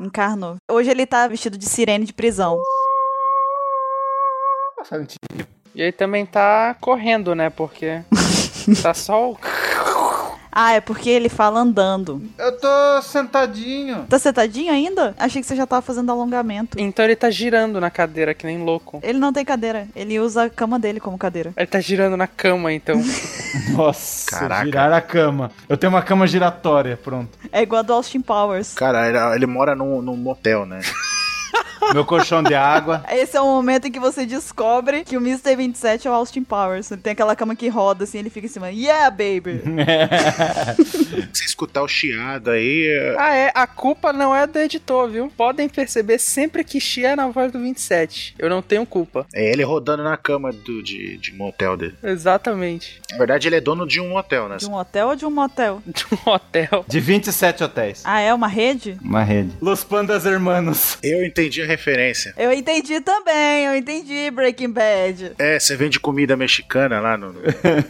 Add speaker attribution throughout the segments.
Speaker 1: Encarnou. Hoje ele tá vestido de sirene de prisão.
Speaker 2: Bastante.
Speaker 3: E ele também tá correndo, né? Porque tá só o...
Speaker 1: Ah, é porque ele fala andando.
Speaker 2: Eu tô sentadinho.
Speaker 1: Tá sentadinho ainda? Achei que você já tava fazendo alongamento.
Speaker 3: Então ele tá girando na cadeira, que nem louco.
Speaker 1: Ele não tem cadeira. Ele usa a cama dele como cadeira.
Speaker 3: Ele tá girando na cama, então.
Speaker 2: Nossa,
Speaker 4: Caraca.
Speaker 2: girar a cama. Eu tenho uma cama giratória, pronto.
Speaker 1: É igual a do Austin Powers.
Speaker 4: Cara, ele, ele mora num, num motel, né?
Speaker 2: Meu colchão de água.
Speaker 1: Esse é o momento em que você descobre que o Mr. 27 é o Austin Powers. Ele tem aquela cama que roda, assim, ele fica em cima. Yeah, baby!
Speaker 4: Você escutar o chiado aí, é-
Speaker 3: Ah, é. A culpa não é do editor, viu? Podem perceber sempre que chia na voz do 27. Eu não tenho culpa.
Speaker 4: é ele rodando na cama do, de, de motel dele.
Speaker 3: Exatamente.
Speaker 4: Na verdade, ele é dono de um hotel, né?
Speaker 1: De um hotel ou de um motel?
Speaker 3: De um hotel.
Speaker 2: De 27 hotéis.
Speaker 1: Ah, é uma rede?
Speaker 2: Uma rede. Los Pandas Hermanos.
Speaker 4: Eu entendi a referência.
Speaker 1: Eu entendi também, eu entendi Breaking Bad.
Speaker 4: É, você vende comida mexicana lá no. no-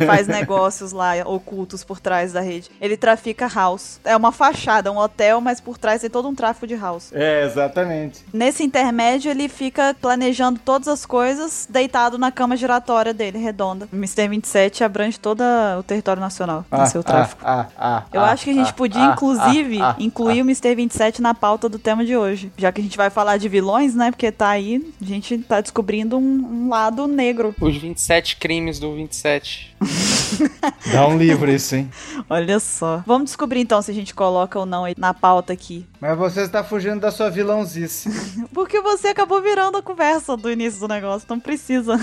Speaker 1: Faz negócios lá ocultos por trás da rede. Ele trafica house. É uma fachada, um hotel, mas por trás tem todo um tráfico de house.
Speaker 2: É, exatamente.
Speaker 1: Nesse intermédio, ele fica planejando todas as coisas deitado na cama giratória dele, redonda. O Mr. 27 abrange todo o território nacional no seu é tráfico.
Speaker 2: Ah, ah, ah,
Speaker 1: Eu
Speaker 2: ah,
Speaker 1: acho que a gente
Speaker 2: ah,
Speaker 1: podia,
Speaker 2: ah,
Speaker 1: inclusive,
Speaker 2: ah, ah,
Speaker 1: incluir o Mr. 27 na pauta do tema de hoje. Já que a gente vai falar de vilões, né? Porque tá aí, a gente tá descobrindo um, um lado negro.
Speaker 3: Os 27 crimes do 27.
Speaker 2: ah. Dá um livro isso, hein?
Speaker 1: Olha só. Vamos descobrir então se a gente coloca ou não ele na pauta aqui.
Speaker 2: Mas você está fugindo da sua vilãozice.
Speaker 1: Porque você acabou virando a conversa do início do negócio, não precisa.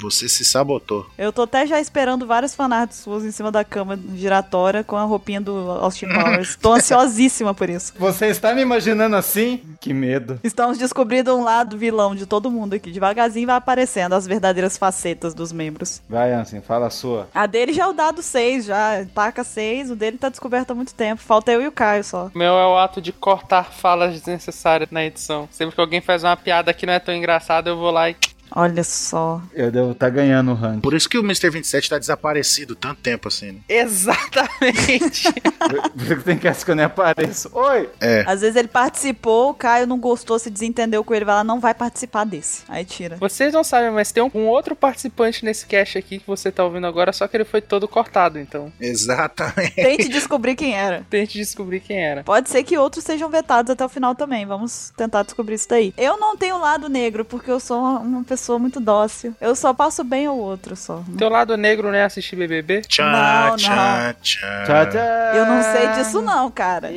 Speaker 4: Você se sabotou.
Speaker 1: Eu tô até já esperando vários fanarts suas em cima da cama giratória com a roupinha do Austin Powers. tô ansiosíssima por isso.
Speaker 2: Você está me imaginando assim? Que medo.
Speaker 1: Estamos descobrindo um lado vilão de todo mundo aqui. Devagarzinho vai aparecendo as verdadeiras facetas dos membros.
Speaker 2: Vai, Ansem, fala a sua.
Speaker 1: A dele já é o dado 6, já. Taca 6, o dele tá descoberto há muito tempo. Falta eu e o Caio só.
Speaker 3: O meu é o ato de cortar falas desnecessárias na edição. Sempre que alguém faz uma piada que não é tão engraçada, eu vou lá e.
Speaker 1: Olha só.
Speaker 2: Eu devo estar ganhando o ranking.
Speaker 4: Por isso que o Mr. 27 tá desaparecido tanto tempo assim, né?
Speaker 3: Exatamente!
Speaker 2: Por isso que tem caso que eu nem apareço. Oi!
Speaker 4: É.
Speaker 1: Às vezes ele participou, o Caio não gostou, se desentendeu com ele, vai lá, não vai participar desse. Aí tira.
Speaker 3: Vocês não sabem, mas tem um, um outro participante nesse cast aqui que você tá ouvindo agora, só que ele foi todo cortado, então.
Speaker 4: Exatamente.
Speaker 1: Tente descobrir quem era.
Speaker 3: Tente descobrir quem era.
Speaker 1: Pode ser que outros sejam vetados até o final também. Vamos tentar descobrir isso daí. Eu não tenho lado negro, porque eu sou uma- uma pessoa muito dócil. Eu só passo bem ao outro só.
Speaker 3: Teu lado negro não é assistir BBB?
Speaker 4: Tchá,
Speaker 1: Não,
Speaker 4: tchá,
Speaker 2: Tchau,
Speaker 4: tchá.
Speaker 2: tchau.
Speaker 1: Eu não sei disso, não, cara.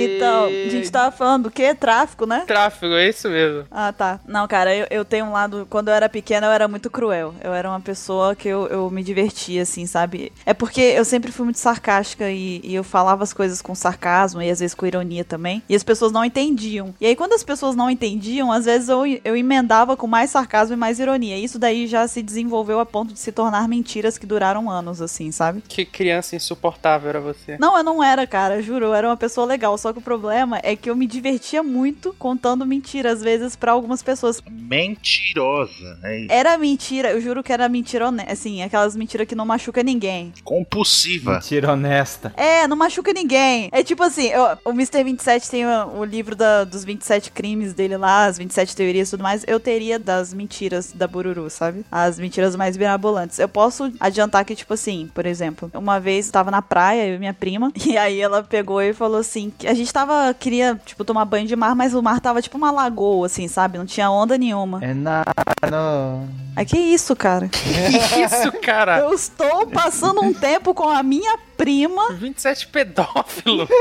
Speaker 1: Então, a gente tava falando do quê? Tráfico, né?
Speaker 3: Tráfego, é isso mesmo.
Speaker 1: Ah, tá. Não, cara, eu, eu tenho um lado. Quando eu era pequena, eu era muito cruel. Eu era uma pessoa que eu, eu me divertia, assim, sabe? É porque eu sempre fui muito sarcástica e, e eu falava as coisas com sarcasmo e às vezes com ironia também. E as pessoas não entendiam. E aí, quando as pessoas não entendiam, às vezes eu, eu emendava com mais sarcasmo e mais ironia. E isso daí já se desenvolveu a ponto de se tornar mentiras que duraram anos, assim, sabe?
Speaker 3: Que criança insuportável era você.
Speaker 1: Não, eu não era, cara, juro, eu era uma pessoa legal. Só que o problema é que eu me divertia muito contando mentira, às vezes, pra algumas pessoas.
Speaker 4: Mentirosa. É isso.
Speaker 1: Era mentira, eu juro que era mentira honesta. Assim, aquelas mentiras que não machuca ninguém.
Speaker 4: Compulsiva.
Speaker 2: Mentira honesta.
Speaker 1: É, não machuca ninguém. É tipo assim, eu- o Mr. 27 tem o, o livro da- dos 27 crimes dele lá, as 27 teorias e tudo mais. Eu teria das mentiras da Bururu, sabe? As mentiras mais mirabolantes. Eu posso adiantar que, tipo assim, por exemplo, uma vez eu tava na praia, eu e minha prima, e aí ela pegou e falou assim, que a gente tava, queria, tipo, tomar banho de mar, mas o mar tava tipo uma lagoa, assim, sabe? Não tinha onda nenhuma.
Speaker 2: É na... no-
Speaker 1: Aí, que isso, cara?
Speaker 3: Que isso, cara?
Speaker 1: Eu estou passando um tempo com a minha prima.
Speaker 3: 27 pedófilo.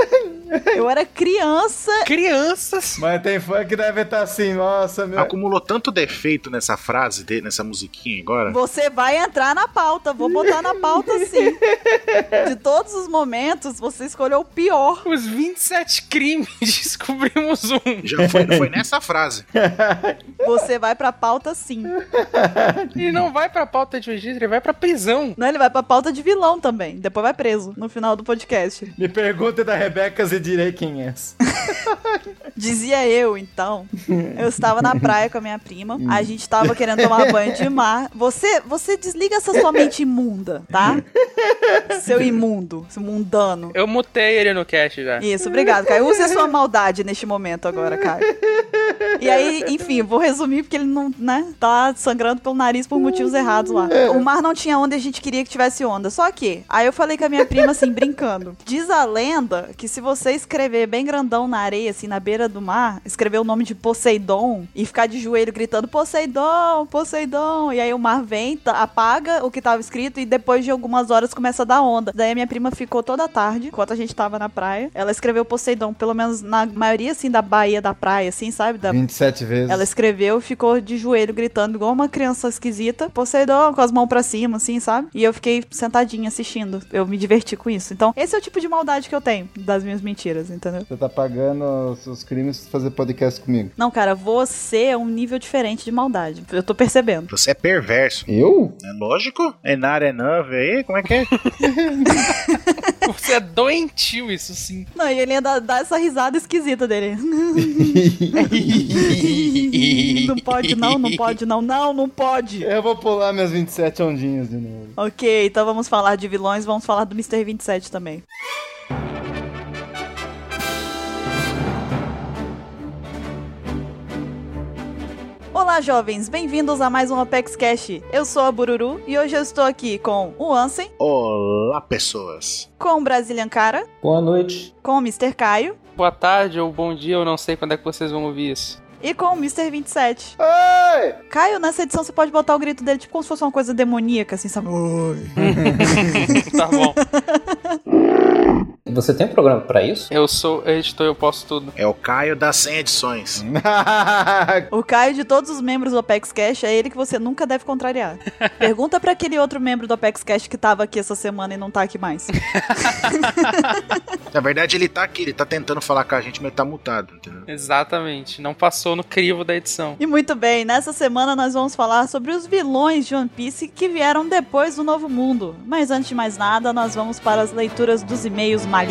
Speaker 1: Eu era criança.
Speaker 3: Crianças.
Speaker 2: Mas tem fã que deve estar assim, nossa, meu...
Speaker 4: Acumulou tanto defeito nessa frase dele, nessa musiquinha agora.
Speaker 1: Você vai entrar na pauta. Vou botar na pauta sim. De todos os momentos, você escolheu o pior.
Speaker 3: Os 27 crimes, descobrimos um.
Speaker 4: Já foi, foi nessa frase.
Speaker 1: Você vai pra pauta sim.
Speaker 3: Ele não vai pra pauta de registro, ele vai pra prisão.
Speaker 1: Não, ele vai pra pauta de vilão também. Depois vai preso no final do podcast.
Speaker 2: Me pergunta da Rebeca te direi quem é. és.
Speaker 1: Dizia eu, então. Eu estava na praia com a minha prima. A gente tava querendo tomar banho de mar. Você, você desliga essa sua mente imunda, tá? Seu imundo, seu mundano.
Speaker 3: Eu mutei ele no cast já.
Speaker 1: Isso, obrigado, Caio. Use a sua maldade neste momento agora, Caio. E aí, enfim, vou resumir porque ele não, né, tá sangrando pelo nariz por motivos errados lá. O mar não tinha onda e a gente queria que tivesse onda. Só que, aí eu falei com a minha prima assim, brincando. Diz a lenda que se você escrever bem grandão na areia, assim, na beira do mar, escrever o nome de Poseidon e ficar de joelho gritando Poseidon, Poseidon. E aí o mar vem, tá- apaga o que tava escrito e depois de algumas horas começa a dar onda. Daí a minha prima ficou toda tarde, enquanto a gente tava na praia. Ela escreveu Poseidon, pelo menos na maioria, assim, da Bahia da praia, assim, sabe? Da
Speaker 2: 27 vezes.
Speaker 1: ela é escreveu, ficou de joelho gritando igual uma criança esquisita, Poseidon com as mãos pra cima, assim, sabe? E eu fiquei sentadinha assistindo. Eu me diverti com isso. Então, esse é o tipo de maldade que eu tenho das minhas mentiras, entendeu?
Speaker 2: Você tá pagando os seus crimes pra fazer podcast comigo.
Speaker 1: Não, cara, você é um nível diferente de maldade. Eu tô percebendo.
Speaker 4: Você é perverso.
Speaker 2: Eu?
Speaker 4: É lógico? Enar é nove aí? Como é que é?
Speaker 3: Você é doentio, isso sim.
Speaker 1: Não, e ele ainda dá essa risada esquisita dele. não pode, não, não pode, não, não, não pode.
Speaker 2: Eu vou pular minhas 27 ondinhas de novo.
Speaker 1: Ok, então vamos falar de vilões, vamos falar do Mr. 27 também. Olá, jovens, bem-vindos a mais um Apex Cash. Eu sou a Bururu e hoje eu estou aqui com o Ansem,
Speaker 4: Olá, pessoas.
Speaker 1: com o Brazilian Cara,
Speaker 5: Boa noite.
Speaker 1: com o Mr. Caio
Speaker 3: Boa tarde ou bom dia, eu não sei quando é que vocês vão ouvir isso.
Speaker 1: e com o Mr. 27.
Speaker 2: Ai!
Speaker 1: Caio, nessa edição você pode botar o grito dele tipo como se fosse uma coisa demoníaca, assim, sabe?
Speaker 3: tá bom.
Speaker 5: Você tem um programa pra isso?
Speaker 3: Eu sou editor, eu posso tudo.
Speaker 4: É o Caio das 100
Speaker 2: É.
Speaker 4: edições.
Speaker 1: O Caio, de todos os membros do Apex Cash, é ele que você nunca deve contrariar. Pergunta pra aquele outro membro do Apex Cash que tava aqui essa semana e não tá aqui mais.
Speaker 4: Na verdade, ele tá aqui, ele tá tentando falar com a gente, mas ele tá mutado, entendeu?
Speaker 3: Exatamente, não passou no crivo da edição.
Speaker 1: E muito bem, nessa semana nós vamos falar sobre os vilões de One Piece que vieram depois do Novo Mundo. Mas antes de mais nada, nós vamos para as leituras dos e-mails malignos.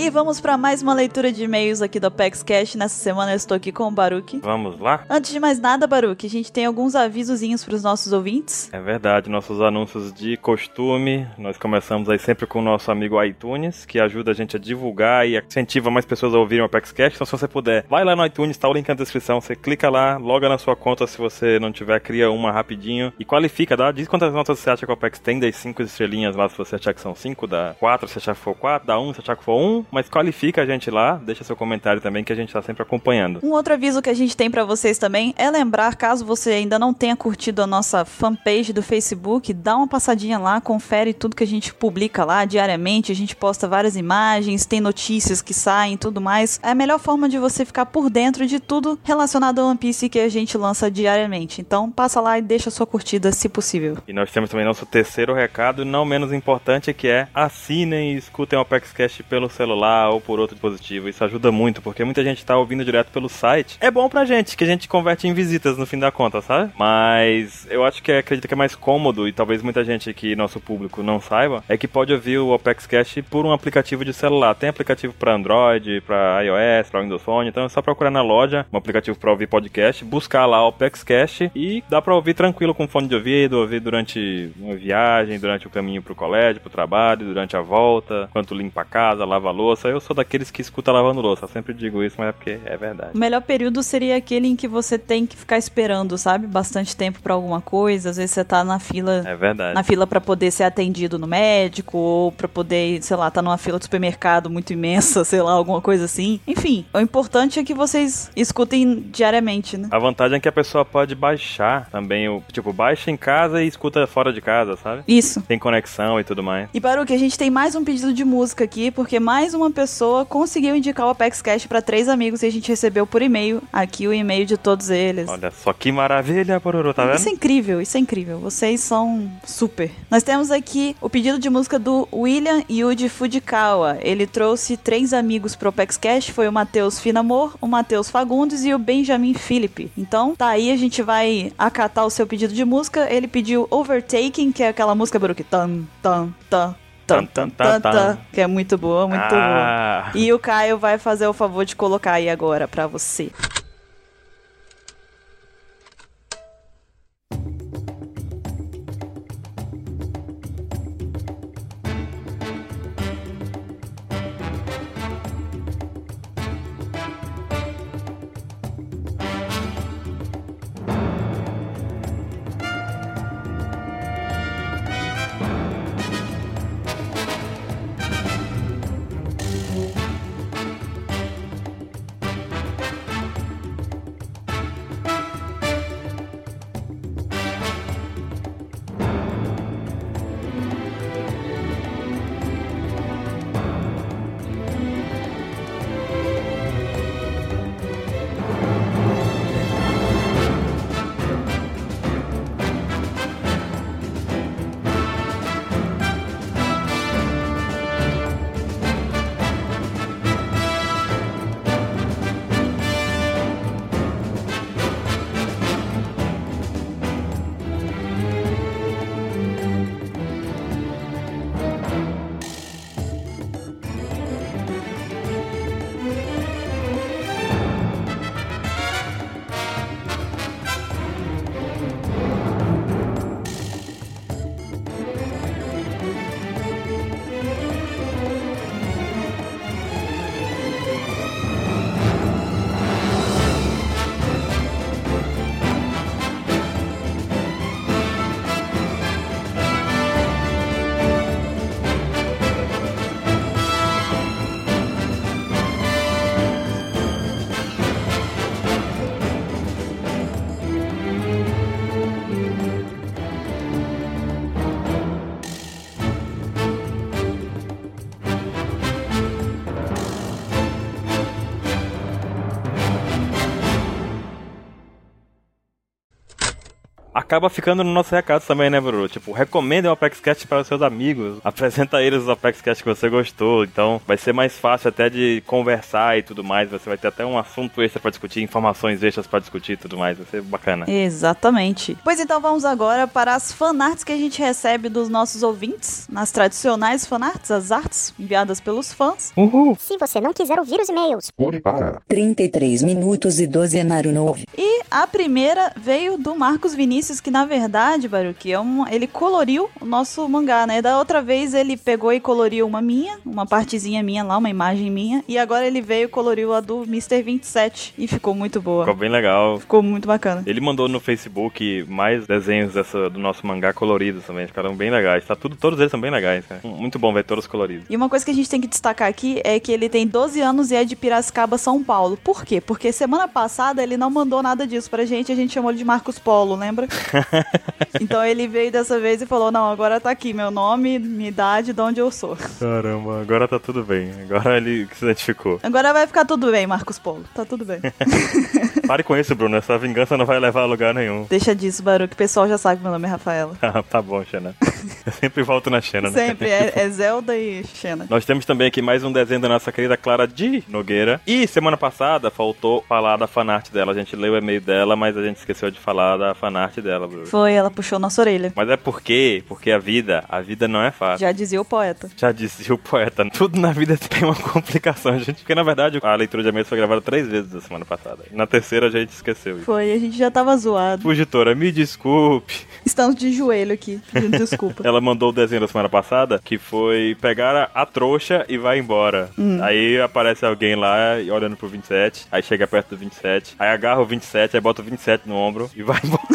Speaker 1: E vamos para mais uma leitura de e-mails aqui do Apex Cash. Nessa semana eu estou aqui com o Baruque.
Speaker 6: Vamos lá?
Speaker 1: Antes de mais nada, Baruque, a gente tem alguns avisozinhos para os nossos ouvintes.
Speaker 6: É verdade, nossos anúncios de costume. Nós começamos aí sempre com o nosso amigo iTunes, que ajuda a gente a divulgar e incentiva mais pessoas a ouvirem o ApexCast. Então, se você puder, vai lá no iTunes, tá o link na descrição. Você clica lá, loga na sua conta se você não tiver, cria uma rapidinho e qualifica, dá. Diz quantas notas você acha que o Apex tem, das 5 estrelinhas lá, se você achar que são 5, dá 4 se achar que for 4, dá 1 se achar que for 1. Mas qualifica a gente lá, deixa seu comentário também, que a gente tá sempre acompanhando.
Speaker 1: Um outro aviso que a gente tem pra vocês também é lembrar, caso você ainda não tenha curtido a nossa fanpage do Facebook, dá uma passadinha lá, confere tudo que a gente publica lá diariamente, a gente posta várias imagens, tem notícias que saem e tudo mais. É a melhor forma de você ficar por dentro de tudo relacionado ao One Piece que a gente lança diariamente. Então passa lá e deixa sua curtida se possível.
Speaker 6: E nós temos também nosso terceiro recado, não menos importante, que é assinem e escutem o ApexCast pelo celular ou por outro dispositivo. Isso ajuda muito, porque muita gente tá ouvindo direto pelo site. É bom pra gente, que a gente converte em visitas no fim da conta, sabe? Mas eu acho que é- acredito que é mais cômodo, e talvez muita gente que nosso público não saiba, é que pode ouvir o ApexCast por um aplicativo de celular. Tem aplicativo pra Android, pra iOS, pra Windows Phone, então é só procurar na loja, um aplicativo pra ouvir podcast, buscar lá o ApexCast e dá pra ouvir tranquilo com fone de ouvido, ouvir durante uma viagem, durante o caminho pro colégio, pro trabalho, durante a volta, enquanto limpa a casa, lava a louça. Eu sou daqueles que escuta lavando louça, eu sempre digo isso, mas é porque é verdade.
Speaker 1: O melhor período seria aquele em que você tem que ficar esperando, sabe? Bastante tempo pra alguma coisa, às vezes você tá na fila
Speaker 6: É verdade.
Speaker 1: na fila pra poder ser atendido no médico ou pra poder, sei lá, tá numa fila de supermercado muito imensa, sei lá, alguma coisa assim. Enfim, o importante é que vocês escutem diariamente, né?
Speaker 6: A vantagem é que a pessoa pode baixar também, o tipo, baixa em casa e escuta fora de casa, sabe?
Speaker 1: Isso.
Speaker 6: Tem conexão e tudo mais.
Speaker 1: E Baruque, a gente tem mais um pedido de música aqui, porque mais uma pessoa conseguiu indicar o Apex Cash pra três amigos e a gente recebeu por e-mail aqui o e-mail de todos eles.
Speaker 6: Olha só que maravilha, Pororo, tá
Speaker 1: Isso
Speaker 6: vendo?
Speaker 1: é incrível, isso é incrível. Vocês são super. Nós temos aqui o pedido de música do William Yuji Fujikawa. Ele trouxe três amigos pro Apex Cash, foi o Matheus Finamor, o Matheus Fagundes e o Benjamin Felipe. Então, tá aí, a gente vai acatar o seu pedido de música. Ele pediu Overtaking, que é aquela música, Baruque, tan, tan, tan, tan, tan, tan, tan, que é muito boa, muito boa.
Speaker 6: ah,
Speaker 1: E o Caio vai fazer o favor de colocar aí agora pra você.
Speaker 6: acaba ficando no nosso recado também, né, Bruno? Tipo, recomendem o Apex Cash para os seus amigos, apresenta a eles o Apex Cash que você gostou, então vai ser mais fácil até de conversar e tudo mais, você vai ter até um assunto extra pra discutir, informações extras pra discutir e tudo mais, vai ser bacana.
Speaker 1: Exatamente. Pois então vamos agora para as fanarts que a gente recebe dos nossos ouvintes, nas tradicionais fanarts, as artes enviadas pelos fãs.
Speaker 6: Uhul!
Speaker 7: Se você não quiser ouvir os e-mails,
Speaker 8: Pule para.
Speaker 9: 33 minutos e 12 Naru novo.
Speaker 1: E a primeira veio do Marcos Vinícius, que na verdade, Baruki, é um, ele coloriu o nosso mangá, né? Da outra vez ele pegou e coloriu uma minha, uma partezinha minha lá, uma imagem minha, e agora ele veio e coloriu a do Mr. 27 e ficou muito boa.
Speaker 6: Ficou bem legal.
Speaker 1: Ficou muito bacana.
Speaker 6: Ele mandou no Facebook mais desenhos dessa- do nosso mangá coloridos também, ficaram bem legais. Tá tudo, todos eles são bem legais, cara. Muito bom ver todos coloridos.
Speaker 1: E uma coisa que a gente tem que destacar aqui é que ele tem 12 anos e é de Piracicaba, São Paulo. Por quê? Porque semana passada ele não mandou nada disso pra gente, a gente chamou ele de Marcos Polo, lembra? então ele veio dessa vez e falou: "Não, agora tá aqui meu nome, minha idade, de onde eu sou".
Speaker 6: Caramba, agora tá tudo bem. Agora ele se identificou.
Speaker 1: Agora vai ficar tudo bem, Marcos Polo. Tá tudo bem.
Speaker 6: Pare com isso, Bruno. Essa vingança não vai levar a lugar nenhum.
Speaker 1: Deixa disso, Baruque. O pessoal já sabe que meu nome é Rafaela.
Speaker 6: Ah, tá bom, Xena. Eu sempre volto na Xena, né?
Speaker 1: Sempre é, é Zelda e Xena.
Speaker 6: Nós temos também aqui mais um desenho da nossa querida Clara de Nogueira. E semana passada faltou falar da fanart dela. A gente leu o e-mail dela, mas a gente esqueceu de falar da fanart dela, Bruno.
Speaker 1: Foi, ela puxou nossa orelha.
Speaker 6: Mas é porque, porque a vida, a vida não é fácil.
Speaker 1: Já dizia o poeta.
Speaker 6: Já disse o poeta, né? tudo na vida tem uma complicação, gente. Porque na verdade a leitura de e-mails foi gravada três vezes na semana passada. Na terceira a gente esqueceu isso.
Speaker 1: Foi, a gente já tava zoado.
Speaker 6: Fugitora, me desculpe.
Speaker 1: Estamos de joelho aqui, pedindo desculpa.
Speaker 6: Ela mandou o desenho da semana passada, que foi pegar a, a trouxa e vai embora. Aí aparece alguém lá e olhando pro 27, aí chega perto do 27, aí agarra o 27, aí bota o 27 no ombro e vai embora.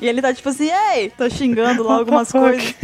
Speaker 1: E ele tá tipo assim, ei, tá xingando lá algumas coisas.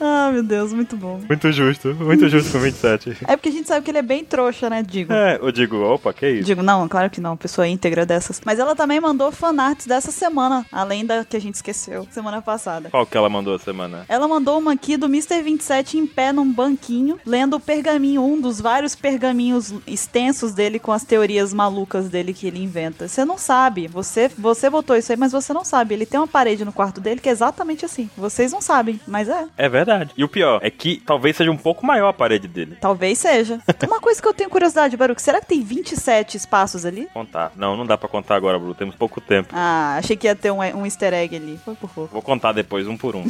Speaker 1: Ah, meu Deus, muito bom.
Speaker 6: Muito justo, muito justo com 27.
Speaker 1: É porque a gente sabe que ele é bem trouxa, né, Digo?
Speaker 6: É, eu digo, opa, que isso?
Speaker 1: Digo, não, claro que não, pessoa íntegra dessas. Mas ela também mandou fanarts dessa semana, além da que a gente esqueceu, semana passada.
Speaker 6: Qual que ela mandou essa semana?
Speaker 1: Ela mandou uma aqui do Mr. 27 em pé num banquinho, lendo o pergaminho, um dos vários pergaminhos extensos dele com as teorias malucas dele que ele inventa. Você não sabe, você, você botou isso aí, mas você não sabe. Ele tem uma parede no quarto dele que é exatamente assim. Vocês não sabem, mas é.
Speaker 6: É verdade. E o pior é que talvez seja um pouco maior a parede dele.
Speaker 1: Talvez seja. Uma coisa que eu tenho curiosidade, Baruque, será que tem 27 espaços ali?
Speaker 6: Contar. Não, não dá pra contar agora, Bruno. Temos pouco tempo.
Speaker 1: Ah, achei que ia ter um, um easter egg ali. Foi por pouco.
Speaker 6: Vou contar depois, um por um.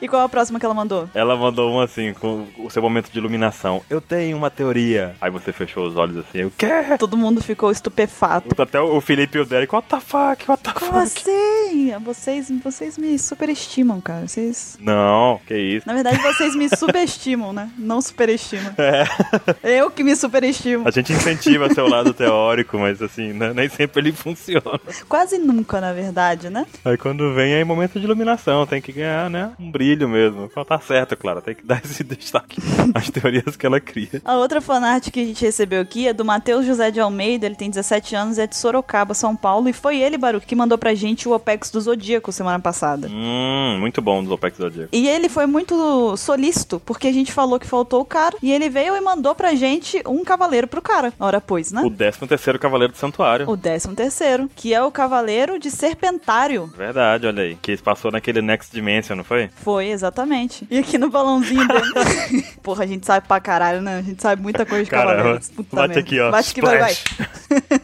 Speaker 1: E qual é a próxima que ela mandou?
Speaker 6: Ela mandou um assim, com o seu momento de iluminação. Eu tenho uma teoria. Aí você fechou os olhos assim, o quê?
Speaker 1: Todo mundo ficou estupefato.
Speaker 6: Até o Felipe e o Derek, what the fuck, what the
Speaker 1: Como
Speaker 6: fuck?
Speaker 1: assim? Vocês, vocês me superestimam, cara. Vocês.
Speaker 6: Não, que isso.
Speaker 1: Na verdade, vocês me subestimam, né? Não superestimam.
Speaker 6: É.
Speaker 1: Eu que me superestimo.
Speaker 6: A gente incentiva seu lado teórico, mas assim, né, nem sempre ele funciona.
Speaker 1: Quase nunca, na verdade, né?
Speaker 6: Aí quando vem aí momento de iluminação, tem que ganhar, né? Um brilho mesmo. Então Tá certo, Clara, tem que dar esse destaque às teorias que ela cria.
Speaker 1: A outra fanart que a gente recebeu aqui é do Matheus José de Almeida, ele tem 17 anos, é de Sorocaba, São Paulo, e foi ele, Baruque, que mandou pra gente o Opex do Zodíaco semana passada.
Speaker 6: Hum, muito bom dos OPEX do Diego.
Speaker 1: E ele foi muito solícito, porque a gente falou que faltou o cara, e ele veio e mandou pra gente um cavaleiro pro cara. Ora, pois, né?
Speaker 6: O 13 terceiro Cavaleiro do Santuário.
Speaker 1: O décimo terceiro, que é o cavaleiro de Serpentário.
Speaker 6: Verdade, olha aí. Que passou naquele Next Dimension, não foi?
Speaker 1: Foi, exatamente. E aqui no balãozinho dele. Porra, a gente sabe pra caralho, né? A gente sabe muita coisa de
Speaker 6: Caramba.
Speaker 1: cavaleiros. Puta
Speaker 6: Bate
Speaker 1: merda.
Speaker 6: aqui, ó.
Speaker 1: Bate que vai, vai.
Speaker 6: Splash.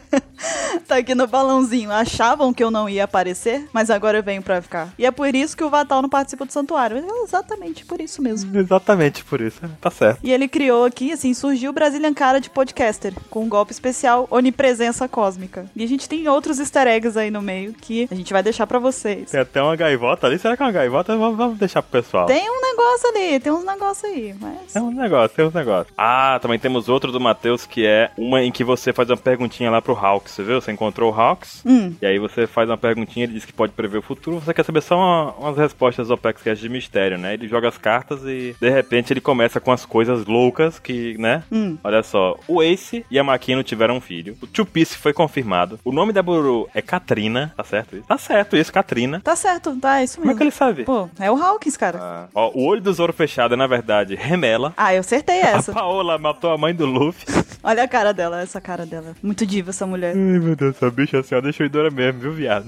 Speaker 1: tá aqui no balãozinho. Achavam que eu não ia aparecer, mas agora eu venho pra ficar. E é por isso que o Vatal não participa do santuário. É exatamente por isso mesmo.
Speaker 6: Exatamente por isso. Tá certo.
Speaker 1: E ele criou aqui, assim, surgiu o Brazilian Cara de podcaster, com um golpe especial Onipresença Cósmica. E a gente tem outros easter eggs aí no meio que a gente vai deixar pra vocês.
Speaker 6: Tem até uma gaivota ali. Será que é uma gaivota? Vamos vamos deixar pro pessoal.
Speaker 1: Tem um negócio ali, tem uns negócios aí, mas.
Speaker 6: É um negócio, é um negócio. Ah, também temos outro do Matheus que é uma em que você faz uma perguntinha lá pro Hawks, você viu? Você encontrou o Hawks
Speaker 1: Hum.
Speaker 6: e aí você faz uma perguntinha, ele diz que pode prever o futuro. Você quer saber só uma- umas respostas do OPEXcast de mistério, né? Ele joga as cartas e de repente ele começa com as coisas loucas que, né?
Speaker 1: Hum.
Speaker 6: Olha só, o Ace e a Maquino tiveram um filho. O Two Piece foi confirmado. O nome da Bururu é Katrina, tá certo isso? Tá certo isso, Katrina.
Speaker 1: Tá certo, tá, é isso mesmo.
Speaker 6: Como é que ele sabe?
Speaker 1: Pô, é o Hawkins, cara.
Speaker 6: Ah. Ó, o olho do Zoro fechado é, na verdade, remela.
Speaker 1: Ah, eu acertei
Speaker 6: A
Speaker 1: essa.
Speaker 6: Paola matou a mãe do Luffy.
Speaker 1: Olha a cara dela, essa cara dela. Muito diva essa mulher.
Speaker 6: Ai, meu Deus, essa bicha assim, ela deixou idora mesmo, viu, viado?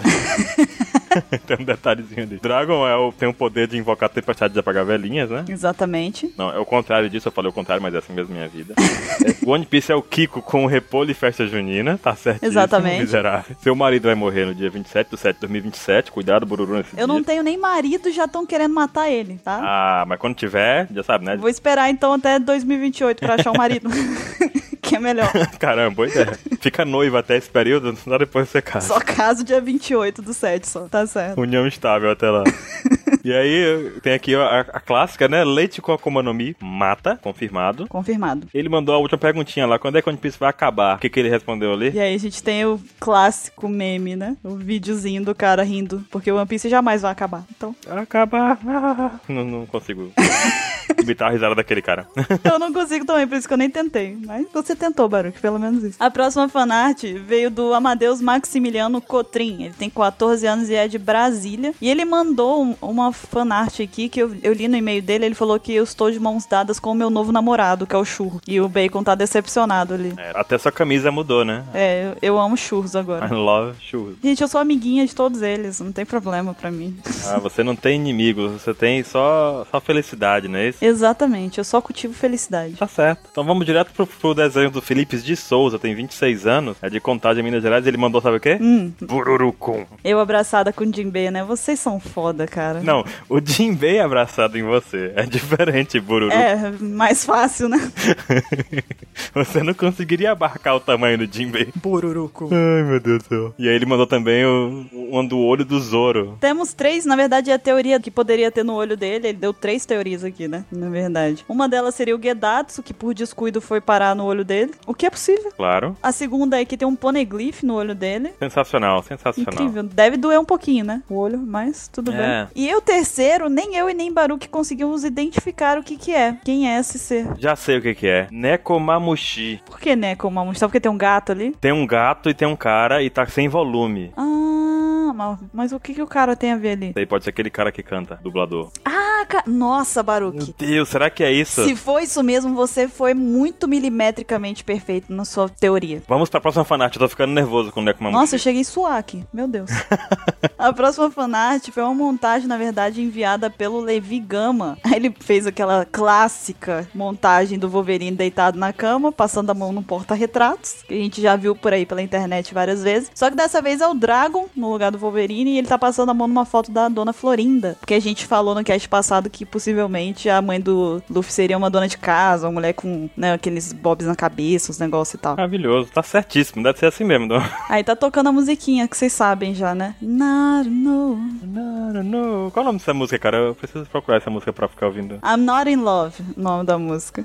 Speaker 6: tem um detalhezinho ali. Dragon é o- tem o poder de invocar tempestade de apagar velhinhas, né?
Speaker 1: Exatamente.
Speaker 6: Não, é o contrário disso, eu falei o contrário, mas é assim mesmo minha vida. É, o One Piece é o Kiko com o repolho e festa junina, tá certo?
Speaker 1: Exatamente.
Speaker 6: Miserável. Seu marido vai morrer no dia 27 de 7 de 2027, cuidado, bururu, nesse
Speaker 1: Eu
Speaker 6: dia.
Speaker 1: não tenho nem marido, já estão querendo matar ele, tá?
Speaker 6: Ah, mas quando tiver, já sabe, né?
Speaker 1: Vou esperar então até 2028 pra achar um marido. que é melhor.
Speaker 6: Caramba, pois é. Fica noiva até esse período, só depois você casa.
Speaker 1: Só caso dia 28 do 7, só. Tá certo.
Speaker 6: União estável até lá. e aí, tem aqui a, a clássica, né? Leite com Akuma no Mi mata, confirmado.
Speaker 1: Confirmado.
Speaker 6: Ele mandou a última perguntinha lá, quando é que o One Piece vai acabar? O que, que ele respondeu ali?
Speaker 1: E aí a gente tem o clássico meme, né? O videozinho do cara rindo, porque o One Piece jamais vai acabar. Então,
Speaker 6: Acabar. Ah, não, não consigo imitar a risada daquele cara.
Speaker 1: eu não consigo também, por isso que eu nem tentei. Mas você tentou, Baruch, pelo menos isso. A próxima fanart veio do Amadeus Maximiliano Cotrim. Ele tem 14 anos e é de Brasília. E ele mandou um- uma fanart aqui que eu, eu li no e-mail dele. Ele falou que eu estou de mãos dadas com o meu novo namorado, que é o Churro. E o Bacon tá decepcionado ali.
Speaker 6: É, até sua camisa mudou, né?
Speaker 1: É, eu, eu amo churros agora.
Speaker 6: I love churros.
Speaker 1: Gente, eu sou amiguinha de todos eles, não tem problema pra mim.
Speaker 6: Ah, você não tem inimigos, você tem só, só felicidade, não é isso?
Speaker 1: Exatamente, eu só cultivo felicidade.
Speaker 6: Tá certo. Então vamos direto pro, pro desenho do Felipe de Souza, tem 26 anos, é de Contagem, Minas Gerais, ele mandou sabe o quê?
Speaker 1: Hum,
Speaker 6: Bururucum.
Speaker 1: eu abraçada com o Jinbei, né? Vocês são foda, cara.
Speaker 6: Não, o Jinbei abraçado em você. É diferente, Bururu.
Speaker 1: É, mais fácil, né?
Speaker 6: Você não conseguiria abarcar o tamanho do Jinbei. Bururuco. Ai, meu Deus do céu. E aí ele mandou também o, um do olho do Zoro.
Speaker 1: Temos três, na verdade, é a teoria que poderia ter no olho dele. Ele deu três teorias aqui, né? né? Na verdade. Uma delas seria o Gedatsu, que por descuido foi parar no olho dele. O que é possível.
Speaker 6: Claro.
Speaker 1: A segunda é que tem um poneglyph no olho dele.
Speaker 6: Sensacional, sensacional.
Speaker 1: Incrível. Deve doer um pouquinho, né? O olho, mas tudo
Speaker 6: É.
Speaker 1: bem. E o terceiro, nem eu e nem Baruque conseguimos identificar o que que é. Quem é esse ser?
Speaker 6: Já sei o que que é. Nekomamushi.
Speaker 1: Por que, né, com uma Só porque tem um gato ali?
Speaker 6: Tem um gato e tem um cara e tá sem volume.
Speaker 1: Ah, mas, mas o que que o cara tem a ver ali?
Speaker 6: Daí pode ser aquele cara que canta, dublador.
Speaker 1: Ah, ca- nossa,
Speaker 6: Meu
Speaker 1: Baruque.
Speaker 6: Deus, será que é isso?
Speaker 1: Se foi isso mesmo, você foi muito milimetricamente perfeito na sua teoria.
Speaker 6: Vamos pra próxima fanart, eu tô ficando nervoso é com o Nekomamushi.
Speaker 1: Nossa, eu cheguei a suar aqui. Meu Deus. a próxima fanart foi uma montagem, na verdade, enviada pelo Levi Gama. Aí ele fez aquela clássica montagem do Wolverine deitado na cama, passando a mão no porta-retratos, que a gente já viu por aí pela internet várias vezes. Só que dessa vez é o Dragon no lugar do Wolverine e ele tá passando a mão numa foto da Dona Florinda. Porque a gente falou no cast passado que possivelmente a mãe do Luffy seria uma dona de casa, uma mulher com né, aqueles bobs na cabeça, os negócios e tal.
Speaker 6: Maravilhoso, tá certíssimo, deve ser assim mesmo.
Speaker 1: Aí tá tocando a musiquinha que vocês sabem já, né? Not no.
Speaker 6: Não, não, não. Qual é o nome dessa música, cara? Eu preciso procurar essa música pra ficar ouvindo.
Speaker 1: I'm not in love, o nome da música.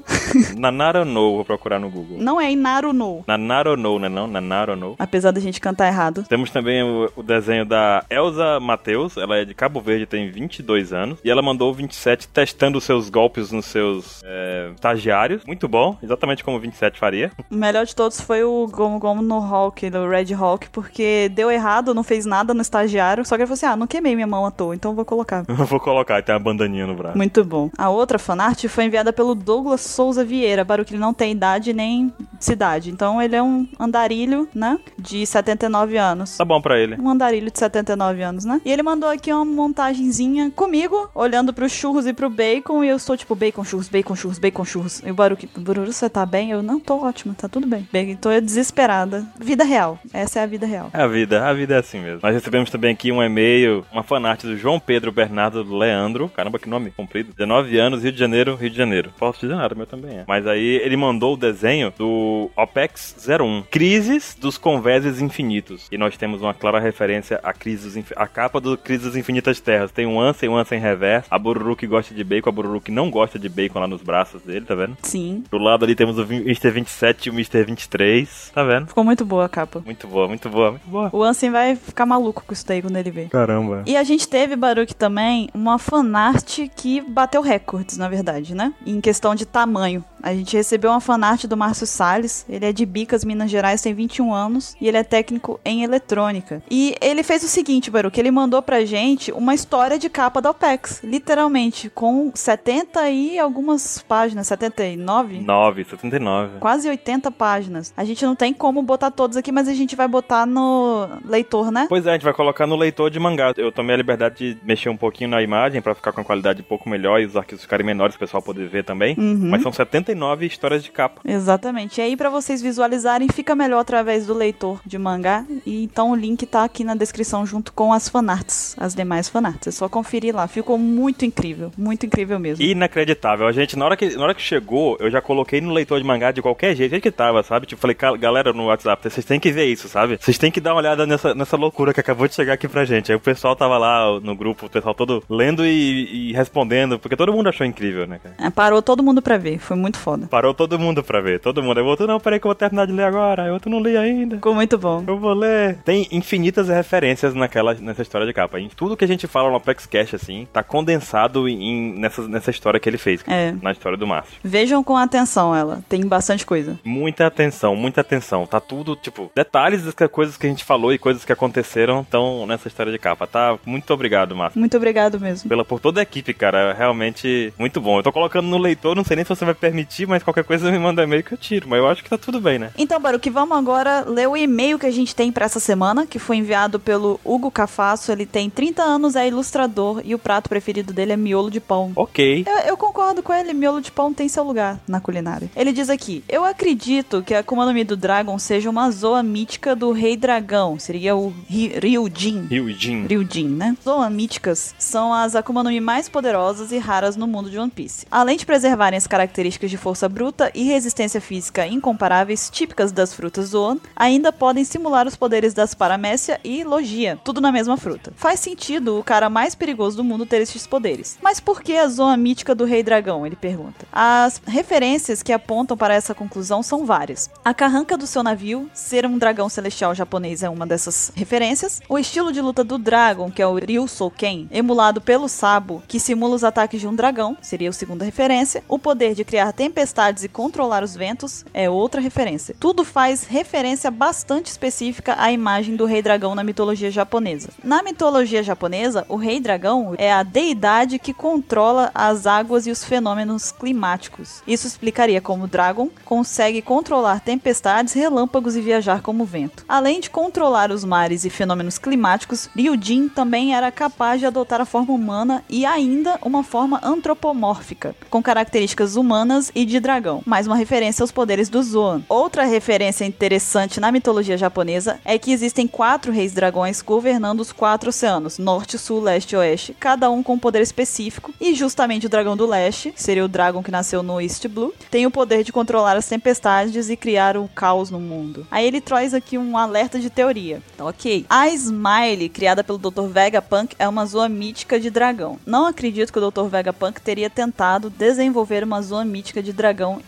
Speaker 6: Nanaro No, vou procurar no Google.
Speaker 1: Não é Inaru no.
Speaker 6: Nanaro No, né não? Nanaro No.
Speaker 1: Apesar da gente cantar errado.
Speaker 6: Temos também o, o desenho da Elza Mateus, ela é de Cabo Verde, tem 22 anos, e ela mandou o 27 testando seus golpes nos seus é, estagiários. Muito bom, exatamente como o 27 faria.
Speaker 1: O melhor de todos foi o Gomu Gomu no Hulk, no Red Hawk, porque deu errado, não fez nada no estagiário. Só que ele falou assim: ah, não queimei minha mão à toa, então vou colocar.
Speaker 6: Eu vou colocar, tem uma bandaninha no braço.
Speaker 1: Muito bom. A outra fanart foi enviada pelo Douglas Souza Vieira. Baruque, ele não tem idade nem cidade. Então ele é um andarilho, né? De 79 anos.
Speaker 6: Tá bom pra ele.
Speaker 1: Um andarilho de 79 anos, né? E ele mandou aqui uma montagenzinha comigo, olhando pro churros e pro bacon. E eu estou tipo, bacon, churros, bacon, churros, bacon, churros. E o Baruque, Bururu, você tá bem? Eu não tô ótimo, tá tudo bem. Bacon, tô eu desesperada. Vida real. Essa é a vida real.
Speaker 6: É a vida, a vida é assim mesmo. Nós recebemos também aqui um e-mail, uma fanart do João Pedro Bernardo Leandro. Caramba, que nome comprido. 19 anos, Rio de Janeiro, Rio de Janeiro. Posso dizer nada, o meu também é. Mas aí ele mandou o desenho do OPEX 01. Crises dos Convéses Infinitos. E nós temos uma clara referência à crise dos inf... à capa do Crise das Infinitas Terras. Tem um Ansem, um Ansem reverso. A Bururu que gosta de bacon, a Bururu que não gosta de bacon lá nos braços dele, tá vendo?
Speaker 1: Sim.
Speaker 6: Do lado ali temos o vi- Mr. 27 e o Mr. 23, tá vendo?
Speaker 1: Ficou muito boa a capa.
Speaker 6: Muito boa, muito boa, muito boa.
Speaker 1: O Ansem vai ficar maluco com isso daí quando ele ver.
Speaker 6: Caramba.
Speaker 1: E a gente teve, Baruque, também uma fanart que bateu recordes, na verdade, né? Em questão de tamanho. A gente recebeu uma fanart do Márcio Salles. Ele é de Bicas, Minas Gerais, tem 21 anos e ele é técnico em eletrônica. E ele fez o seguinte, Baruque, ele mandou pra gente uma história de capa da OPEX, literalmente, com 70 e algumas páginas, 79?
Speaker 6: 9, 79.
Speaker 1: Quase 80 páginas. A gente não tem como botar todos aqui, mas a gente vai botar no leitor, né?
Speaker 6: Pois é, a gente vai colocar no leitor de mangá. Eu tomei a liberdade de mexer um pouquinho na imagem pra ficar com a qualidade um pouco melhor e os arquivos ficarem menores, o pessoal poder ver também.
Speaker 1: Uhum.
Speaker 6: Mas são 79 histórias de capa.
Speaker 1: Exatamente. E aí, pra vocês visualizarem, fica melhor através do leitor de mangá. E então o link tá aqui na descrição junto com as fanarts, as demais fanarts. É só conferir lá. Ficou muito incrível, muito incrível mesmo.
Speaker 6: Inacreditável. A gente, na hora, que, na hora que chegou, eu já coloquei no leitor de mangá de qualquer jeito, do jeito que tava, sabe? Tipo, falei, "Cara, galera no WhatsApp, vocês têm que ver isso, sabe? Vocês têm que dar uma olhada nessa, nessa loucura que acabou de chegar aqui pra gente. Aí o pessoal tava lá no grupo, o pessoal todo lendo e, e respondendo, porque todo mundo achou incrível, né, cara?
Speaker 1: É, parou todo mundo pra ver, foi muito foda.
Speaker 6: Parou todo mundo pra ver, todo mundo. Aí o outro, não, peraí que eu vou terminar de ler agora. Aí o outro, não li ainda.
Speaker 1: Ficou muito bom.
Speaker 6: Eu vou ler. Tem infinitas referências naquela, nessa história de capa. Em tudo que a gente fala no Apex Cash, assim, tá condensado em, nessa, nessa história que ele fez.
Speaker 1: É.
Speaker 6: Na história do Márcio.
Speaker 1: Vejam com atenção ela, tem bastante coisa.
Speaker 6: Muita atenção, muita atenção. Tá tudo, tipo, detalhes das que- coisas que a gente falou e coisas que aconteceram estão nessa história de capa. Tá? Muito obrigado, Márcio.
Speaker 1: Muito obrigado mesmo.
Speaker 6: Pela, por toda a equipe, cara. É Realmente muito bom. Eu tô colocando no leitor, não sei nem se você vai permitir, mas qualquer coisa me manda e-mail que eu tiro. Mas eu acho que tá tudo bem, né?
Speaker 1: Então, Baruque, vamos agora ler o e-mail que a gente tem pra essa semana, que foi enviado pelo Hugo Cafasso. Ele tem 30 anos, é ilustrador e o prato preferido dele é miolo de pão.
Speaker 6: Ok.
Speaker 1: Eu, eu concordo com ele, miolo de pão tem seu lugar na culinária. Ele diz aqui: Eu acredito que a Akuma no Mi do Dragon seja uma zoa mítica do Rei Dragão. Seria o Ry- Ryujin.
Speaker 6: Rio Jin.
Speaker 1: Ryujin, né? Zoa míticas são as Akuma no Mi mais poderosas e raras no mundo de One Piece. Além de preservarem as características de força bruta e resistência física incomparáveis, típicas das frutas Zoan, ainda podem simular os poderes das Paramécia e Logia, tudo na mesma fruta. Faz sentido o cara mais perigoso do mundo ter estes poderes. Mas por que a Zoan mítica do Rei Dragão? Ele pergunta. As referências que apontam para essa conclusão são várias. A carranca do seu navio, ser um dragão celestial japonês é uma dessas referências. O estilo de luta do Dragon, que é o Ryusoken, emulado pelo Sabo, que simula os ataques de um dragão, seria a segunda referência. O poder de criar tempestades e controlar os ventos é outra referência. Tudo faz referência bastante específica à imagem do rei dragão na mitologia japonesa. Na mitologia japonesa, o rei dragão é a deidade que controla as águas e os fenômenos climáticos. Isso explicaria como o Dragon consegue controlar tempestades, relâmpagos e viajar como vento. Além de controlar os mares e fenômenos climáticos, Ryujin também era capaz de adotar a forma humana e ainda uma forma antropomórfica, com características humanas e de dragão. Mais uma referência aos poderes do Zoan. Outra referência interessante na mitologia japonesa é que existem quatro reis dragões governando os quatro oceanos, norte, sul, leste e oeste, cada um com um poder específico, e justamente o dragão do leste, que seria o dragão que nasceu no East Blue, tem o poder de controlar as tempestades e criar o caos no mundo. Aí ele traz aqui um alerta de teoria. Então, ok. A Smile, criada pelo Dr. Vegapunk, é uma zoa mítica de dragão. Não acredito que o Dr. Vegapunk teria tentado desenvolver uma zoa mítica de dragão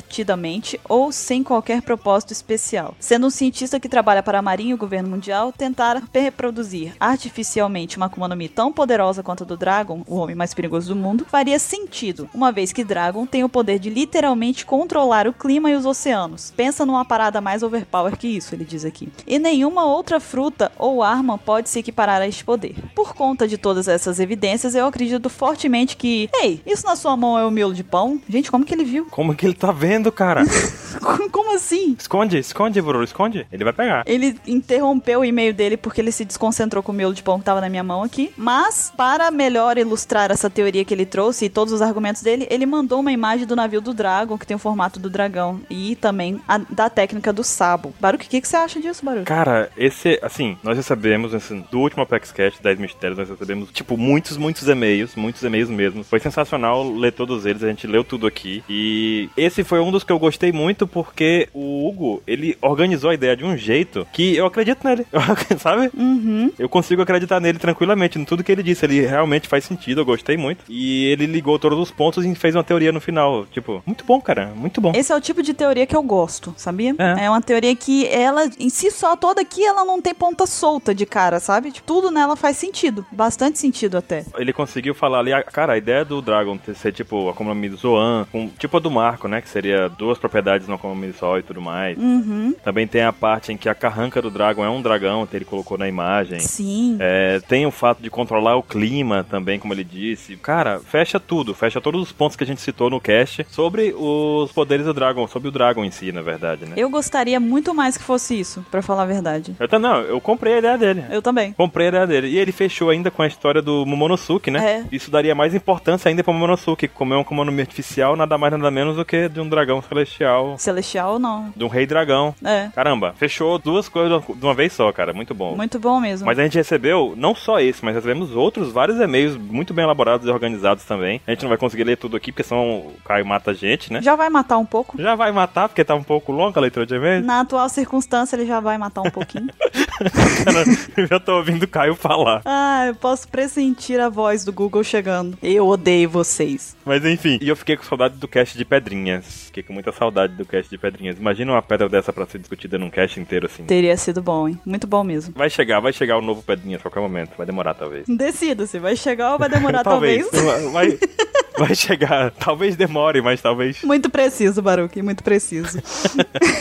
Speaker 1: inadvertidamente ou sem qualquer propósito especial. Sendo um cientista que trabalha para a Marinha e o governo mundial, tentar reproduzir artificialmente uma Akuma no Mi tão poderosa quanto a do Dragon, o homem mais perigoso do mundo, faria sentido, uma vez que Dragon tem o poder de literalmente controlar o clima e os oceanos. Pensa numa parada mais overpower que isso, ele diz aqui. E nenhuma outra fruta ou arma pode se equiparar a este poder. Por conta de todas essas evidências, eu acredito fortemente que, ei, isso na sua mão é o miolo de pão? Gente, como que ele viu?
Speaker 6: Como que ele tá vendo, cara?
Speaker 1: como assim?
Speaker 6: Esconde, esconde, Bruno, esconde. Ele vai pegar.
Speaker 1: Ele interrompeu o e-mail dele porque ele se desconcentrou com o miolo de pão que tava na minha mão aqui. Mas, para melhor ilustrar essa teoria que ele trouxe e todos os argumentos dele, ele mandou uma imagem do navio do Dragon, que tem o formato do dragão, e também a- da técnica do sabo. Baruque, o que, que você acha disso, Baruque?
Speaker 6: Cara, esse, assim, nós recebemos, assim, do último ApexCast, 10 Mistérios, nós recebemos, tipo, muitos, muitos e-mails, muitos e-mails mesmo. Foi sensacional ler todos eles, a gente leu tudo aqui. E esse foi um dos que eu gostei muito porque o Hugo, ele organizou a ideia de um jeito que eu acredito nele, sabe?
Speaker 1: Uhum.
Speaker 6: Eu consigo acreditar nele tranquilamente, em tudo que ele disse. Ele realmente faz sentido, eu gostei muito. E ele ligou todos os pontos e fez uma teoria no final. Tipo, muito bom, cara, muito bom.
Speaker 1: Esse é o tipo de teoria que eu gosto, sabia?
Speaker 6: É.
Speaker 1: É uma teoria que ela, em si só, toda aqui, ela não tem ponta solta de cara, sabe? Tipo, tudo nela faz sentido. Bastante sentido até.
Speaker 6: Ele conseguiu falar ali, ah, cara, a ideia do Dragon ter- ser tipo a Akuma no Mi do Zoan, com- tipo a do Marco, né? Que seria duas propriedades no Akuma no Mi só e tudo mais.
Speaker 1: Uhum.
Speaker 6: Também tem a parte em que a carranca do Dragon é um dragão, que ele colocou na imagem.
Speaker 1: Sim.
Speaker 6: É, tem o fato de controlar o clima também, como ele disse. Cara, fecha tudo, fecha todos os pontos que a gente citou no cast sobre os poderes do Dragon, sobre o Dragon em si, na verdade, né?
Speaker 1: Eu gostaria muito mais que fosse isso, pra falar a verdade.
Speaker 6: Eu, tá- não, eu comprei a ideia dele.
Speaker 1: Eu também.
Speaker 6: Comprei a ideia dele. E ele fechou ainda com a história do Momonosuke, né?
Speaker 1: É.
Speaker 6: Isso daria mais importância ainda pro Momonosuke, que como é um comando artificial, nada mais nada menos do que de um dragão celestial,
Speaker 1: Celestial, não.
Speaker 6: de um rei dragão.
Speaker 1: É.
Speaker 6: Caramba, fechou duas coisas de uma vez só, cara. Muito bom.
Speaker 1: Muito bom mesmo.
Speaker 6: Mas a gente recebeu não só esse, mas recebemos outros vários e-mails muito bem elaborados e organizados também. A gente não vai conseguir ler tudo aqui, porque senão o Caio mata a gente, né?
Speaker 1: Já vai matar um pouco.
Speaker 6: Já vai matar, porque tá um pouco longa a leitura de e-mails.
Speaker 1: Na atual circunstância, ele já vai matar um pouquinho.
Speaker 6: Eu já tô ouvindo o Caio falar.
Speaker 1: ah, eu posso pressentir a voz do Google chegando. Eu odeio vocês.
Speaker 6: Mas enfim. E eu fiquei com saudade do cast de pedrinhas. Fiquei com muita saudade do cast de pedrinhas. Imagina uma pedra dessa pra ser discutida num cast inteiro assim.
Speaker 1: Teria sido bom, hein? Muito bom mesmo.
Speaker 6: Vai chegar, vai chegar o novo pedrinhas a qualquer momento. Vai demorar, talvez.
Speaker 1: Decida-se, vai chegar ou vai demorar talvez.
Speaker 6: Vai, vai chegar. Talvez demore, mas talvez.
Speaker 1: Muito preciso, Baruque, muito preciso.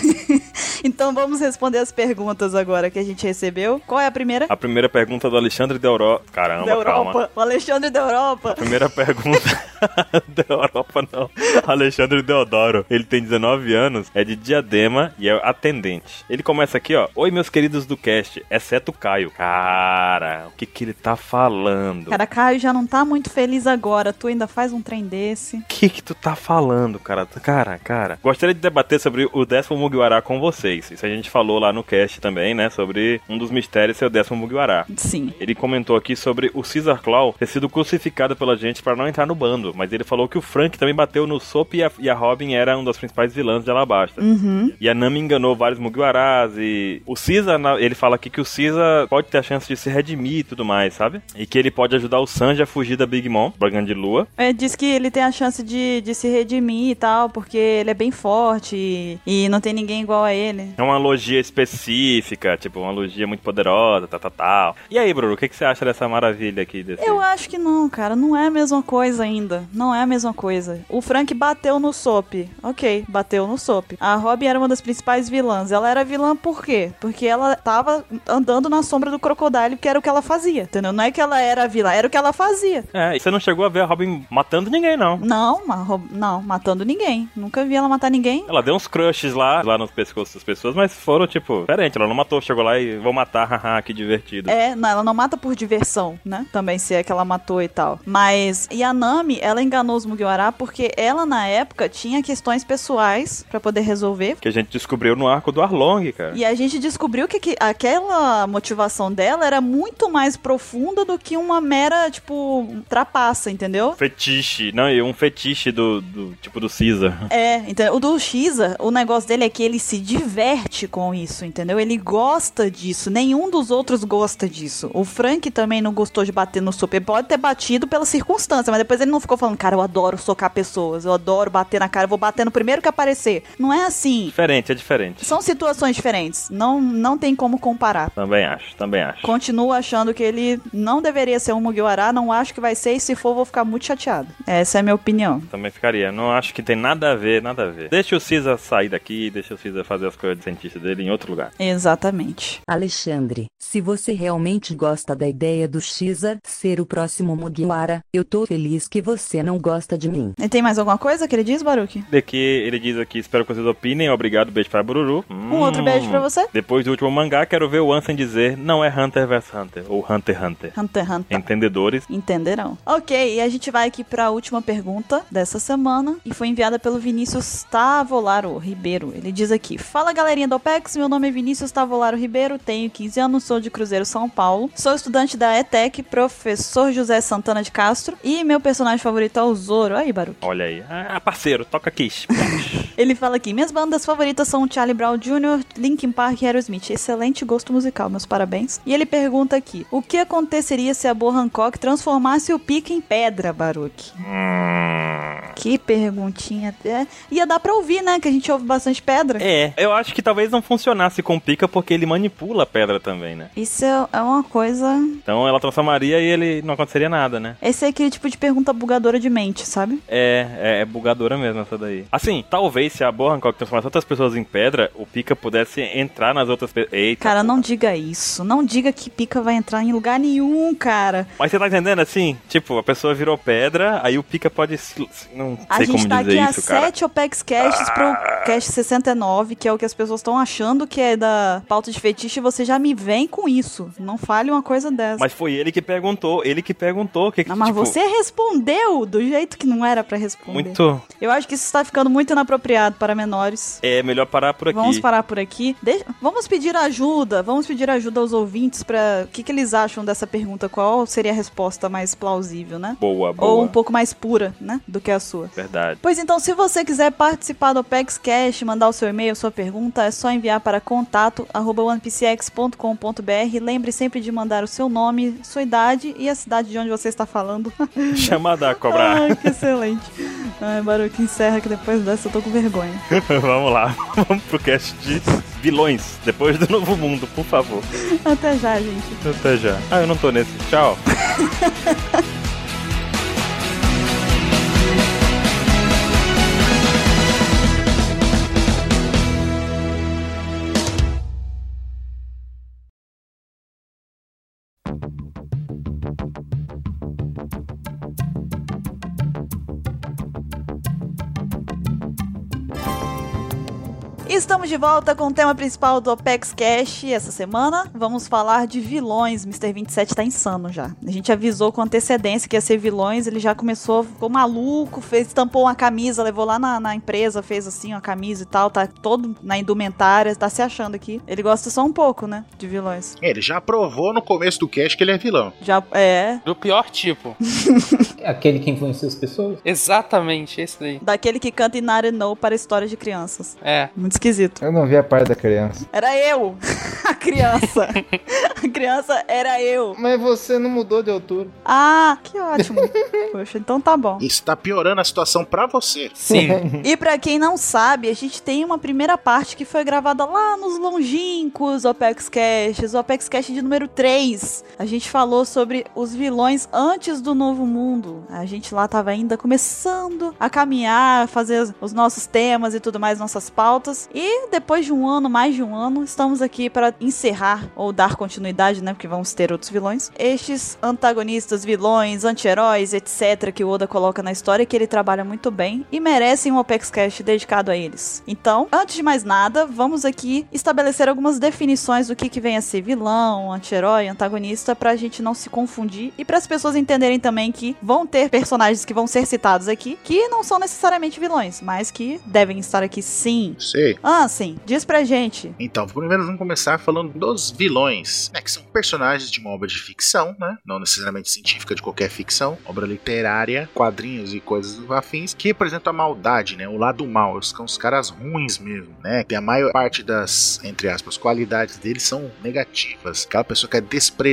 Speaker 1: então vamos responder as perguntas agora que a gente recebeu. Qual é a primeira?
Speaker 6: A primeira pergunta do Alexandre da Europa. Caramba,
Speaker 1: da Europa.
Speaker 6: calma.
Speaker 1: O Alexandre da Europa.
Speaker 6: Primeira pergunta da Europa, não. Alexandre Deodoro. Ele tem 19 anos, é de Diadema e é atendente. Ele começa aqui, ó. Oi, meus queridos do cast, exceto o Caio. Cara, o que que ele tá falando?
Speaker 1: Cara, Caio já não tá muito feliz agora. Tu ainda faz um trem desse.
Speaker 6: O que que tu tá falando, cara? Cara, cara. Gostaria de debater sobre o décimo Mugiwara com vocês. Isso a gente falou lá no cast também, né? Sobre um dos mistérios ser o décimo Mugiwara.
Speaker 1: Sim.
Speaker 6: Ele comentou aqui sobre o Caesar Claw ter sido crucificado pela gente pra não entrar no bando, mas ele falou que o Frank também bateu no Soap e a, e a Robin era um dos principais vilãs de Alabasta.
Speaker 1: Uhum.
Speaker 6: E a Nami enganou vários Mugiwaras e o Caesar, na- ele fala aqui que o Caesar pode ter a chance de se redimir e tudo mais, sabe? E que ele pode ajudar o Sanji a fugir da Big Mom, Bragante de Lua.
Speaker 1: É, diz que ele tem a chance de, de se redimir e tal, porque ele é bem forte e, e não tem ninguém igual a ele.
Speaker 6: É uma logia específica, tipo, uma logia muito poderosa, tal, tal, tal. E aí, Bruno, o que, que você acha dessa maravilha aqui? Desse...
Speaker 1: Eu acho que não, cara. Não é a mesma coisa ainda. Não é a mesma coisa. O Frank bateu no Sop. Ok, bateu no Sop. A Robin era uma das principais vilãs. Ela era vilã por quê? Porque ela tava andando na sombra do crocodilo, que era o que ela fazia, entendeu? Não é que ela era vilã, era o que ela fazia.
Speaker 6: É, e você não chegou a ver a Robin matando ninguém, não.
Speaker 1: Não, ma- roub- não, matando ninguém. Nunca vi ela matar ninguém.
Speaker 6: Ela deu uns crushes lá, lá nos pescoços das pessoas, mas foram, tipo, diferente. Ela não matou, chegou lá e vou matar, haha, que divertido.
Speaker 1: É, não, ela não mata por diversão, né? Também se é que ela matou e tal. Mas e a Nami, ela enganou os Mugiwara porque ela na época tinha questões pessoais pra poder resolver.
Speaker 6: Que a gente descobriu no arco do Arlong, cara.
Speaker 1: E a gente descobriu que, que aquela motivação dela era muito mais profunda do que uma mera, tipo, trapaça, entendeu?
Speaker 6: Fetiche, não, e um fetiche do, do tipo do Caesar.
Speaker 1: É, então, o do Shiza, o negócio dele é que ele se diverte com isso, entendeu? Ele gosta disso. Nenhum dos outros gosta disso. O Frank também não gostou de bater no soco. Ele pode ter batido pela circunstância, mas depois ele não ficou falando, cara, eu adoro socar pessoas, eu adoro bater na cara, eu vou bater no primeiro que aparecer. Não é assim.
Speaker 6: Diferente, é diferente.
Speaker 1: São situações diferentes. Não, não tem como comparar.
Speaker 6: Também acho, também acho.
Speaker 1: Continuo achando que ele não deveria ser um Mugiwara, não acho que vai ser, e se for, vou ficar muito chateado. Essa é a minha opinião.
Speaker 6: Também ficaria. Não acho que tem nada a ver, nada a ver. Deixa o Caesar sair daqui, deixa o Caesar fazer as coisas de cientista dele em outro lugar.
Speaker 1: Exatamente.
Speaker 9: Alexandre, se você realmente gosta da ideia do Xer ser o próximo Mugiwara, eu tô feliz que você não gosta de mim.
Speaker 1: E tem mais alguma coisa que ele diz, Baruque?
Speaker 6: Daqui ele diz aqui, espero que vocês opinem, obrigado, beijo pra Bururu. Hum.
Speaker 1: Um outro beijo pra você.
Speaker 6: Depois do último mangá, quero ver o Ansem dizer, não é Hunter vs Hunter, ou Hunter x Hunter.
Speaker 1: Hunter x Hunter.
Speaker 6: Entendedores.
Speaker 1: Entenderão. Ok, e a gente vai aqui pra última pergunta dessa semana e foi enviada pelo Vinícius Tavolaro Ribeiro. Ele diz aqui: Fala galerinha do OPEX, meu nome é Vinícius Tavolaro Ribeiro, tenho 15 anos, sou de Cruzeiro, São Paulo, sou estudante da ETEC, professor José Santana de Castro e meu personagem favorito é o Zoro. Aí, Baru.
Speaker 6: Olha aí. Ah, parceiro, toca Kiss.
Speaker 1: Ele fala aqui: Minhas bandas favoritas são Charlie Brown Jr., Linkin Park e Aerosmith. Excelente gosto musical, meus parabéns. E ele pergunta aqui: O que aconteceria se a Bo Hancock transformasse o pique em pedra, Baruch? Que perguntinha. É, ia dar pra ouvir, né? Que a gente ouve bastante pedra.
Speaker 6: é, eu acho que talvez não funcionasse com pica porque ele manipula a pedra também, né?
Speaker 1: Isso é é uma coisa.
Speaker 6: Então ela transformaria e ele não aconteceria nada, né?
Speaker 1: Esse é aquele tipo de pergunta bugadora de mente, sabe?
Speaker 6: É, é, é bugadora mesmo essa daí. Assim, talvez se a Bo Hancock transformasse outras pessoas em pedra, o Pika pudesse entrar nas outras pessoas. Eita.
Speaker 1: Cara, não diga isso. Não diga que pica vai entrar em lugar nenhum, cara.
Speaker 6: Mas você tá entendendo assim? Tipo, a pessoa virou pedra, aí o Pika pode. se- se- Não
Speaker 1: A
Speaker 6: sei
Speaker 1: gente
Speaker 6: como
Speaker 1: tá aqui
Speaker 6: dizer
Speaker 1: há
Speaker 6: isso, cara. Ah.
Speaker 1: sete OPEX casts pro cast 69, que é o que as pessoas estão achando que é da pauta de fetiche, e você já me vem com isso. Não fale uma coisa dessa.
Speaker 6: Mas foi ele que perguntou, ele que perguntou. Que, que,
Speaker 1: Não, mas
Speaker 6: tipo,
Speaker 1: você respondeu do jeito que não era pra responder.
Speaker 6: Muito.
Speaker 1: Eu acho que isso está ficando muito inapropriado para menores.
Speaker 6: É melhor parar por aqui.
Speaker 1: Vamos parar por aqui. Deixa- Vamos pedir ajuda. Vamos pedir ajuda aos ouvintes para o que, que eles acham dessa pergunta. Qual seria a resposta mais plausível, né?
Speaker 6: Boa, boa.
Speaker 1: Ou um pouco mais pura, né? Do que a sua.
Speaker 6: Verdade.
Speaker 1: Pois então, se você quiser participar do Opex Cash, mandar o seu e-mail, sua pergunta, é só enviar para contato arroba onepcx.com.br. Lembre sempre de mandar o seu nome, sua idade e a cidade de onde você está falando.
Speaker 6: Chamada a cobrar.
Speaker 1: Ai, que excelente. Ai, Baruque, encerra que depois dessa eu tô com vergonha.
Speaker 6: Vamos lá, vamos pro cast de vilões, depois do Novo Mundo, por favor.
Speaker 1: Até já, gente.
Speaker 6: Até já. Ah, eu não tô nesse. Tchau.
Speaker 1: Estamos de volta com o tema principal do Opex Cash essa semana. Vamos falar de vilões. Mr. 27 tá insano já. A gente avisou com antecedência que ia ser vilões, ele já começou, ficou maluco, fez, tampou uma camisa, levou lá na, na empresa, fez assim uma camisa e tal, tá todo na indumentária, tá se achando aqui. Ele gosta só um pouco, né, de vilões.
Speaker 4: Ele já provou no começo do cast que ele é vilão.
Speaker 1: Já, é,
Speaker 3: Do pior tipo.
Speaker 5: É Aquele que influencia as pessoas?
Speaker 3: Exatamente, esse daí.
Speaker 1: daquele que canta Inari No para histórias de crianças.
Speaker 3: É.
Speaker 1: Muito esquisito.
Speaker 2: Eu não vi a parte da criança.
Speaker 1: Era eu, a criança. a criança era eu.
Speaker 2: Mas você não mudou de altura.
Speaker 1: Ah, que ótimo. Poxa, então tá bom.
Speaker 4: Isso tá piorando a situação pra você.
Speaker 3: Sim.
Speaker 1: E pra quem não sabe, a gente tem uma primeira parte que foi gravada lá nos longínquos Opex Caches, o Opex Cache de número 3. A gente falou sobre os vilões antes do Novo Mundo. A gente lá tava ainda começando a caminhar, a fazer os- os nossos temas e tudo mais, nossas pautas. E depois de um ano, mais de um ano, estamos aqui para encerrar ou dar continuidade, né, porque vamos ter outros vilões. Estes antagonistas, vilões, anti-heróis, etc, que o Oda coloca na história e que ele trabalha muito bem e merecem um Opex Cash dedicado a eles. Então, antes de mais nada, vamos aqui estabelecer algumas definições do que que vem a ser vilão, anti-herói, antagonista pra gente não se confundir e para as pessoas entenderem também que vão ter personagens que vão ser citados aqui que não são necessariamente vilões, mas que devem estar aqui sim.
Speaker 4: Sei.
Speaker 1: Ah, sim. Diz pra gente.
Speaker 4: Então, primeiro vamos começar falando dos vilões, né, que são personagens de uma obra de ficção, né, não necessariamente científica, de qualquer ficção, obra literária, quadrinhos e coisas afins, que representam a maldade, né, o lado mal, são os caras ruins mesmo, né, que a maior parte das, entre aspas, qualidades deles são negativas, aquela pessoa que é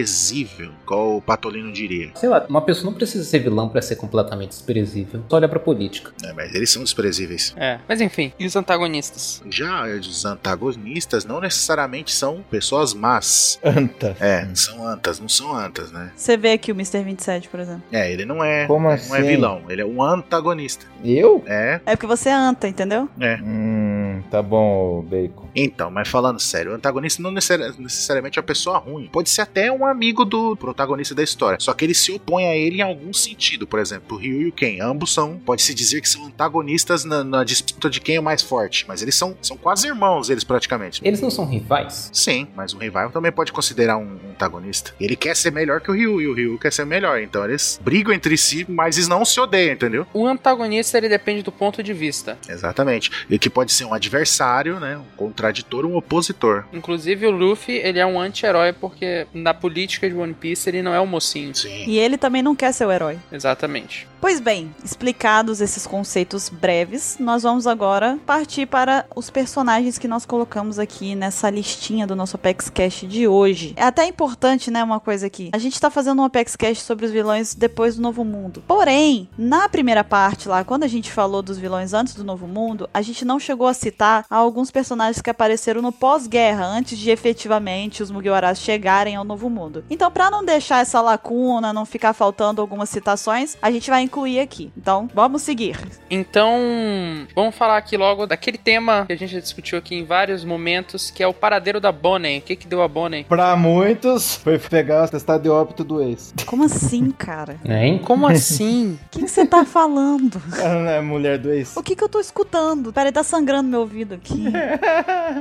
Speaker 4: desprezível, igual o Patolino diria,
Speaker 5: Sei lá, uma pessoa não precisa ser vilão pra ser completamente desprezível. Só olha pra política.
Speaker 4: né, mas eles são desprezíveis.
Speaker 3: É. Mas enfim, e os antagonistas?
Speaker 4: Já os antagonistas não necessariamente são pessoas más.
Speaker 2: Anta.
Speaker 4: É, são antas, não são antas, né?
Speaker 1: Você vê aqui o Mr. 27, por exemplo.
Speaker 4: É, ele não é.
Speaker 2: Como
Speaker 4: não é
Speaker 2: assim?
Speaker 4: vilão, ele é um antagonista.
Speaker 2: Eu?
Speaker 4: É,
Speaker 1: É porque você é anta, entendeu?
Speaker 4: é.
Speaker 2: Hum, tá bom, ô Bacon.
Speaker 4: Então, mas falando sério, o antagonista não necessari- necessariamente é uma pessoa ruim. Pode ser até um amigo do protagonista da história. Só que ele se opõe a ele em algum sentido. Por exemplo, o Ryu e o Ken. Ambos são. Pode-se dizer que são antagonistas na, na disputa de quem é o mais forte. Mas eles são, são quase irmãos, eles praticamente.
Speaker 5: Eles não são rivais?
Speaker 4: Sim, mas o Revival também pode considerar um um antagonista. Ele quer ser melhor que o Ryu e o Ryu quer ser melhor. Então eles brigam entre si, mas eles não se odeiam, entendeu?
Speaker 3: O antagonista, ele depende do ponto de vista.
Speaker 4: Exatamente. E que pode ser um adversário, né? Um contraditor, um opositor.
Speaker 3: Inclusive, o Luffy, ele é um anti-herói porque na política de One Piece ele não é o mocinho.
Speaker 4: Sim.
Speaker 1: E ele também não quer ser o herói.
Speaker 3: Exatamente.
Speaker 1: Pois bem, explicados esses conceitos breves, nós vamos agora partir para os personagens que nós colocamos aqui nessa listinha do nosso Apex Cash de hoje. É até importante, né, uma coisa aqui. A gente tá fazendo um Apex Cash sobre os vilões depois do Novo Mundo. Porém, na primeira parte lá, quando a gente falou dos vilões antes do Novo Mundo, a gente não chegou a citar alguns personagens que apareceram no pós-guerra, antes de efetivamente os Mugiwaras chegarem ao Novo Mundo. Então, pra não deixar essa lacuna, não ficar faltando algumas citações, a gente vai incluir aqui. Então, vamos seguir.
Speaker 3: Então, vamos falar aqui logo daquele tema que a gente já discutiu aqui em vários momentos, que é o paradeiro da Bonnie. O que que deu a Bonnie?
Speaker 2: Pra muitos, foi pegar o atestado de óbito do ex.
Speaker 1: Como assim, cara?
Speaker 5: Hein?
Speaker 3: Como assim?
Speaker 1: O que que você tá falando?
Speaker 2: É mulher do ex.
Speaker 1: O que que eu tô escutando? Peraí, tá sangrando meu ouvido aqui.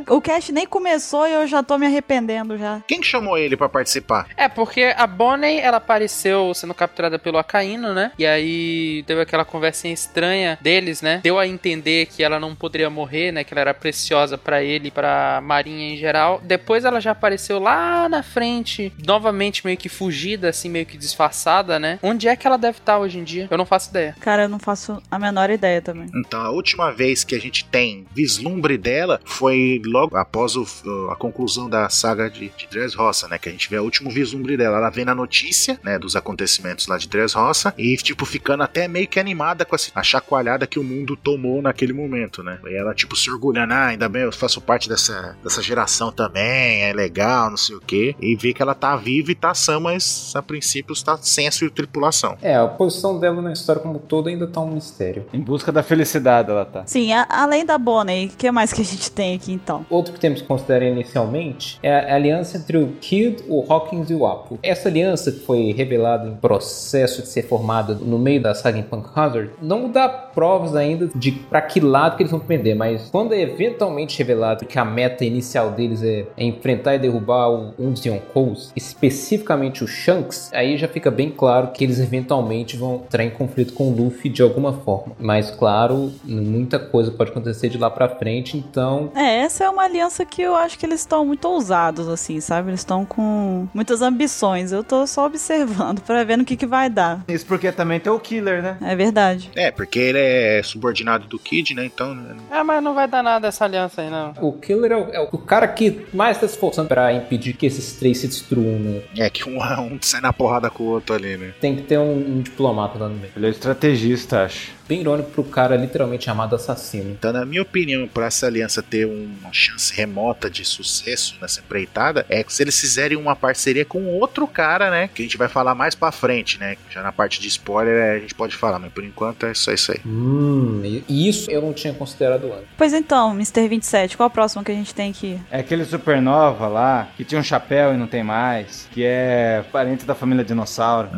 Speaker 1: O cast nem começou e eu já tô me arrependendo já.
Speaker 4: Quem que chamou ele pra participar?
Speaker 3: É, porque a Bonnie, ela apareceu sendo capturada pelo Acaíno, né? E aí teve aquela conversinha estranha deles, né? Deu a entender que ela não poderia morrer, né? Que ela era preciosa pra ele, e pra Marinha em geral. Depois ela já apareceu lá na frente, novamente meio que fugida, assim, meio que disfarçada, né? Onde é que ela deve estar hoje em dia? Eu não faço ideia.
Speaker 1: Cara, eu não faço a menor ideia também.
Speaker 4: Então, a última vez que a gente tem vislumbre dela foi logo após o- o- a conclusão da saga de, de Dressrosa, né? Que a gente vê o último vislumbre dela. Ela vem na notícia, né? Dos acontecimentos lá de Dressrosa e, tipo, ficando até meio que animada com a, si- a chacoalhada que o mundo tomou naquele momento, né? E ela, tipo, se orgulhando, ah, ainda bem, eu faço parte dessa, dessa geração também, é legal, não sei o quê. E vê que ela tá viva e tá sã, mas a princípio está sem a sua tripulação.
Speaker 5: É, a posição dela na história como um todo ainda tá um mistério.
Speaker 2: Em busca da felicidade ela tá.
Speaker 1: Sim, a- além da Bonnie, o que mais que a gente tem aqui então?
Speaker 5: Outro que temos que considerar inicialmente é a aliança entre o Kid, o Hawkins e o Apo. Essa aliança que foi revelada em processo de ser formada no meio meio da saga em Punk Hazard, não dá provas ainda de pra que lado que eles vão prender, mas quando é eventualmente revelado que a meta inicial deles é, é enfrentar e derrubar o- um dos Yonkous, especificamente o Shanks, aí já fica bem claro que eles eventualmente vão entrar em conflito com o Luffy de alguma forma. Mas claro, muita coisa pode acontecer de lá pra frente, então
Speaker 1: É, essa é uma aliança que eu acho que eles estão muito ousados, assim, sabe? Eles estão com muitas ambições. Eu tô só observando pra ver no que, que vai dar.
Speaker 2: Isso porque também tem o Killer, né?
Speaker 1: É verdade.
Speaker 4: É, porque ele é subordinado do Kid, né? Então. né,
Speaker 3: Ah, mas não vai dar nada essa aliança aí, não.
Speaker 5: O Killer é o, é o cara que mais tá se esforçando pra impedir que esses três se destruam, né?
Speaker 4: É que um, um sai na porrada com o outro ali, né?
Speaker 5: Tem que ter um, um diplomata lá no meio.
Speaker 2: Ele é estrategista, acho.
Speaker 5: Bem irônico pro cara literalmente chamado assassino.
Speaker 4: Então, na minha opinião, para essa aliança ter uma chance remota de sucesso nessa empreitada, é que se eles fizerem uma parceria com outro cara, né? Que a gente vai falar mais pra frente, né? Já na parte de spoiler é, a gente pode falar, mas por enquanto é só isso aí.
Speaker 5: Hum, e- e isso eu não tinha considerado antes.
Speaker 1: Pois então, Mr. 27, qual a próxima que a gente tem aqui?
Speaker 2: É aquele supernova lá, que tinha um chapéu e não tem mais, que é parente da família dinossauro,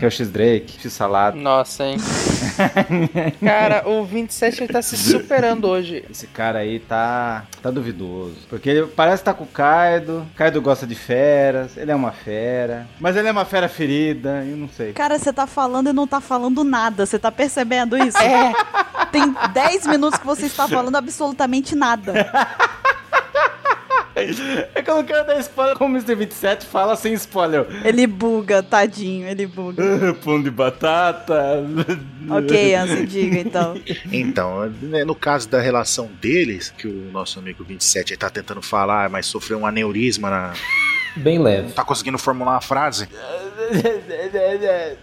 Speaker 2: que é o X-Drake, X-Salado.
Speaker 3: Nossa, hein? Cara, o 27 ele tá se superando hoje.
Speaker 2: Esse cara aí tá tá duvidoso. Porque ele parece que tá com o Kaido. Kaido gosta de feras. Ele é uma fera. Mas ele é uma fera ferida. Eu não sei.
Speaker 1: Cara, você tá falando e não tá falando nada. Você tá percebendo isso? É. Tem 10 minutos que você está falando absolutamente nada.
Speaker 2: É que eu não quero dar spoiler como o Mr. 27 fala sem spoiler.
Speaker 1: Ele buga, tadinho, ele buga.
Speaker 2: Pão de batata.
Speaker 1: ok, Anson, diga então.
Speaker 4: Então, né, no caso da relação deles, que o nosso amigo 27 aí tá tentando falar, mas sofreu um aneurisma, na...
Speaker 5: Bem leve.
Speaker 4: não tá conseguindo formular uma frase.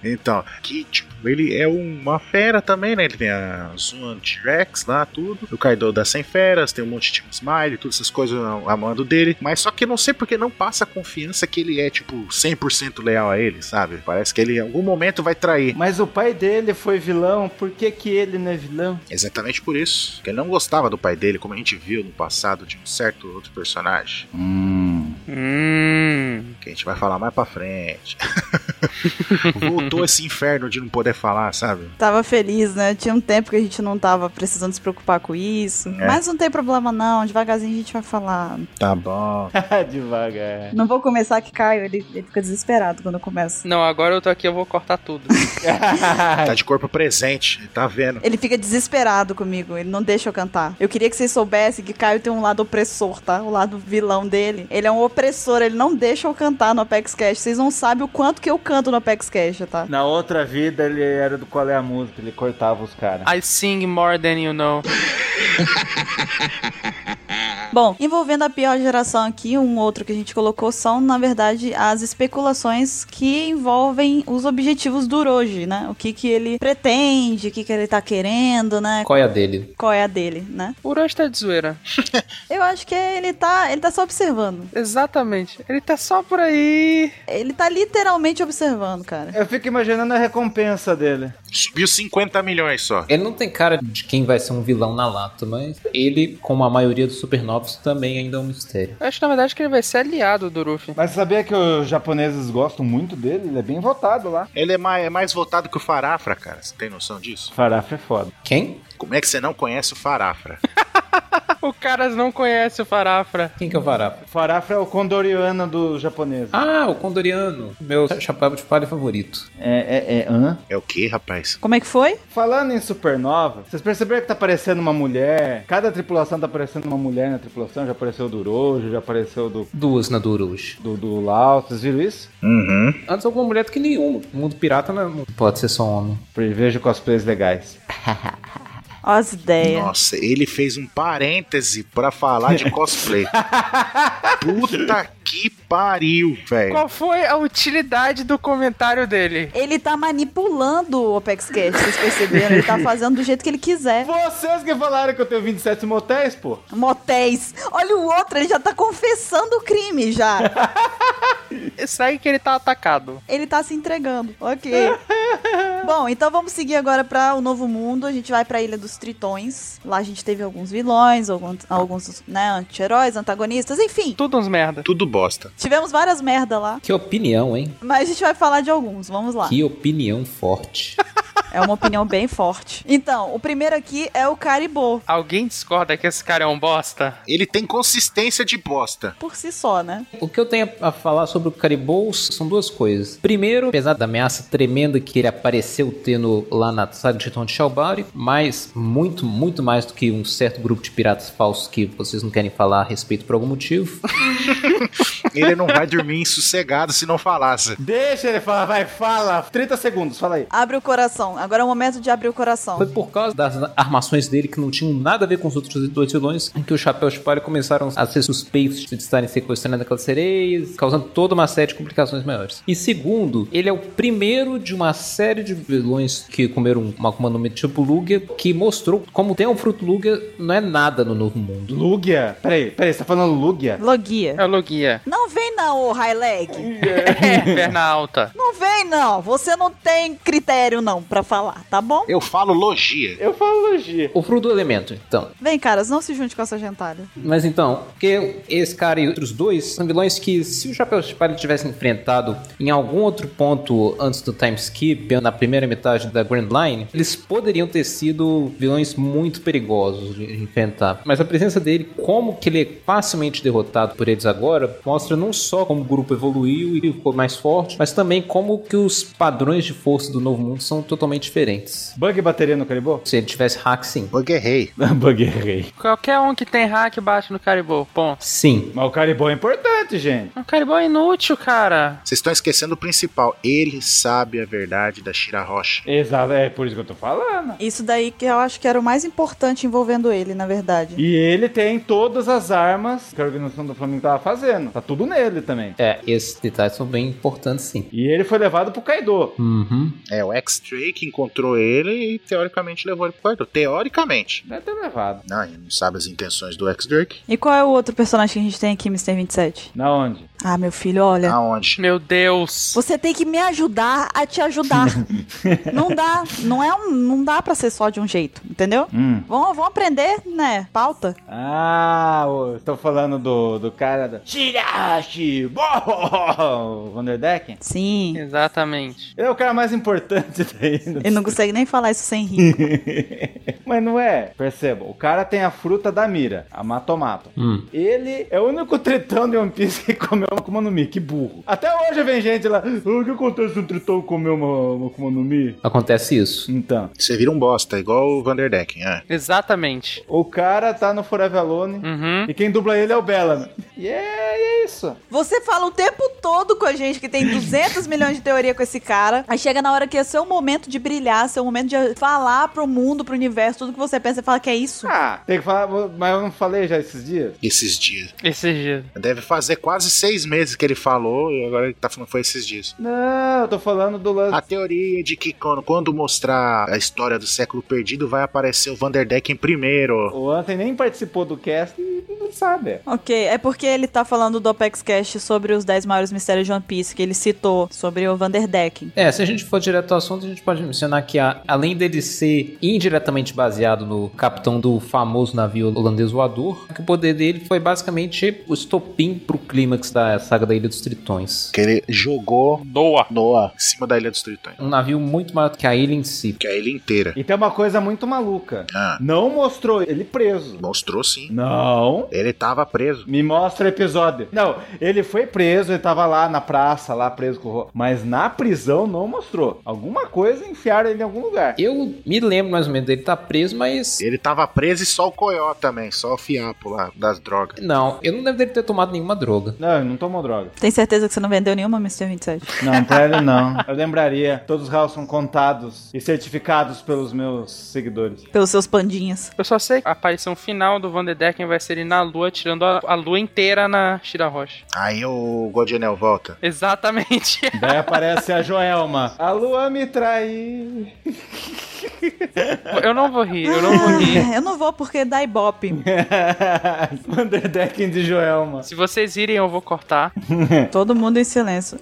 Speaker 4: Então, que tipo, ele é uma fera também, né? Ele tem a Zona T-Rex lá, tudo. O Kaido das 100 feras, tem um monte de Smile, todas essas coisas a mando dele. Mas só que eu não sei porque não passa a confiança que ele é, tipo, 100% leal a ele, sabe? Parece que ele em algum momento vai trair.
Speaker 2: Mas o pai dele foi vilão. Por que que ele não é vilão?
Speaker 4: Exatamente por isso. Que ele não gostava do pai dele, como a gente viu no passado de um certo outro personagem.
Speaker 2: Hum...
Speaker 3: Hum.
Speaker 4: Que a gente vai falar mais pra frente. Voltou esse inferno de não poder falar, sabe?
Speaker 1: Tava feliz, né? Tinha um tempo que a gente não tava precisando se preocupar com isso.
Speaker 4: É.
Speaker 1: Mas não tem problema, não. Devagarzinho a gente vai falar.
Speaker 4: Tá bom.
Speaker 2: Devagar.
Speaker 1: Não vou começar que Caio, ele, ele fica desesperado quando eu começo.
Speaker 3: Não, agora eu tô aqui, eu vou cortar tudo.
Speaker 4: Tá de corpo presente, tá vendo?
Speaker 1: Ele fica desesperado comigo, ele não deixa eu cantar. Eu queria que vocês soubessem que Caio tem um lado opressor, tá? O lado vilão dele. Ele é um opressor, ele não deixa eu cantar no Apex Cash. Vocês não sabem o quanto que eu canto no Apex Cash, tá?
Speaker 2: Na outra vida ele era do Qual é a Música, ele cortava os caras.
Speaker 3: I sing more than you know.
Speaker 1: Bom, envolvendo a pior geração aqui, um outro que a gente colocou são, na verdade, as especulações que envolvem os objetivos do Roji, né? O que que ele pretende, o que que ele tá querendo, né?
Speaker 5: Qual é a dele?
Speaker 1: Qual é a dele, né?
Speaker 3: O Rush tá de zoeira.
Speaker 1: Eu acho que ele tá, ele tá só observando.
Speaker 3: Exatamente. Ele tá só por aí.
Speaker 1: Ele tá literalmente observando, cara.
Speaker 2: Eu fico imaginando a recompensa dele.
Speaker 4: Subiu 50 milhões só.
Speaker 5: Ele não tem cara de quem vai ser um vilão na lata, mas ele, como a maioria dos supernovos, também ainda é um mistério.
Speaker 3: Eu acho, na verdade, que ele vai ser aliado do Ruffy.
Speaker 2: Mas sabia que os japoneses gostam muito dele? Ele é bem votado lá.
Speaker 4: Ele é mais, é mais votado que o Farafra, cara. Você tem noção disso?
Speaker 2: Farofa é foda.
Speaker 5: Quem?
Speaker 4: Como é que você não conhece o Farafra?
Speaker 3: O cara não conhece o Farafra.
Speaker 5: Quem que é o Varapa?
Speaker 2: Farafra é o condoriano do japonês.
Speaker 5: Ah, o Condoriano, meu chapéu de palha favorito.
Speaker 2: É, é, é, hã?
Speaker 4: É o que, rapaz?
Speaker 1: Como é que foi?
Speaker 2: Falando em supernova, vocês perceberam que tá aparecendo uma mulher? Cada tripulação tá aparecendo uma mulher na tripulação. Já apareceu do Rojo, já apareceu do,
Speaker 5: Duas na Durush.
Speaker 2: do, do Lau. Vocês viram isso?
Speaker 4: Uhum.
Speaker 5: Antes alguma mulher do que nenhuma. O mundo pirata não, é- não pode ser só homem.
Speaker 2: Prevejo cosplays legais.
Speaker 1: Ó as ideias.
Speaker 4: É. Nossa, ele fez um parêntese pra falar de cosplay. Puta que pariu, velho.
Speaker 3: Qual foi a utilidade do comentário dele?
Speaker 1: Ele tá manipulando o Apex Cash, vocês perceberam? Ele tá fazendo do jeito que ele quiser.
Speaker 2: Vocês que falaram que eu tenho 27 motéis, pô.
Speaker 1: Motéis. Olha o outro, ele já tá confessando o crime já.
Speaker 3: Segue que ele tá atacado.
Speaker 1: Ele tá se entregando. Ok. Bom, então vamos seguir agora pra o Novo Mundo. A gente vai pra Ilha dos Tritões. Lá a gente teve alguns vilões, alguns, alguns né, anti-heróis, antagonistas, enfim.
Speaker 3: Tudo uns merda.
Speaker 4: Tudo bosta.
Speaker 1: Tivemos várias merda lá.
Speaker 5: Que opinião, hein?
Speaker 1: Mas a gente vai falar de alguns, vamos lá.
Speaker 5: Que opinião forte.
Speaker 1: É uma opinião bem forte. Então, o primeiro aqui é o Caribou.
Speaker 3: Alguém discorda que esse cara é um bosta?
Speaker 4: Ele tem consistência de bosta.
Speaker 1: Por si só, né?
Speaker 5: O que eu tenho a falar sobre o Caribou são duas coisas. Primeiro, apesar da ameaça tremenda que ele apareceu tendo lá na saga de Titão de Shalbari, mas muito, muito mais do que um certo grupo de piratas falsos que vocês não querem falar a respeito por algum motivo.
Speaker 4: Ele não vai dormir sossegado se não falasse.
Speaker 2: Deixa ele falar, vai, fala. 30 segundos, fala aí.
Speaker 1: Abre o coração. Agora é o momento de abrir o coração.
Speaker 5: Foi por causa das armações dele que não tinham nada a ver com os outros dois vilões que os chapéus de palha começaram a ser suspeitos de estarem sequestrando aquelas sereias, causando toda uma série de complicações maiores. E segundo, ele é o primeiro de uma série de vilões que comeram uma Akuma no Mi tipo Lugia, que mostrou como tem um fruto Lugia não é nada no novo mundo.
Speaker 2: Lugia? Peraí, peraí, você tá falando Lugia?
Speaker 1: Logia.
Speaker 3: É o Logia.
Speaker 1: Não vem não, ô Highleg.
Speaker 3: É, perna alta.
Speaker 1: Não vem não. Você não tem critério não pra falar, tá bom?
Speaker 4: Eu falo logia.
Speaker 2: Eu falo logia.
Speaker 5: O fruto do elemento, então.
Speaker 1: Vem, caras, não se junte com essa gentalha.
Speaker 5: Mas então, porque esse cara e outros dois são vilões que, se o Chapéu de Palha tivesse enfrentado em algum outro ponto antes do time skip, na primeira metade da Grand Line, eles poderiam ter sido vilões muito perigosos de enfrentar. Mas a presença dele, como que ele é facilmente derrotado por eles agora, mostra não só como o grupo evoluiu e ficou mais forte, mas também como que os padrões de força do novo mundo são totalmente diferentes.
Speaker 2: Bug bateria no Caribou?
Speaker 5: Se ele tivesse hack, sim.
Speaker 4: Eu errei.
Speaker 2: Bug errei.
Speaker 3: Qualquer um que tem hack bate no Caribou. Ponto.
Speaker 5: Sim.
Speaker 2: Mas o Caribou é importante, gente.
Speaker 3: O Caribou é inútil, cara.
Speaker 4: Vocês estão esquecendo o principal. Ele sabe a verdade da Shira Rocha.
Speaker 2: Exato, é por isso que eu tô falando.
Speaker 1: Isso daí que eu acho que era o mais importante envolvendo ele, na verdade.
Speaker 2: E ele tem todas as armas que a organização do Flamengo tava fazendo. Tá tudo nele também.
Speaker 5: É, esses detalhes são bem importantes, sim.
Speaker 2: E ele foi levado pro Kaido.
Speaker 5: Uhum.
Speaker 4: É o X-Tray que encontrou ele e teoricamente levou ele pro quarto. Teoricamente.
Speaker 2: Deve ter levado.
Speaker 4: Não, ele não sabe as intenções do X-Drake.
Speaker 1: E qual é o outro personagem que a gente tem aqui, Mr. 27?
Speaker 2: Na onde?
Speaker 1: Ah, meu filho, olha.
Speaker 4: Aonde?
Speaker 3: Meu Deus.
Speaker 1: Você tem que me ajudar a te ajudar. não dá, não é um, não dá para ser só de um jeito, entendeu?
Speaker 2: Hum.
Speaker 1: Vão, vão aprender, né? Pauta.
Speaker 2: Ah, o- tô falando do, do cara da. Shirashi! Bom! Vanderdecken?
Speaker 1: Sim.
Speaker 3: Exatamente.
Speaker 2: Ele é o cara mais importante daí.
Speaker 1: Ele não consegue nem falar isso sem rir.
Speaker 2: Mas não é. Perceba, o cara tem a fruta da mira, a matomato.
Speaker 5: Hum.
Speaker 2: Ele é o único tritão de One Piece que comeu uma Akuma no Mi, que burro. Até hoje vem gente lá, "Ah, o que acontece se um tritão comer uma, uma Akuma no Mi?
Speaker 5: Acontece isso.
Speaker 2: Então,
Speaker 4: Você vira um bosta, igual o Vanderdecken. É.
Speaker 3: Exatamente.
Speaker 2: o cara tá no Forever Alone
Speaker 3: Uhum.
Speaker 2: e quem dubla ele é o Bellamy. E é, é isso.
Speaker 1: Você fala o tempo todo com a gente que tem 200 milhões de teoria com esse cara. Aí chega na hora que é seu momento de brilhar, seu momento de falar pro mundo, pro universo, tudo que você pensa, você fala que é isso.
Speaker 2: Ah, tem que falar, mas eu não falei já esses dias?
Speaker 4: Esses dias.
Speaker 3: Esse dia.
Speaker 4: Deve fazer quase seis meses que ele falou e agora ele tá falando que foi esses dias.
Speaker 2: Não, eu tô falando do lance.
Speaker 4: A teoria de que quando, quando mostrar a história do século perdido vai aparecer o Vanderdecken primeiro.
Speaker 2: O Anthony nem participou do cast e não sabe.
Speaker 1: Ok, é porque ele tá falando do Apex Cash sobre os 10 maiores mistérios de One Piece que ele citou, sobre o Vanderdecken.
Speaker 5: É, se a gente for direto ao assunto, a gente pode mencionar que, a- além dele ser indiretamente baseado no capitão do famoso navio holandês voador, que o poder dele foi basicamente o estopim pro clímax da saga da Ilha dos Tritões.
Speaker 4: Que ele jogou
Speaker 3: Doa.
Speaker 4: Noah em cima da Ilha dos Tritões.
Speaker 5: Um navio muito maior que a ilha em si.
Speaker 4: Que é a ilha inteira.
Speaker 2: E tem uma coisa muito maluca.
Speaker 4: Ah,
Speaker 2: Não mostrou ele preso.
Speaker 4: mostrou sim.
Speaker 2: Não.
Speaker 4: Ele tava preso.
Speaker 2: Me mostra o episódio. Não, ele foi preso, ele tava lá na praça, lá preso com o Ro- Mas na prisão não mostrou. Alguma coisa enfiaram ele em algum lugar.
Speaker 5: Eu me lembro mais ou menos dele estar preso, mas.
Speaker 4: Ele tava preso e só o coió também, só o fiapo lá das drogas.
Speaker 5: Não, eu não lembro dele ter tomado nenhuma droga.
Speaker 2: Não, ele não tomou droga.
Speaker 1: Tem certeza que você não vendeu nenhuma, Mr. 27?
Speaker 2: Não, pra ele não. Eu lembraria. Todos os rounds são contados e certificados pelos meus seguidores.
Speaker 1: Pelos seus pandinhas.
Speaker 3: Eu só sei que a aparição final do Vanderdecken vai ser ele na lua, tirando a, a lua inteira na Shira Rocha.
Speaker 4: Aí o Godinel volta.
Speaker 3: Exatamente.
Speaker 2: Daí aparece a Joelma. A Lua me tá- traiu.
Speaker 3: Eu não vou rir, eu não vou rir.
Speaker 1: Ah, eu não vou porque dá ibope.
Speaker 2: Underdecking de Joelma.
Speaker 3: Se vocês irem, eu vou cortar.
Speaker 1: Todo mundo em silêncio.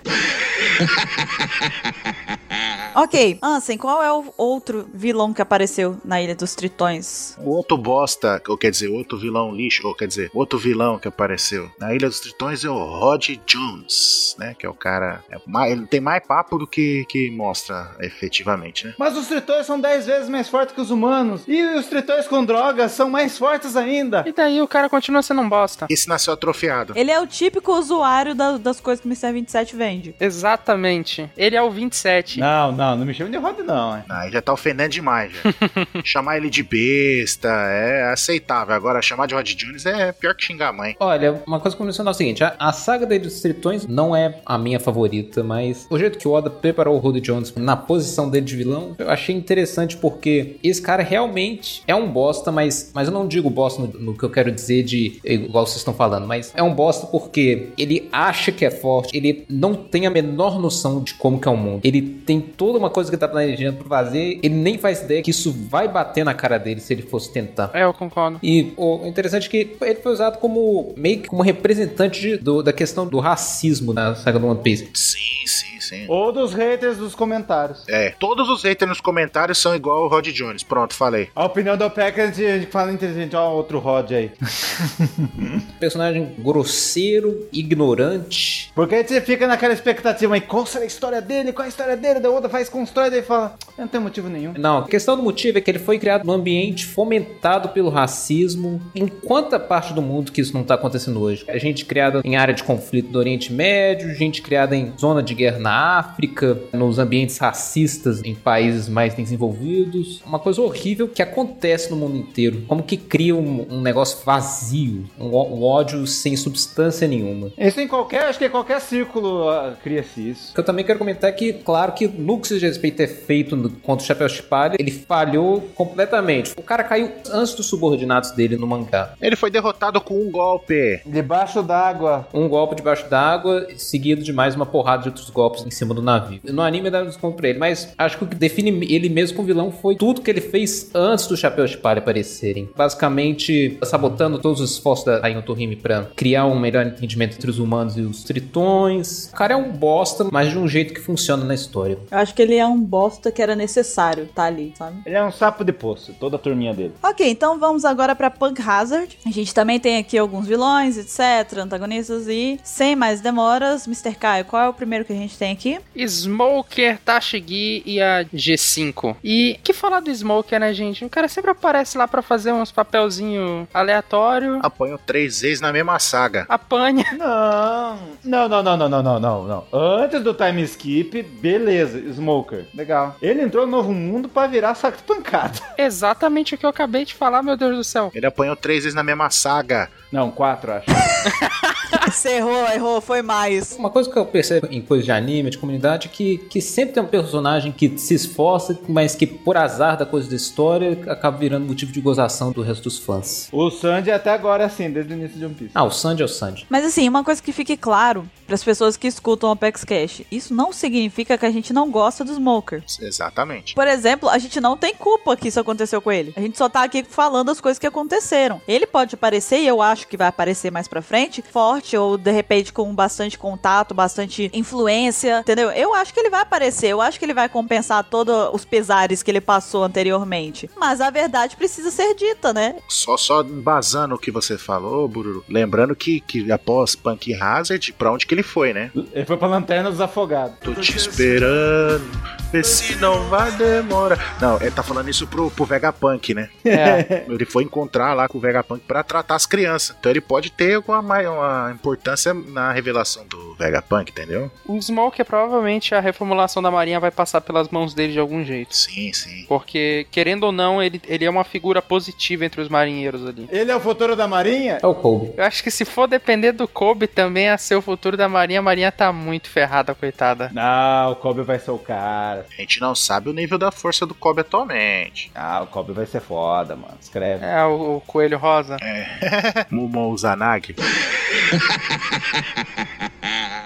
Speaker 1: Ok, Ansem, qual é o outro vilão que apareceu na Ilha dos Tritões?
Speaker 4: O outro bosta, ou quer dizer, outro vilão lixo, ou quer dizer, outro vilão que apareceu na Ilha dos Tritões é o Rod Jones, né? Que é o cara. é mais- ele tem mais papo do que, que mostra efetivamente, né?
Speaker 2: Mas os tritões são 10 vezes mais fortes que os humanos. E os tritões com drogas são mais fortes ainda.
Speaker 3: E daí o cara continua sendo um bosta.
Speaker 4: Esse nasceu atrofiado.
Speaker 1: Ele é o típico usuário da- das coisas que o Mr. 27 vende.
Speaker 3: Exatamente. Ele é o 27.
Speaker 2: Não, não, não me chama de Rod, não. hein?
Speaker 4: Ah, ele já tá ofendendo demais, já. chamar ele de besta é aceitável. Agora, chamar de Rod Jones é pior que xingar a mãe.
Speaker 5: Olha, uma coisa que eu vou mencionar é o seguinte: a, a saga da Ilha dos Tritões não é a minha favorita, mas o jeito que o Oda preparou o Rod Jones na posição dele de vilão, eu achei interessante porque esse cara realmente é um bosta, mas, mas eu não digo bosta no, no que eu quero dizer de igual vocês estão falando, mas é um bosta porque ele acha que é forte, ele não tem a menor noção de como que é o mundo. Ele tem toda uma coisa que tá planejando pra fazer, ele nem faz ideia que isso vai bater na cara dele se ele fosse tentar.
Speaker 3: É, eu concordo.
Speaker 5: E o interessante é que ele foi usado como meio que como representante de- do- da questão do racismo na saga do One Piece.
Speaker 4: Sim, sim, sim.
Speaker 2: Ou dos haters dos comentários.
Speaker 4: É, todos os haters nos comentários são igual o Rod Jones. Pronto, falei.
Speaker 2: A opinião do Packard, a gente fala inteligente, ó, outro Rod aí.
Speaker 5: Personagem grosseiro, ignorante.
Speaker 2: Porque aí você fica naquela expectativa, mas qual será a história dele? Qual a história dele? Da outra faz, constrói, daí fala, "Eu não tem motivo nenhum.
Speaker 5: Não, a questão do motivo é que ele foi criado num ambiente fomentado pelo racismo. Em quanta parte do mundo que isso não tá acontecendo hoje? É gente criada em área de conflito do Oriente Médio, gente criada em zona de guerra na África, nos ambientes racistas em países mais desenvolvidos. Uma coisa horrível que acontece no mundo inteiro. Como que cria um, um negócio vazio, um, ó- um ódio sem substância nenhuma.
Speaker 2: Isso em qualquer, acho que em qualquer círculo ah, cria-se isso.
Speaker 5: O que Eu também quero comentar que, claro que no que se diz respeito a efeito no- contra o Chapéu de Palha, ele falhou completamente. O cara caiu antes dos subordinados dele no mangá.
Speaker 4: Ele foi derrotado com um golpe.
Speaker 2: Debaixo d'água.
Speaker 5: Um golpe debaixo d'água, seguido de mais uma porrada de outros golpes em cima do navio. No anime dá desconto pra ele, mas acho que o que define ele mesmo como vilão foi tudo que ele fez antes do Chapéu de Palha aparecerem. Basicamente, sabotando todos os esforços da Aino Torime pra criar um melhor entendimento entre os humanos e os tritões. O cara é um bosta, mas de um jeito que funciona na história.
Speaker 1: Eu acho que ele é um bosta que era necessário tá ali, sabe?
Speaker 2: Ele é um sapo de poço, toda a turminha dele.
Speaker 1: Ok, então vamos agora pra Punk Hazard. A gente também tem aqui alguns vilões, etc, antagonistas e, sem mais demoras, Mr. Caio, qual é o primeiro que a gente tem aqui?
Speaker 3: Smoker, Tashigi e a G5. E que falar do Smoker, né, gente? O cara sempre aparece lá pra fazer uns papelzinho aleatório,
Speaker 4: Apanhou três vezes na mesma saga.
Speaker 3: apanha.
Speaker 2: Não, não, não, não, não, não, não, não, não. Antes do time skip, beleza, Smoker. Legal. Ele entrou no novo mundo pra virar saco de pancada.
Speaker 3: Exatamente o que eu acabei de falar, meu Deus do céu.
Speaker 4: Ele apanhou três vezes na mesma saga.
Speaker 2: Não, quatro, acho.
Speaker 1: Ah, Você errou, errou, foi mais.
Speaker 5: Uma coisa que eu percebo em coisas de anime, de comunidade, que, que sempre tem um personagem que se esforça, mas que por azar da coisa da história acaba virando motivo de gozação do resto dos fãs.
Speaker 2: O Sandy até agora é assim, desde o início de One Piece.
Speaker 5: Ah, o Sandy é o Sandy.
Speaker 1: Mas assim, uma coisa que fique claro para as pessoas que escutam o Apex Cash, isso não significa que a gente não gosta do Smoker.
Speaker 4: Exatamente.
Speaker 1: Por exemplo, a gente não tem culpa que isso aconteceu com ele. A gente só tá aqui falando as coisas que aconteceram. Ele pode aparecer, e eu acho que vai aparecer mais pra frente, forte ou de repente com bastante contato, bastante influência, entendeu? Eu acho que ele vai aparecer, eu acho que ele vai compensar todos os pesares que ele passou anteriormente. Mas a verdade precisa ser dita, né?
Speaker 4: Só, só embasando o que você falou, Bururu. Lembrando que, que após Punk Hazard, pra onde que ele foi, né?
Speaker 2: Ele foi pra Lanterna dos Afogados.
Speaker 4: Tô te esperando, vê se não vai demorar. Não, ele tá falando isso pro, pro Vegapunk, né?
Speaker 3: É.
Speaker 4: Ele foi encontrar lá com o Vegapunk pra tratar as crianças. Então ele pode ter alguma mai- uma importância na revelação do Vegapunk, entendeu?
Speaker 3: O Smoker, Um é provavelmente, a reformulação da Marinha vai passar pelas mãos dele de algum jeito.
Speaker 4: Sim, sim.
Speaker 3: Porque, querendo ou não, ele, ele é uma figura positiva entre os marinheiros ali.
Speaker 2: Ele é o futuro da Marinha?
Speaker 5: É o Kobe.
Speaker 3: Eu acho que se for depender do Kobe também a ser o futuro da Marinha, a Marinha tá muito ferrada, coitada.
Speaker 2: Não, o Kobe vai ser o cara.
Speaker 4: A gente não sabe o nível da força do Kobe atualmente.
Speaker 2: Ah, o Kobe vai ser foda, mano. Escreve.
Speaker 3: É, o, o Coelho Rosa.
Speaker 4: É, Mumon Zanagi.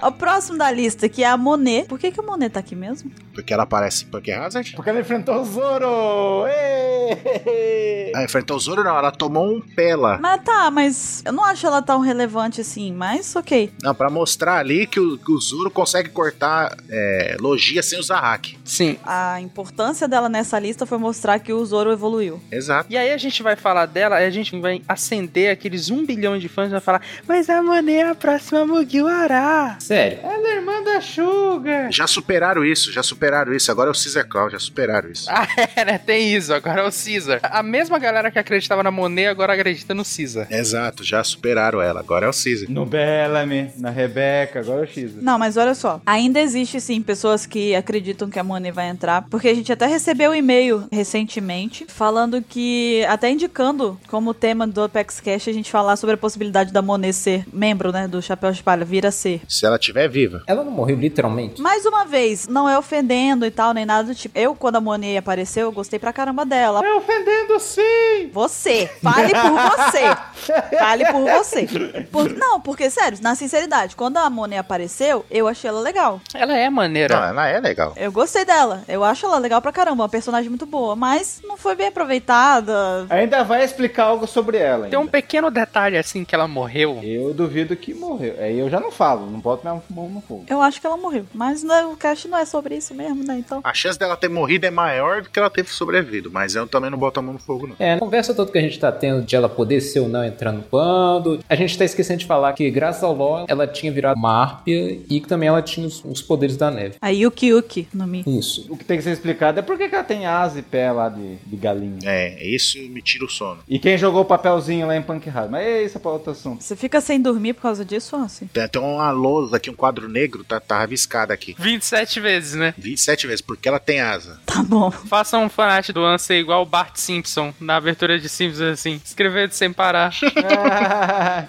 Speaker 1: O próximo da lista, que é a Monet. Por que, que a Monet tá aqui mesmo?
Speaker 4: Porque ela aparece em Punk Hazard?
Speaker 2: Porque ele enfrentou o Zoro! Ê!
Speaker 4: Ela enfrentou o Zoro, não, ela tomou um pela.
Speaker 1: Mas tá, mas eu não acho ela tão relevante assim, mas ok.
Speaker 4: Não, pra mostrar ali que o, que o Zoro consegue cortar é, logia sem usar hack.
Speaker 3: Sim.
Speaker 1: A importância dela nessa lista foi mostrar que o Zoro evoluiu.
Speaker 4: Exato.
Speaker 3: E aí a gente vai falar dela, aí a gente vai acender aqueles um bilhão de fãs e vai falar, mas a Mané é a próxima Mugiwara.
Speaker 5: Sério.
Speaker 3: Ela é irmã da Sugar.
Speaker 4: Já superaram isso, já superaram isso. Agora é o Caesar Clown, já superaram isso.
Speaker 3: Ah, é, né? Tem isso. Agora é o Caesar. A mesma galera que acreditava na Monet agora acredita no Caesar.
Speaker 4: Exato, já superaram ela. Agora é o Caesar.
Speaker 2: No Bellamy, na Rebeca, agora é o X.
Speaker 1: Não, mas olha só. Ainda existe, sim, pessoas que acreditam que a Monet vai entrar. Porque a gente até recebeu um e-mail recentemente falando que. Até indicando como tema do Apex Cash a gente falar sobre a possibilidade da Monet ser membro, né? Do Chapéu de Palha, vir a ser.
Speaker 4: Se ela tiver viva.
Speaker 5: Ela não morreu literalmente.
Speaker 1: Mais uma vez, não é ofendendo e tal, nem nada do tipo. Eu, quando a Monet apareceu, eu gostei pra caramba dela.
Speaker 3: É ofendendo sim!
Speaker 1: Você. Fale por você. Fale por você. Por- não, porque, sério, na sinceridade, quando a Monet apareceu, eu achei ela legal.
Speaker 3: Ela é
Speaker 2: Ah,
Speaker 4: Não,
Speaker 3: maneira.
Speaker 4: ela é legal.
Speaker 1: Eu gostei dela. Eu acho ela legal pra caramba. Uma personagem muito boa. Mas não foi bem aproveitada.
Speaker 2: Ainda vai explicar algo sobre ela. Ainda.
Speaker 3: Tem um pequeno detalhe assim que ela morreu.
Speaker 2: é. Eu duvido que morreu. Aí eu já não falo, não boto minha mão no fogo.
Speaker 1: Eu acho que ela morreu. Mas não, o cast não é sobre isso mesmo, né? Então.
Speaker 4: A chance dela ter morrido é maior do que ela ter sobrevivido, mas eu também não boto a mão no fogo, não.
Speaker 5: É, a conversa toda que a gente tá tendo de ela poder ser ou não entrar no bando, a gente tá esquecendo de falar que graças ao LoL ela tinha virado uma árpia e que também ela tinha os, os poderes da neve.
Speaker 1: A Yuki Yuki no Mi.
Speaker 5: Isso.
Speaker 2: O que tem que ser explicado é por que que ela tem asa e pé lá de, de galinha.
Speaker 4: É, isso me tira o sono.
Speaker 2: E quem jogou o papelzinho lá em Punk Hard? Mas isso é pra outro assunto.
Speaker 1: Você fica sem dormir por causa disso, assim?
Speaker 4: Tem até uma lousa aqui, um quadro negro, tá, tá rabiscado aqui.
Speaker 3: 27 vezes, né?
Speaker 4: 27 vezes, porque ela tem asa.
Speaker 1: Tá bom.
Speaker 3: Faça um fanart do Anse igual o Bart Simpson na abertura de Simpsons assim. Escrevendo sem parar.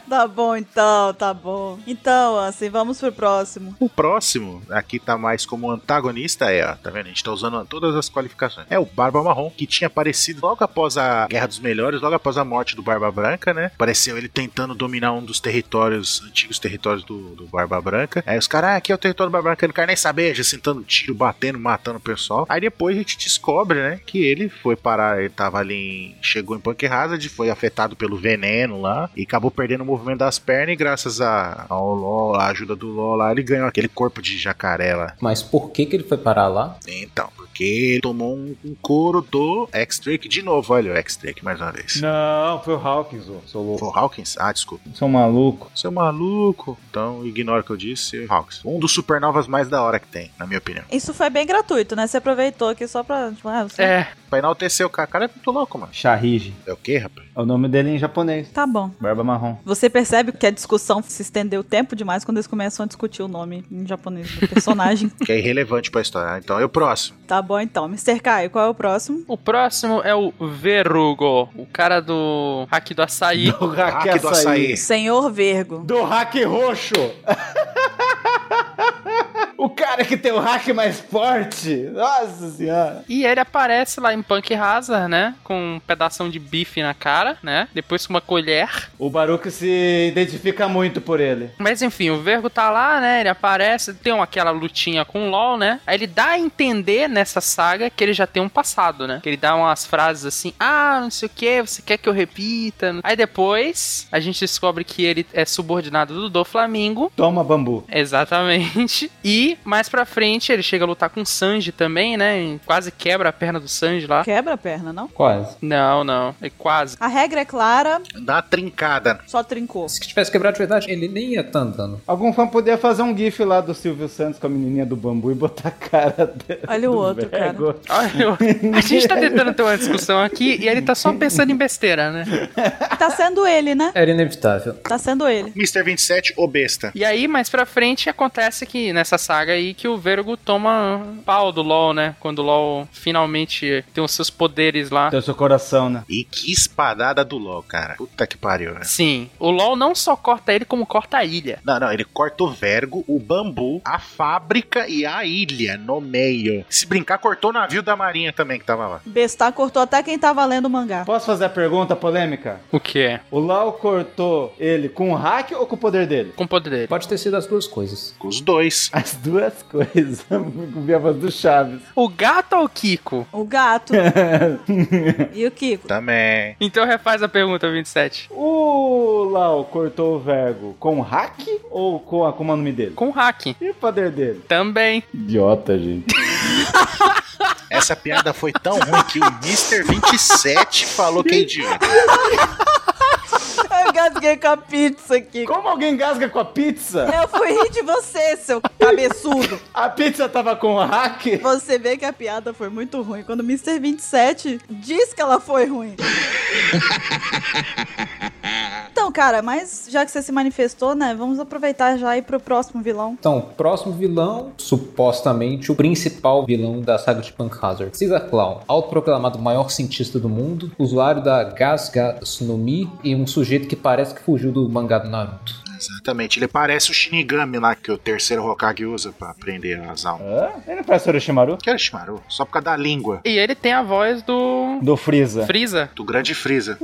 Speaker 1: Tá bom, então, tá bom. Então, assim, vamos pro próximo.
Speaker 4: O próximo, aqui tá mais como antagonista, é, ó, tá vendo? A gente tá usando todas as qualificações. É o Barba Marrom, que tinha aparecido logo após a Guerra dos Melhores, logo após a morte do Barba Branca, né? Apareceu ele tentando dominar um dos territórios, antigos territórios do, do Barba Branca. Aí os caras, ah, aqui é o território do Barba Branca, ele não quer nem saber, já sentando tiro, batendo, matando o pessoal. Aí depois a gente descobre, né, que ele foi parar, ele tava ali, em- chegou em Punk Hazard, foi afetado pelo veneno lá e acabou perdendo o movimento das pernas e graças a, ao LOL, a ajuda do LOL lá, ele ganhou aquele corpo de jacaré lá.
Speaker 5: Mas por que que ele foi parar lá?
Speaker 4: Então, porque ele tomou um, um couro do X-Drake de novo, olha o X-Drake mais uma vez.
Speaker 2: não, foi o Hawkins, ô. Sou louco.
Speaker 4: Foi o Hawkins? Ah, desculpa.
Speaker 2: Sou um maluco.
Speaker 4: Seu maluco. Então, ignora o que eu disse, Hawkins. Um dos supernovas mais da hora que tem, na minha opinião.
Speaker 1: Isso foi bem gratuito, né? Você aproveitou aqui só pra. Tipo, ah, você-
Speaker 3: É,
Speaker 4: Pra enaltecer o cara, o cara é muito louco, mano.
Speaker 2: Shahiji.
Speaker 4: É o quê, rapaz?
Speaker 2: É o nome dele em japonês.
Speaker 1: Tá bom.
Speaker 2: Barba marrom.
Speaker 1: Você percebe que a discussão se estendeu tempo demais quando eles começam a discutir o nome em japonês do personagem.
Speaker 4: Que é irrelevante pra história. Então, é o próximo.
Speaker 1: tá bom então. Mr. Caio, qual é o próximo?
Speaker 3: o próximo é o Verugo, o cara do hack do açaí.
Speaker 2: Do hack,
Speaker 4: Hack do açaí.
Speaker 1: Senhor Vergo.
Speaker 2: Do hack roxo. o cara que tem o hack mais forte. Nossa senhora.
Speaker 3: E ele aparece lá em Punk Hazard, né? Com um pedação de bife na cara, né? Depois com uma colher.
Speaker 2: O Baruque se identifica muito por ele.
Speaker 3: Mas enfim, o Vergo tá lá, né? Ele aparece, tem uma- aquela lutinha com o LOL, né? Aí ele dá a entender nessa saga que ele já tem um passado, né? Que ele dá umas frases assim, ah, não sei o que, você quer que eu repita? Aí depois a gente descobre que ele é subordinado do Do Flamingo.
Speaker 2: Toma bambu.
Speaker 3: Exatamente. E mais pra frente ele chega a lutar com o Sanji também, né? E quase quebra a perna do Sanji lá.
Speaker 1: Quebra a perna, não?
Speaker 5: Quase.
Speaker 3: Não, não. É quase.
Speaker 1: A regra é clara,
Speaker 4: Dá uma trincada.
Speaker 1: só trincou.
Speaker 5: Se tivesse quebrado de verdade, ele nem ia estar andando.
Speaker 2: Algum fã podia fazer um gif lá do Silvio Santos com a menininha do bambu e botar a cara dela.
Speaker 1: Olha o outro, cara.
Speaker 3: Olha, a gente tá tentando ter uma discussão aqui e ele tá só pensando em besteira, né?
Speaker 1: Tá sendo ele, né?
Speaker 5: Era inevitável.
Speaker 1: Tá sendo ele.
Speaker 4: Mr. 27, o besta.
Speaker 3: E aí, mais pra frente, acontece que nessa saga aí que o Vergo toma um pau do LOL, né? Quando o LOL finalmente tem os seus poderes lá.
Speaker 2: Tem o seu coração, né?
Speaker 4: E que espadada do LOL, cara. Puta que pariu, né?
Speaker 3: Sim, o LOL não só corta ele, como corta a ilha.
Speaker 4: Não, não, ele corta o vergo, o bambu, a fábrica e a ilha no meio. Se brincar, cortou o navio da marinha também que tava lá.
Speaker 1: Bestar cortou até quem tava lendo o mangá.
Speaker 2: Posso fazer a pergunta polêmica?
Speaker 3: O quê?
Speaker 2: O é? Lau cortou ele com o hack ou com o poder dele?
Speaker 3: Com o poder dele.
Speaker 5: Pode ter sido as duas coisas.
Speaker 4: Com os dois.
Speaker 2: As duas. as coisas. Ouvi a voz do Chaves.
Speaker 3: O gato ou o Kiko?
Speaker 1: O gato e o Kiko.
Speaker 4: Também.
Speaker 3: Então refaz a pergunta, 27.
Speaker 2: O Lau cortou o vergo com hack ou com a Akuma no Mi dele?
Speaker 3: Com hack.
Speaker 2: E o poder dele?
Speaker 3: Também.
Speaker 2: Idiota, gente.
Speaker 4: Essa piada foi tão ruim que o Mr. 27 falou que é idiota.
Speaker 1: Eu gasguei com a pizza aqui.
Speaker 2: Como alguém gasga com a pizza?
Speaker 1: Eu fui rir de você, seu cabeçudo.
Speaker 2: A pizza tava com hack?
Speaker 1: Você vê que a piada foi muito ruim quando o Mr. 27 diz que ela foi ruim. Então, cara, mas já que você se manifestou, né, vamos aproveitar já e ir pro próximo vilão.
Speaker 5: Então, próximo vilão, supostamente o principal vilão da saga de Punk Hazard. Caesar Clown, autoproclamado maior cientista do mundo, usuário da Gas Gas no Mi e um sujeito que parece que fugiu do mangá do Naruto.
Speaker 4: Exatamente. Ele parece o Shinigami lá que o terceiro Hokage usa pra prender as almas.
Speaker 2: Hã? É? Ele não parece o Orochimaru?
Speaker 4: Que era Shimaru? Só por causa da língua
Speaker 3: E ele tem a voz do.
Speaker 2: Do Freeza.
Speaker 3: Freeza.
Speaker 4: do grande Freeza.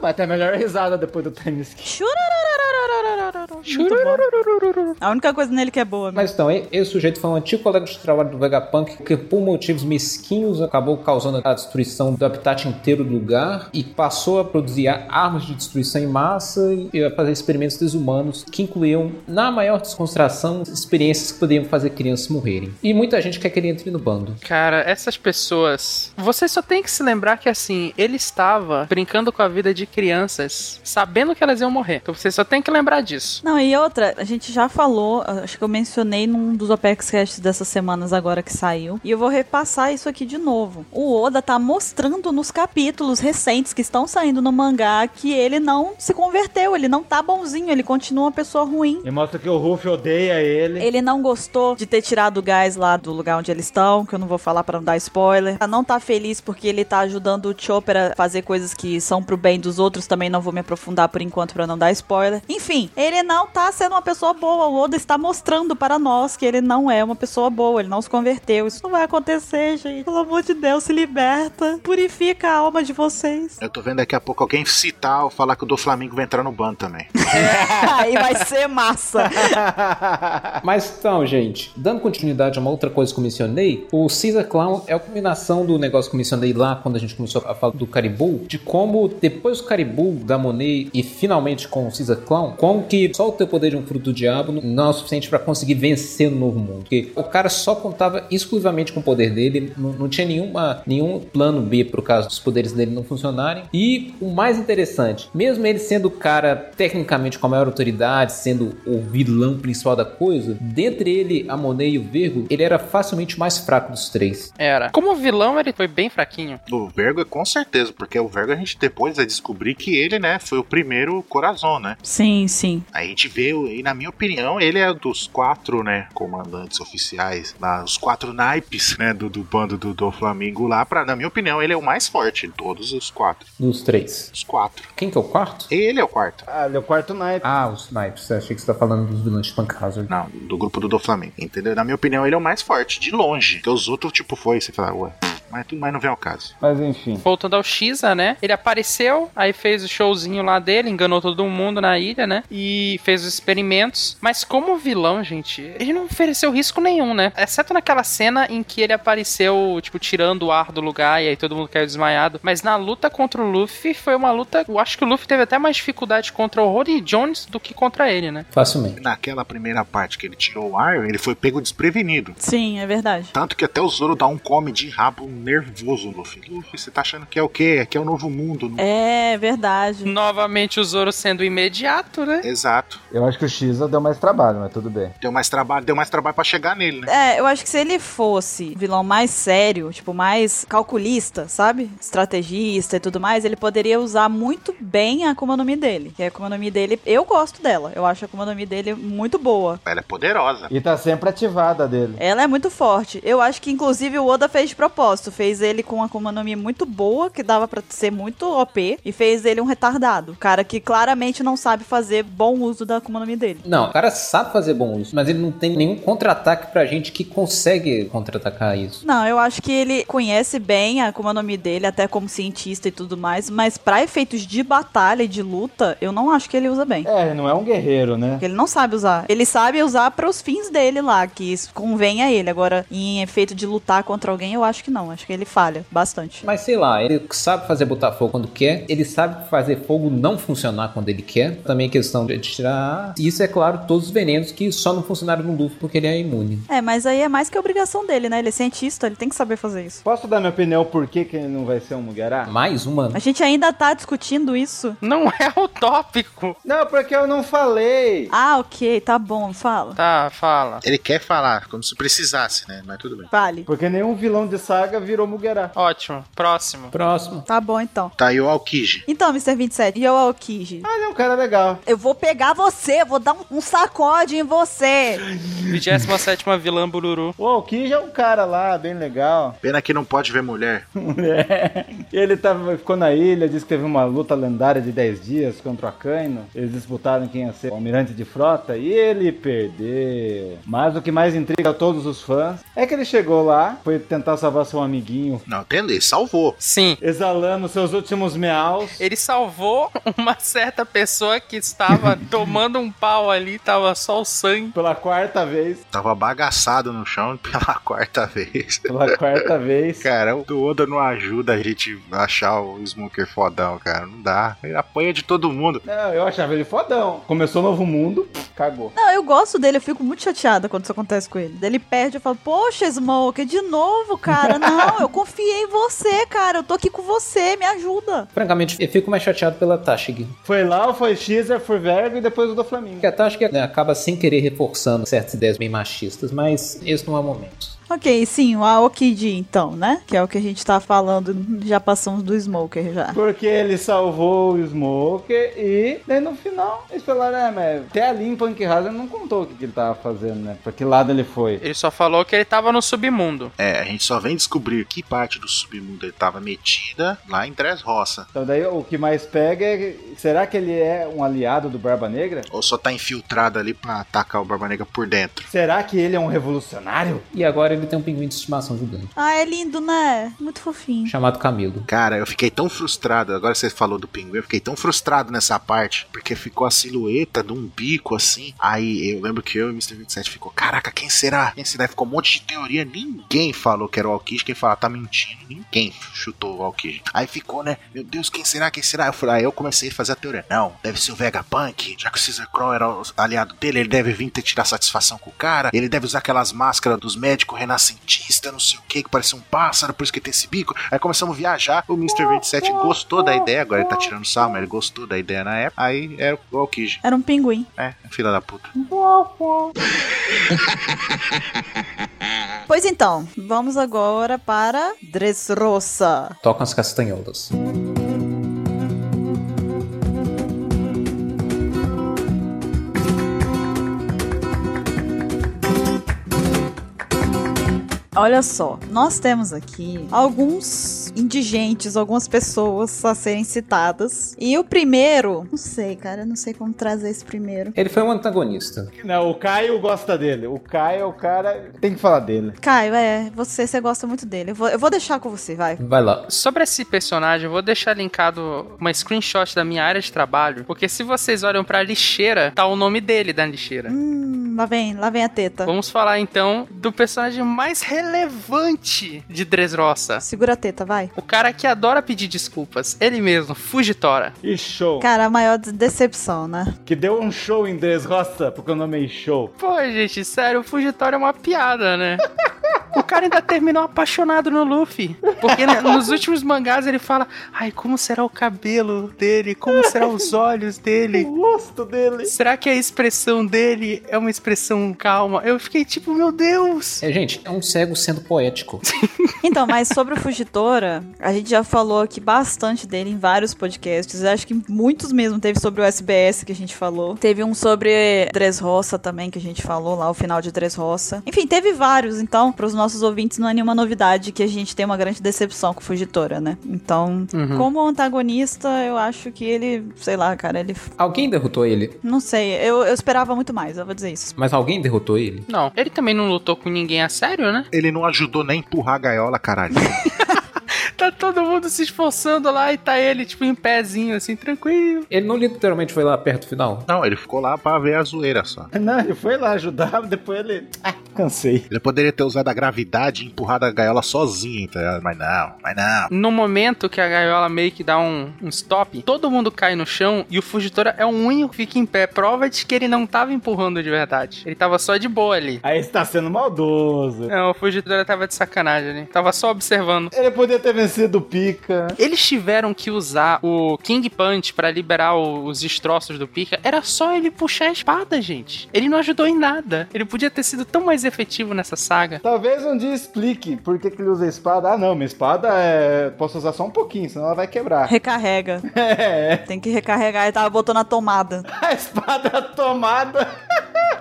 Speaker 2: Vai ter a melhor risada depois do time skip.
Speaker 1: Chururururururururu. Muito bom. A única coisa nele que é boa, né?
Speaker 5: Mas então, e- esse sujeito foi um antigo colega de trabalho do Vegapunk que, por motivos mesquinhos, acabou causando a destruição do habitat inteiro do lugar e passou a produzir armas de destruição em massa e a fazer experimentos desumanos que incluíam, na maior desconcentração, experiências que poderiam fazer crianças morrerem. E muita gente quer que ele entre no bando.
Speaker 3: Cara, essas pessoas. Você só tem que se lembrar que assim, ele estava brincando com a vida de crianças, sabendo que elas iam morrer. Então você só tem que lembrar disso.
Speaker 1: Não, e outra, a gente já falou, acho que eu mencionei num dos Opex Casts dessas semanas agora que saiu, e eu vou repassar isso aqui de novo. O Oda tá mostrando nos capítulos recentes que estão saindo no mangá que ele não se converteu, ele não tá bonzinho, ele continua uma pessoa ruim.
Speaker 2: E mostra que o Ruff odeia ele.
Speaker 1: Ele não gostou de ter tirado o gás lá do lugar onde eles estão, que eu não vou falar pra não dar spoiler. Ela não tá feliz porque ele tá ajudando o Chopper a fazer coisas que são pro bem dos outros, também não vou me aprofundar por enquanto pra não dar spoiler. Enfim, ele não tá sendo uma pessoa boa, o Oda está mostrando para nós que ele não é uma pessoa boa, ele não se converteu. Isso não vai acontecer, gente. Pelo amor de Deus, se liberta. Purifica a alma de vocês.
Speaker 4: Eu tô vendo daqui a pouco alguém citar ou falar que o do Flamengo vai entrar no bando também.
Speaker 1: Aí vai ser massa.
Speaker 5: Mas então, gente, dando continuidade a uma outra coisa que eu mencionei, o Caesar Clown é a combinação do negócio que eu mencionei lá quando a gente começou a falar do Caribou, de como depois do Caribou, da Monet e finalmente com o Caesar Clown, como que só o teu poder de um fruto do diabo não é o suficiente pra conseguir vencer no novo mundo. Porque o cara só contava exclusivamente com o poder dele, não, não tinha nenhuma, nenhum plano B pro caso dos poderes dele não funcionarem. E o mais interessante, mesmo ele sendo o cara tecnicamente com a maior autoridade, sendo o vilão principal da coisa, dentre ele, a Monet e o Virgo, ele era facilmente o mais fraco dos três.
Speaker 3: Era. Como vilão, ele foi bem fraquinho.
Speaker 4: O Vergo é com certeza, porque o Vergo a gente depois vai descobrir que ele, né, foi o primeiro coração, né?
Speaker 1: Sim, sim.
Speaker 4: A gente vê, e na minha opinião, ele é dos quatro, né, comandantes oficiais, lá, os quatro naipes, né, do, do bando do, do Flamengo lá, pra, na minha opinião, ele é o mais forte de todos os quatro.
Speaker 5: Dos três.
Speaker 4: Os quatro.
Speaker 5: Quem que é o quarto?
Speaker 4: Ele é o quarto.
Speaker 2: Ah, ele é o quarto naipe.
Speaker 5: Ah, os Snipes. Achei que você tá falando dos vilões de Punk Hazard.
Speaker 4: Não, do grupo do Flamengo, entendeu? Na minha opinião, ele é o mais forte, de longe. Porque os outros, tipo, foi, você fala, ué, mas, mas não vem ao caso.
Speaker 2: Mas enfim.
Speaker 3: Voltando ao Shiza, né? Ele apareceu, aí fez o showzinho lá dele, enganou todo mundo na ilha, né? E fez os experimentos. Mas como vilão, gente, ele não ofereceu risco nenhum, né? Exceto naquela cena em que ele apareceu, tipo, tirando o ar do lugar e aí todo mundo caiu desmaiado. Mas na luta contra o Luffy foi uma luta. Eu acho que o Luffy teve até mais dificuldade contra o Rory Jones do que contra ele, né?
Speaker 5: Facilmente.
Speaker 4: Naquela primeira parte que ele tirou o ar, ele foi pego desprevenido.
Speaker 1: Sim, é verdade.
Speaker 4: Tanto que até o Zoro dá um come de rabo nervoso, Luffy. Luffy, você tá achando que é o quê? Aqui é o novo mundo. não-
Speaker 1: É verdade.
Speaker 3: Novamente o Zoro sendo imediato, né?
Speaker 4: é? Exato.
Speaker 2: Eu acho que o Shiza deu mais trabalho, mas tudo bem.
Speaker 4: Deu mais trabalho, deu mais trabalho pra chegar nele, né?
Speaker 1: É, eu acho que se ele fosse vilão mais sério, tipo, mais calculista, sabe? Estrategista e tudo mais, ele poderia usar muito bem a Akuma no Mi dele. Que a Akuma no Mi dele, eu gosto dela. Eu acho a Akuma no Mi dele muito boa.
Speaker 4: Ela é poderosa.
Speaker 2: E tá sempre ativada dele.
Speaker 1: Ela é muito forte. Eu acho que, inclusive, o Oda fez de propósito. fez ele com uma Akuma no Mi muito boa, que dava pra ser muito OP, e fez ele um retardado. Cara que claramente não sabe fazer bom uso da Akuma no Mi dele.
Speaker 5: Não, o cara sabe fazer bom uso, mas ele não tem nenhum contra-ataque pra gente que consegue contra-atacar isso.
Speaker 1: Não, eu acho que ele conhece bem a Akuma no Mi dele, até como cientista e tudo mais, mas pra efeitos de batalha e de luta, eu não acho que ele usa bem.
Speaker 2: É, não é um guerreiro, né?
Speaker 1: Porque Ele não sabe usar. Ele sabe usar para os fins dele lá, que isso convém a ele. Agora, em efeito de lutar contra alguém, eu acho que não. Acho que ele falha bastante.
Speaker 5: Mas sei lá, ele sabe fazer botar fogo quando quer, ele sabe fazer fogo não funcionar quando ele quer. Também é questão de tirar. E Isso é claro, todos os venenos que só não funcionaram no Luffy porque ele é imune.
Speaker 1: É, mas aí é mais que obrigação dele, né? Ele é cientista, ele tem que saber fazer isso.
Speaker 2: Posso dar minha opinião por que, que ele não vai ser um Mugiará?
Speaker 5: Mais uma.
Speaker 1: A gente ainda tá discutindo isso.
Speaker 3: Não é o tópico.
Speaker 2: Não, porque eu não falei.
Speaker 1: Ah, ok, tá bom, fala.
Speaker 3: Tá, fala.
Speaker 4: Ele quer falar, como se precisasse, né? Mas tudo bem.
Speaker 1: Vale.
Speaker 2: Porque nenhum vilão de saga virou Mugiará.
Speaker 3: Ótimo. Próximo.
Speaker 5: Próximo.
Speaker 1: Tá bom então.
Speaker 4: Tá aí o Aokiji.
Speaker 1: Então, Mr. 27, e eu ao Kiji?
Speaker 2: Ah, ele é um cara legal.
Speaker 1: Eu vou pegar você, vou dar um, um sacode em você.
Speaker 3: 27 vilã Bururu.
Speaker 2: O Aokiji é um cara lá, bem legal.
Speaker 4: Pena que não pode ver mulher.
Speaker 2: Ele tá, ficou na ilha, disse que teve uma luta lendária de 10 dias contra o Akaino. Eles disputaram quem ia ser o almirante de frota e ele perdeu. Mas o que mais intriga a todos os fãs é que ele chegou lá, foi tentar salvar seu amiguinho,
Speaker 4: Não, entendeu? Salvou.
Speaker 3: Sim.
Speaker 2: exalando seus últimos meaus.
Speaker 3: Ele salvou uma certa pessoa que estava tomando um pau ali, tava só o sangue.
Speaker 2: Pela quarta vez.
Speaker 4: Tava bagaçado no chão pela quarta vez.
Speaker 2: Pela quarta vez.
Speaker 4: Cara, o do Oda não ajuda a gente a achar o Smoker fodão, cara. Não dá. Ele apanha de todo mundo.
Speaker 2: Não, eu achava ele fodão. Começou Novo Mundo, cagou.
Speaker 1: Não, eu gosto dele, eu fico muito chateada quando isso acontece com ele. Daí Ele perde, eu falo, poxa, Smoker, de novo, cara. Não, eu confiei em você, cara. Eu tô aqui com você, me ajuda.
Speaker 5: Francamente, eu fico mais chateado pela Tashig.
Speaker 2: Foi lá, foi Xer, foi Vergo e depois o do Flamengo.
Speaker 5: Porque a Tashig né, acaba sem querer reforçando certas ideias bem machistas, mas esse não é o momento.
Speaker 1: Ok, sim, o Aokiji, então, né? Que é o que a gente tá falando, já passamos do Smoker já.
Speaker 2: Porque ele salvou o Smoker e daí no final eles falaram, é, mas até ali em Punk Hazard não contou o que, que ele tava fazendo, né? Pra que lado ele foi.
Speaker 3: Ele só falou que ele tava no submundo.
Speaker 4: É, a gente só vem descobrir que parte do submundo ele tava metida lá em Dres Roça.
Speaker 2: Então daí o que mais pega é, será que ele é um aliado do Barba Negra?
Speaker 4: Ou só tá infiltrado ali pra atacar o Barba Negra por dentro.
Speaker 2: Será que ele é um revolucionário?
Speaker 5: E agora ele tem um pinguim de estimação gigante,
Speaker 1: Ah, é lindo, né? Muito fofinho.
Speaker 5: chamado Camilo.
Speaker 4: Cara, eu fiquei tão frustrado. Agora que você falou do pinguim, eu fiquei tão frustrado nessa parte. Porque ficou a silhueta de um bico assim. Aí eu lembro que eu e o Mr. 27 ficou: Caraca, quem será? Quem será? Ficou um monte de teoria. Ninguém falou que era o Alkid. Quem fala tá mentindo. Ninguém chutou o Alkid. Aí ficou, né? Meu Deus, quem será? Quem será? Eu falei, aí eu comecei a fazer a teoria. Não, deve ser o Vegapunk. Já que o Caesar Crow era o aliado dele, ele deve vir ter tirar satisfação com o cara. Ele deve usar aquelas máscaras dos médicos renascentistas, não sei o que, que parecia um pássaro, por isso que tem esse bico. Aí começamos a viajar. O Mr. 27 gostou da ideia. Agora ele tá tirando sal, mas ele gostou da ideia na época. Aí era o Alkid.
Speaker 1: Era um pinguim.
Speaker 4: É, filha da puta.
Speaker 1: Pois então, vamos agora para Dressrosa.
Speaker 5: Tocam as castanholas.
Speaker 1: Olha só, nós temos aqui alguns indigentes, algumas pessoas a serem citadas. E o primeiro, não sei, cara, eu não sei como trazer esse primeiro.
Speaker 5: Ele foi um antagonista.
Speaker 2: Não, o Caio gosta dele. O Caio é o cara. Tem que falar dele.
Speaker 1: Caio, é, você, você gosta muito dele. Eu vou, eu vou deixar com você, vai.
Speaker 5: Vai lá.
Speaker 3: Sobre esse personagem, eu vou deixar linkado uma screenshot da minha área de trabalho, porque se vocês olham pra lixeira, tá o nome dele da lixeira.
Speaker 1: Hum, lá vem, lá vem a teta.
Speaker 3: Vamos falar então do personagem mais relevante de Dressrosa.
Speaker 1: Segura a teta, vai.
Speaker 3: O cara que adora pedir desculpas, ele mesmo, Fugitora.
Speaker 2: E show.
Speaker 1: Cara, a maior de- decepção, né?
Speaker 2: Que deu um show em Dres Roça, porque o nome é show.
Speaker 3: Pô, gente, sério, o Fugitório é uma piada, né? O cara ainda terminou apaixonado no Luffy. Porque né, nos últimos mangás ele fala: Ai, como será o cabelo dele? Como serão os olhos
Speaker 2: O
Speaker 3: dele?
Speaker 2: rosto dele.
Speaker 3: Será que a expressão dele é uma expressão calma? Eu fiquei tipo, meu Deus!
Speaker 5: É, gente, é um cego sendo poético.
Speaker 1: Então, mas sobre o Fugitora, a gente já falou aqui bastante dele em vários podcasts. Eu Acho que muitos mesmo. Teve sobre o SBS que a gente falou. Teve um sobre Dressrosa também que a gente falou lá, o final de Dressrosa. Enfim, teve vários. Então, pros nossos nossos ouvintes, não é nenhuma novidade que a gente tem uma grande decepção com Fugitora, né? Então,
Speaker 3: Uhum.
Speaker 1: como antagonista, eu acho que ele, sei lá, cara, ele.
Speaker 5: Alguém derrotou ele,
Speaker 1: Não sei, eu, eu esperava muito mais, eu vou dizer isso.
Speaker 5: mas alguém derrotou ele?
Speaker 3: Não, ele também não lutou com ninguém a sério, né?
Speaker 4: Ele não ajudou nem a empurrar a gaiola, caralho.
Speaker 3: Tá todo mundo se esforçando lá e tá ele, tipo, em pezinho, assim, tranquilo.
Speaker 5: Ele não literalmente foi lá perto do final?
Speaker 4: não, ele ficou lá pra ver a zoeira só.
Speaker 2: Não, ele foi lá ajudar, depois ele. Ah, cansei.
Speaker 4: Ele poderia ter usado a gravidade e empurrado a gaiola sozinho, tá ligado? Mas não, mas não.
Speaker 3: No momento que a gaiola meio que dá um, um stop, todo mundo cai no chão e o Fugitora é o único que fica em pé. Prova de que ele não tava empurrando de verdade. Ele tava só de boa ali.
Speaker 2: Aí você tá sendo maldoso.
Speaker 3: Não, o Fugitora tava de sacanagem ali. Tava só observando.
Speaker 2: Ele podia ter vencido o Pica.
Speaker 3: Eles tiveram que usar o King Punch pra liberar o- os destroços do Pika. Era só ele puxar a espada, gente. Ele não ajudou em nada. Ele podia ter sido tão mais efetivo nessa saga.
Speaker 2: Talvez um dia explique por que, que ele usa a espada. Ah, não, minha espada é. Posso usar só um pouquinho, senão ela vai quebrar.
Speaker 1: Recarrega.
Speaker 2: Ah. É,
Speaker 1: Tem que recarregar. Ele tava botando a tomada.
Speaker 2: a espada é tomada.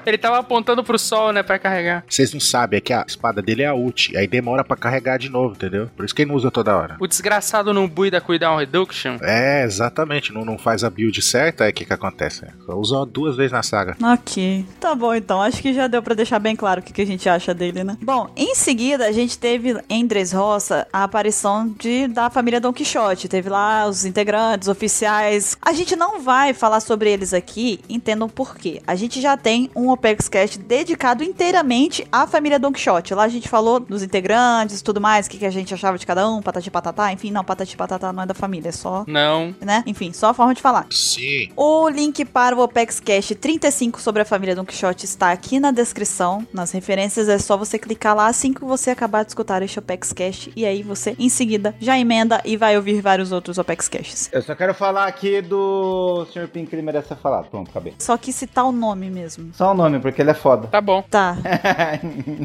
Speaker 3: Ele tava apontando pro sol, né, Pra carregar.
Speaker 4: Vocês não sabem, é que a espada dele é a ult, aí demora pra carregar de novo, entendeu? Por isso que ele não usa toda hora.
Speaker 3: O desgraçado não buida cuidar um reduction.
Speaker 4: É, exatamente, não, não faz a build certa, aí o que que acontece? né? Só usa duas vezes na saga.
Speaker 1: Ok. Tá bom, então. Acho que já deu pra deixar bem claro o que, que a gente acha dele, né? Bom, em seguida, a gente teve em Dressrosa a aparição de, da família Don Quixote. Teve lá os integrantes, oficiais. A gente não vai falar sobre eles aqui, entendam por quê. A gente já tem um OpexCast dedicado inteiramente à família Don Quixote. Lá a gente falou dos integrantes, tudo mais, o que, que a gente achava de cada um, patati patatá. Enfim, não, patati patatá não é da família, é só...
Speaker 3: Não.
Speaker 1: Né? Enfim, só a forma de falar.
Speaker 4: Sim,
Speaker 1: O link para o Opex Cash 35 sobre a família Don Quixote está aqui na descrição. Nas referências é só você clicar lá assim que você acabar de escutar este Opex Cash e aí você em seguida já emenda e vai ouvir vários outros Opex Caches.
Speaker 2: Eu só quero falar aqui do Sr. Pink que ele merece ser falado. Pronto, acabei.
Speaker 1: Só que citar o nome mesmo.
Speaker 2: Só o nome, porque ele é foda.
Speaker 3: Tá bom.
Speaker 1: Tá.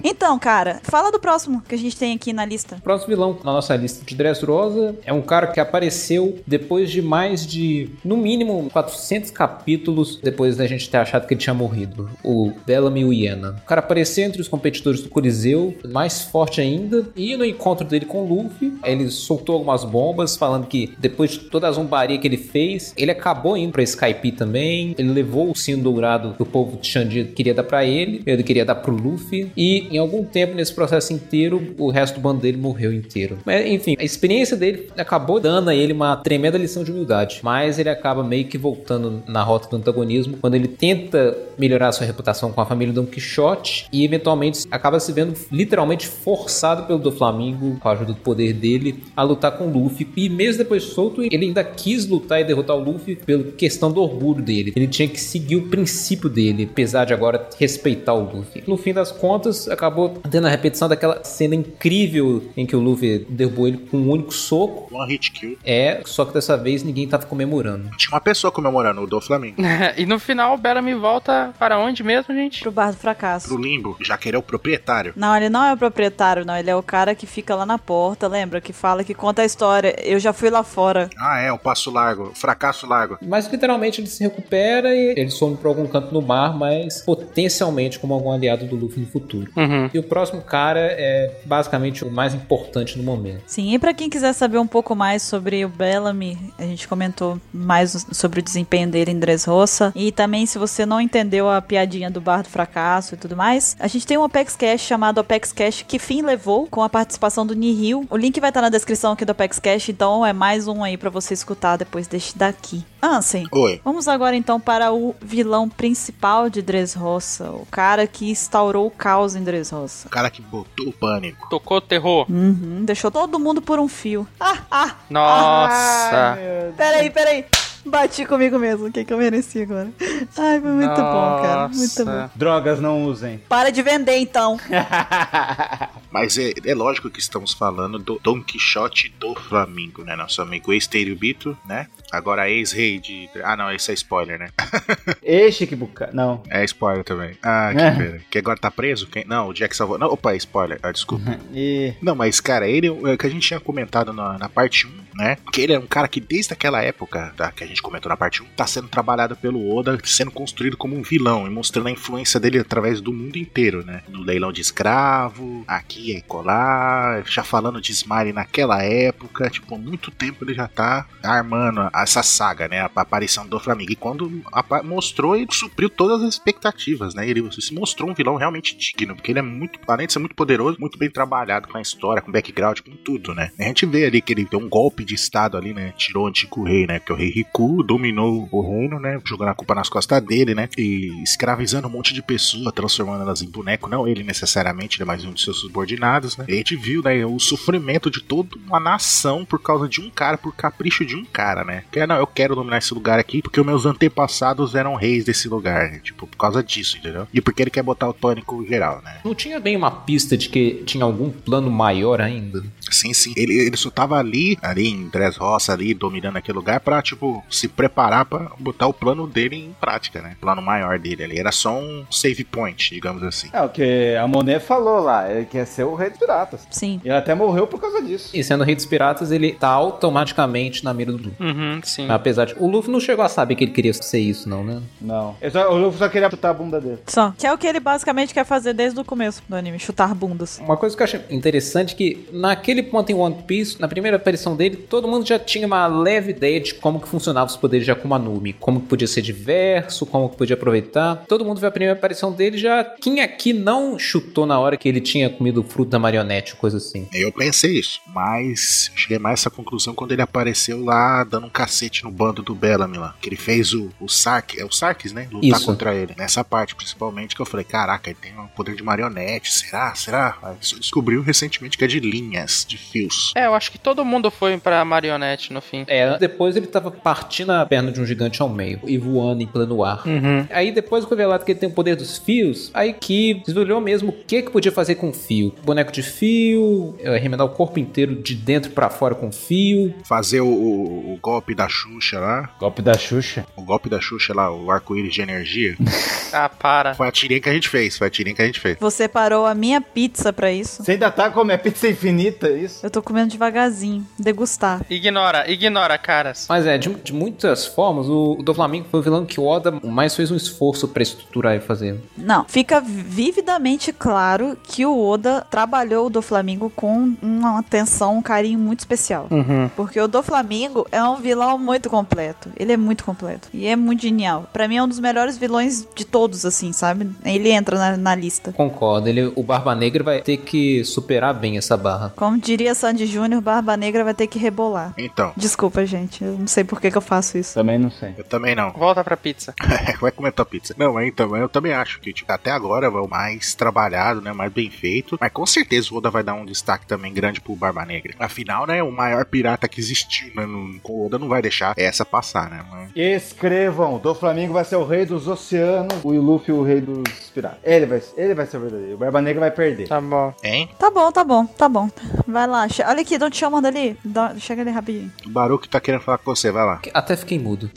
Speaker 1: Então, cara, fala do próximo que a gente tem aqui na lista.
Speaker 5: O próximo vilão na nossa lista de Dressrosa é um cara que apareceu depois de mais de, no mínimo, 400 capítulos depois da gente ter achado que ele tinha morrido. O Bellamy Uiena. O cara apareceu entre os competidores do Coliseu, mais forte ainda, e no encontro dele com o Luffy, ele soltou algumas bombas falando que depois de toda a zombaria que ele fez, ele acabou indo pra Skype também, ele levou o sino dourado que o povo de Xandi queria dar pra ele, ele queria dar pro Luffy, e em algum tempo nesse processo inteiro, o resto do bando dele morreu inteiro. Mas, enfim, a experiência dele acabou dando a ele uma tremenda lição de humildade, mas ele acaba meio que voltando na rota do antagonismo quando ele tenta melhorar sua reputação com a família Don Quixote e eventualmente acaba se vendo literalmente forçado pelo do Flamengo, com a ajuda do poder dele, a lutar com o Luffy. E mesmo depois solto, ele ainda quis lutar e derrotar o Luffy pela questão do orgulho dele. Ele tinha que seguir o princípio dele, apesar de agora respeitar o Luffy. No fim das contas, acabou tendo a repetição daquela cena incrível em que o Luffy derrubou ele com um único soco.
Speaker 4: one hit kill.
Speaker 5: É, só que dessa vez ninguém tava comemorando.
Speaker 4: Tinha uma pessoa comemorando o do Flamengo.
Speaker 3: e no final o Bellamy volta para onde mesmo, gente?
Speaker 1: Pro bar do
Speaker 4: Pro
Speaker 1: fracasso.
Speaker 4: limbo, já que ele é o proprietário.
Speaker 1: Não, ele não é o proprietário, não. Ele é o cara que fica lá na porta, lembra? Que fala, que conta a história. Eu já fui lá fora.
Speaker 4: Ah, é, o passo largo, o fracasso largo.
Speaker 5: Mas literalmente ele se recupera e ele some pra algum canto no mar, mas potencialmente como algum aliado do Luffy no futuro.
Speaker 3: Uhum.
Speaker 5: E o próximo cara é basicamente o mais importante no momento.
Speaker 1: Sim, e pra quem quiser saber um pouco mais sobre o Bellamy, a gente comentou mais sobre o desempenho dele em Dressrosa. E também, se você não entendeu a piadinha do bar do fracasso e tudo mais, a gente tem um Opex Cash chamado Opex Cash que fim levou com a participação do Nihil. O link vai estar na descrição aqui do Opex Cash, então é mais um aí pra você escutar depois deste daqui. Ansem,
Speaker 4: Oi.
Speaker 1: Vamos agora então para o vilão principal de Dressrosa, o cara que instaurou o caos em Dressrosa.
Speaker 4: O cara que botou o pânico.
Speaker 3: Tocou o terror.
Speaker 1: Uhum, deixou todo mundo por um fio. Ah, ah,
Speaker 3: Nossa.
Speaker 1: Peraí, peraí. Bati comigo mesmo, o que, que eu mereci agora? Ai, foi muito bom, cara. Muito bom.
Speaker 3: Nossa.
Speaker 2: Drogas não usem.
Speaker 1: Para de vender, então.
Speaker 4: Mas é, é lógico que estamos falando do Don Quixote do Flamengo, né? Nosso amigo ex-terubito, né? Agora ex-rei de. Ah, não, esse é spoiler, né?
Speaker 2: E Chiquibuca. Não.
Speaker 4: É spoiler também. Ah, que pena. Que agora tá preso? Quem... Não, o Jack salvou. Não, opa, é spoiler. Ah, desculpa.
Speaker 2: E.
Speaker 4: Não, mas, um cara, ele é o que a gente tinha comentado na, na parte 1, né? Que ele é um cara que desde aquela época, tá? Que a gente comentou na parte 1, tá sendo trabalhado pelo Oda, sendo construído como um vilão e mostrando a influência dele através do mundo inteiro, né? No leilão de escravo, aqui e colar, já falando de Smiley naquela época, tipo, há muito tempo ele já tá armando essa saga, né? A aparição do Flamengo. E quando apa- mostrou, ele supriu todas as expectativas, né? Ele se mostrou um vilão realmente digno, porque ele é muito, além de ser muito poderoso, muito bem trabalhado com a história, com o background, com tudo, né? A gente vê ali que ele deu um golpe de estado ali, né? Tirou o antigo rei, né? Porque o rei Riku dominou o reino, né? Jogando a culpa nas costas dele, né? E escravizando um monte de pessoa, transformando elas em boneco. Não ele necessariamente, né? Mas um de seus subordinados, né? E a gente viu, né? O sofrimento de toda uma nação por causa de um cara, por capricho de um cara, né? Que, não, eu quero dominar esse lugar aqui porque meus antepassados eram reis desse lugar, né? Tipo, por causa disso, entendeu? E porque ele quer botar o tônico geral, né?
Speaker 5: Não tinha bem uma pista de que tinha algum plano maior ainda?
Speaker 4: Sim, sim. Ele, ele só tava ali, ali em Dress Roça, ali, dominando aquele lugar pra, tipo, se preparar pra botar o plano dele em prática, né? O plano maior dele ali. Era só um save point, digamos assim.
Speaker 2: É o que a Monet falou lá, é ele quer ser o rei dos piratas.
Speaker 1: Sim.
Speaker 2: E ela até morreu por causa disso.
Speaker 5: E sendo rei dos piratas, ele tá automaticamente na mira do Luffy.
Speaker 3: Uhum, sim.
Speaker 5: Apesar de. O Luffy não chegou a saber que ele queria ser isso, não, né?
Speaker 2: Não. Eu só, o Luffy só queria chutar a bunda dele.
Speaker 1: Só. Que é o que ele basicamente quer fazer desde o começo do anime, chutar bundas.
Speaker 5: Uma coisa que eu achei interessante é que naquele ponto em One Piece, na primeira aparição dele, todo mundo já tinha uma leve ideia de como que funcionava os poderes de Akuma no Mi, como que podia ser diverso, como que podia aproveitar. Todo mundo viu a primeira aparição dele já quem aqui não chutou na hora que ele tinha comido o fruto da marionete, coisa assim.
Speaker 4: Eu pensei isso, mas cheguei mais a essa conclusão quando ele apareceu lá dando um cacete no bando do Bellamy lá. Que ele fez o, o Sark, é o Sarkis, né? Lutar
Speaker 5: Isso.
Speaker 4: contra ele. Nessa parte, principalmente, que eu falei: caraca, ele tem um poder de marionete, será? Será? Aí Isso descobriu recentemente que é de linhas, de fios.
Speaker 3: É, eu acho que todo mundo foi pra marionete no fim.
Speaker 5: É, depois ele tava partindo a perna de um gigante ao meio e voando em plano ar.
Speaker 3: Uhum.
Speaker 5: Aí depois que revelado que ele tem o poder dos fios, aí que desvelhou mesmo o que que podia fazer com fio. Boneco de fio, eh, remendar o corpo inteiro de dentro pra fora com fio.
Speaker 4: Fazer o, o- o golpe da Xuxa lá.
Speaker 2: Golpe da Xuxa.
Speaker 4: O golpe da Xuxa lá, o arco-íris de energia.
Speaker 3: Ah, para.
Speaker 4: Foi a tirinha que a gente fez, foi a tirinha que a gente fez.
Speaker 1: Você parou a minha pizza pra isso?
Speaker 2: Você ainda tá como é pizza infinita, isso?
Speaker 1: Eu tô comendo devagarzinho, degustar.
Speaker 3: Ignora, ignora, caras.
Speaker 5: Mas é, de, de muitas formas, o, o do Flamengo foi o vilão que o Oda mais fez um esforço pra estruturar e fazer.
Speaker 1: Não, fica vividamente claro que o Oda trabalhou o Doflamingo com uma atenção, um carinho muito especial. Porque o Doflamingo é um vilão muito completo. Ele é muito completo. E é muito genial. Pra mim é um dos melhores vilões de todos, assim, sabe? Ele entra na, na lista.
Speaker 5: Concordo, ele, o Barba Negra vai ter que superar bem essa barra.
Speaker 1: Como diria Sandy Júnior, Barba Negra vai ter que rebolar.
Speaker 4: Então,
Speaker 1: Desculpa, gente. Eu não sei por que, que eu faço isso.
Speaker 2: Também não sei.
Speaker 4: eu também não.
Speaker 3: Volta pra pizza.
Speaker 4: Vai comer tua pizza. Não, mas então, eu também acho que tipo, até agora é o mais trabalhado, né? Mais bem feito. Mas com certeza o Oda vai dar um destaque também grande pro Barba Negra. Afinal, né? O maior pirata que existiu, né? não- O Oda não vai deixar essa passar, né? Mas-
Speaker 2: Escrevam, do Flamengo vai ser o rei dos oceanos, o Luffy o rei dos piratas. Ele vai, ele vai ser o verdadeiro. O Barba Negra vai perder.
Speaker 3: Tá bom.
Speaker 4: Hein?
Speaker 1: Tá bom, tá bom, tá bom. Vai lá. che- Olha aqui, não te chamando ali. Dá- Chega ali rapidinho.
Speaker 4: O Baruque tá querendo falar com você, vai lá.
Speaker 5: Até fiquei mudo.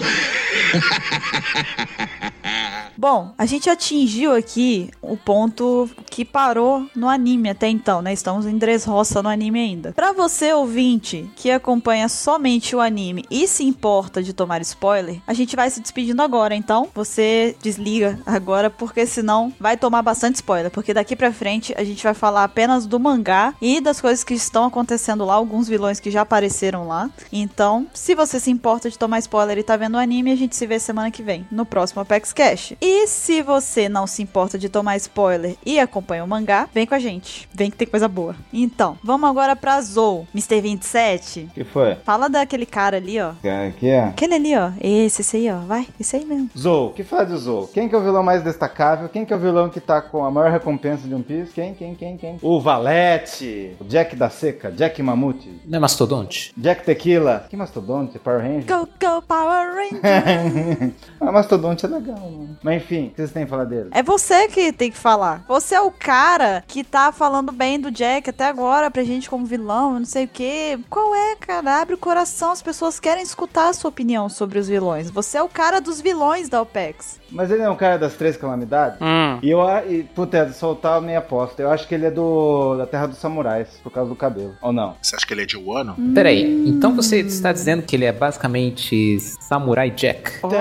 Speaker 1: Bom, a gente atingiu aqui o ponto que parou no anime até então, né? Estamos em Dressrosa no anime ainda. Pra você, ouvinte, que acompanha somente o anime e se importa de tomar spoiler, a gente vai se despedindo agora, então. Você desliga agora, porque senão vai tomar bastante spoiler. Porque daqui pra frente a gente vai falar apenas do mangá e das coisas que estão acontecendo lá, alguns vilões que já apareceram lá. Então, se você se importa de tomar spoiler e tá vendo o anime, a gente se vê semana que vem, no próximo Apex Cash. E se você não se importa de tomar spoiler e acompanha o mangá, vem com a gente. Vem que tem coisa boa. Então, vamos agora pra Zou, Mr. 27.
Speaker 2: O que foi?
Speaker 1: Fala daquele cara ali, ó.
Speaker 2: Aqui é.
Speaker 1: Aquele ali, ó. Esse, esse aí, ó. Vai, esse aí mesmo.
Speaker 2: Zou, o que faz de Zou? Quem que é o vilão mais destacável? Quem que é o vilão que tá com a maior recompensa de um piso? Quem, quem, quem, quem? O Valete, o Jack da Seca, Jack Mamute,
Speaker 5: Não é mastodonte?
Speaker 2: Jack Tequila. Que mastodonte, Power Ranger?
Speaker 1: Go, go, Power Ranger.
Speaker 2: ah, mastodonte é legal, mano. Mas enfim, o que vocês têm a falar dele?
Speaker 1: É você que tem que falar. Você é o cara que tá falando bem do Jack até agora pra gente como vilão, não sei o quê. Qual é, cara? Abre o coração, as pessoas querem escutar a sua opinião sobre os vilões. Você é o cara dos vilões da OPEX.
Speaker 2: Mas ele é um cara das três calamidades?
Speaker 3: Hum.
Speaker 2: E eu, a- e, puta, é de soltar a minha aposta. Eu acho que ele é do da Terra dos Samurais, por causa do cabelo. Ou não?
Speaker 4: Você acha que ele é de Wano?
Speaker 5: Peraí, então você está dizendo que ele é basicamente Samurai Jack?
Speaker 1: Olha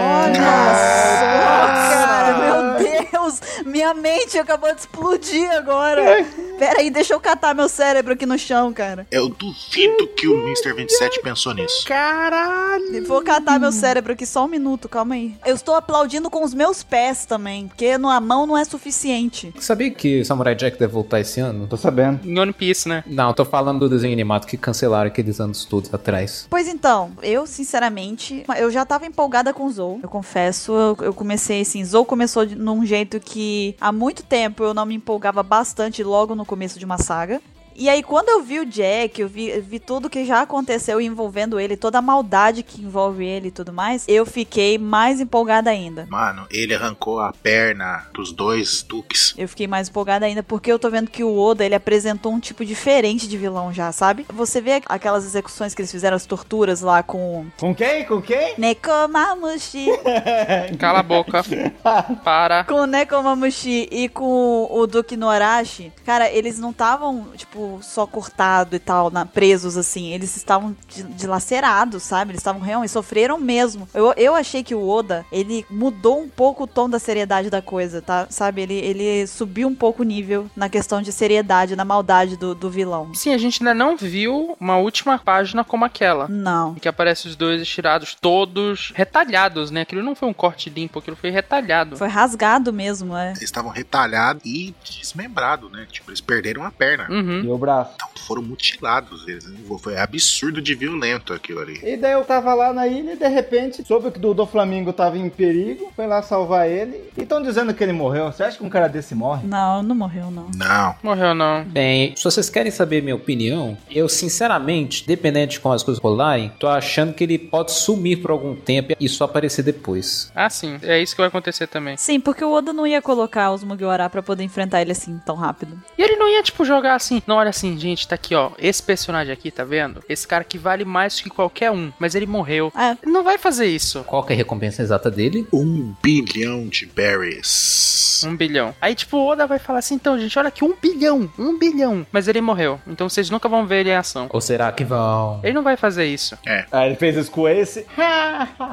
Speaker 1: só, cara, meu Deus! Minha mente acabou de explodir agora. Pera aí, deixa eu catar meu cérebro aqui no chão, cara.
Speaker 4: Eu duvido que o Mr. 27 pensou nisso.
Speaker 3: Caralho!
Speaker 1: Vou catar meu cérebro aqui só um minuto, calma aí. Eu estou aplaudindo com os meus pés também, porque na mão não é suficiente.
Speaker 5: Sabia que Samurai Jack deve voltar esse ano?
Speaker 2: Tô sabendo.
Speaker 3: Em One Piece, né?
Speaker 5: Não, tô falando do desenho animado que cancelaram aqueles anos todos atrás.
Speaker 1: Pois então, eu sinceramente, eu já tava empolgada com o Zou. Eu confesso, eu, eu comecei assim, Zou começou de, num jeito que há muito tempo eu não me empolgava bastante logo no começo de uma saga. E aí, quando eu vi o Jack, eu vi, vi tudo que já aconteceu envolvendo ele, toda a maldade que envolve ele e tudo mais, eu fiquei mais empolgada ainda.
Speaker 4: Mano, ele arrancou a perna dos dois duques.
Speaker 1: Eu fiquei mais empolgada ainda porque eu tô vendo que o Oda ele apresentou um tipo diferente de vilão já, sabe? Você vê aquelas execuções que eles fizeram, as torturas lá com né,
Speaker 2: Com quem? Com quem?
Speaker 1: Nekomamushi,
Speaker 3: Cala a boca. Para.
Speaker 1: com o Nekomamushi e com o Duke Norashi. Cara, eles não estavam, tipo, só cortado e tal, na- presos assim. Eles estavam di- dilacerados, sabe? Eles estavam realmente, sofreram mesmo. Eu, eu achei que o Oda, ele mudou um pouco o tom da seriedade da coisa, tá? Sabe? Ele, ele subiu um pouco o nível na questão de seriedade, na maldade do, do vilão.
Speaker 3: Sim, a gente ainda não viu uma última página como aquela.
Speaker 1: Não.
Speaker 3: Em que aparece os dois estirados todos retalhados, né? Aquilo não foi um corte limpo, aquilo foi retalhado.
Speaker 1: Foi rasgado mesmo, é.
Speaker 4: Eles estavam retalhados e desmembrados, né? Tipo, eles perderam a perna.
Speaker 3: Uhum.
Speaker 2: E o braço.
Speaker 4: Foram mutilados. Eles, né? foi absurdo de violento aquilo ali.
Speaker 2: E daí eu tava lá na ilha e de repente soube que o do, do Flamengo tava em perigo, foi lá salvar ele. E tão dizendo que ele morreu. Você acha que um cara desse morre?
Speaker 1: Não, não morreu, não.
Speaker 4: Não.
Speaker 3: Morreu não.
Speaker 5: Bem, se vocês querem saber minha opinião, eu sinceramente, dependente de como as coisas rolarem, tô achando que ele pode sumir por algum tempo e só aparecer depois.
Speaker 3: Ah, sim. É isso que vai acontecer também.
Speaker 1: Sim, porque o Oda não ia colocar os Mugiwara pra poder enfrentar ele assim tão rápido.
Speaker 3: E ele não ia, tipo, jogar assim. Não, olha assim, gente, tá aqui, ó. Esse personagem aqui, tá vendo? Esse cara que vale mais que qualquer um, mas ele morreu.
Speaker 1: É.
Speaker 3: Ele não vai fazer isso.
Speaker 5: Qual que é a recompensa exata dele?
Speaker 4: Um bilhão de berries.
Speaker 3: Um bilhão. Aí, tipo, o Oda vai falar assim, então, gente, olha aqui, um bilhão, um bilhão. Mas ele morreu. Então vocês nunca vão ver ele em ação.
Speaker 5: Ou será que vão?
Speaker 3: Ele não vai fazer isso.
Speaker 2: Ah, ele fez isso com esse.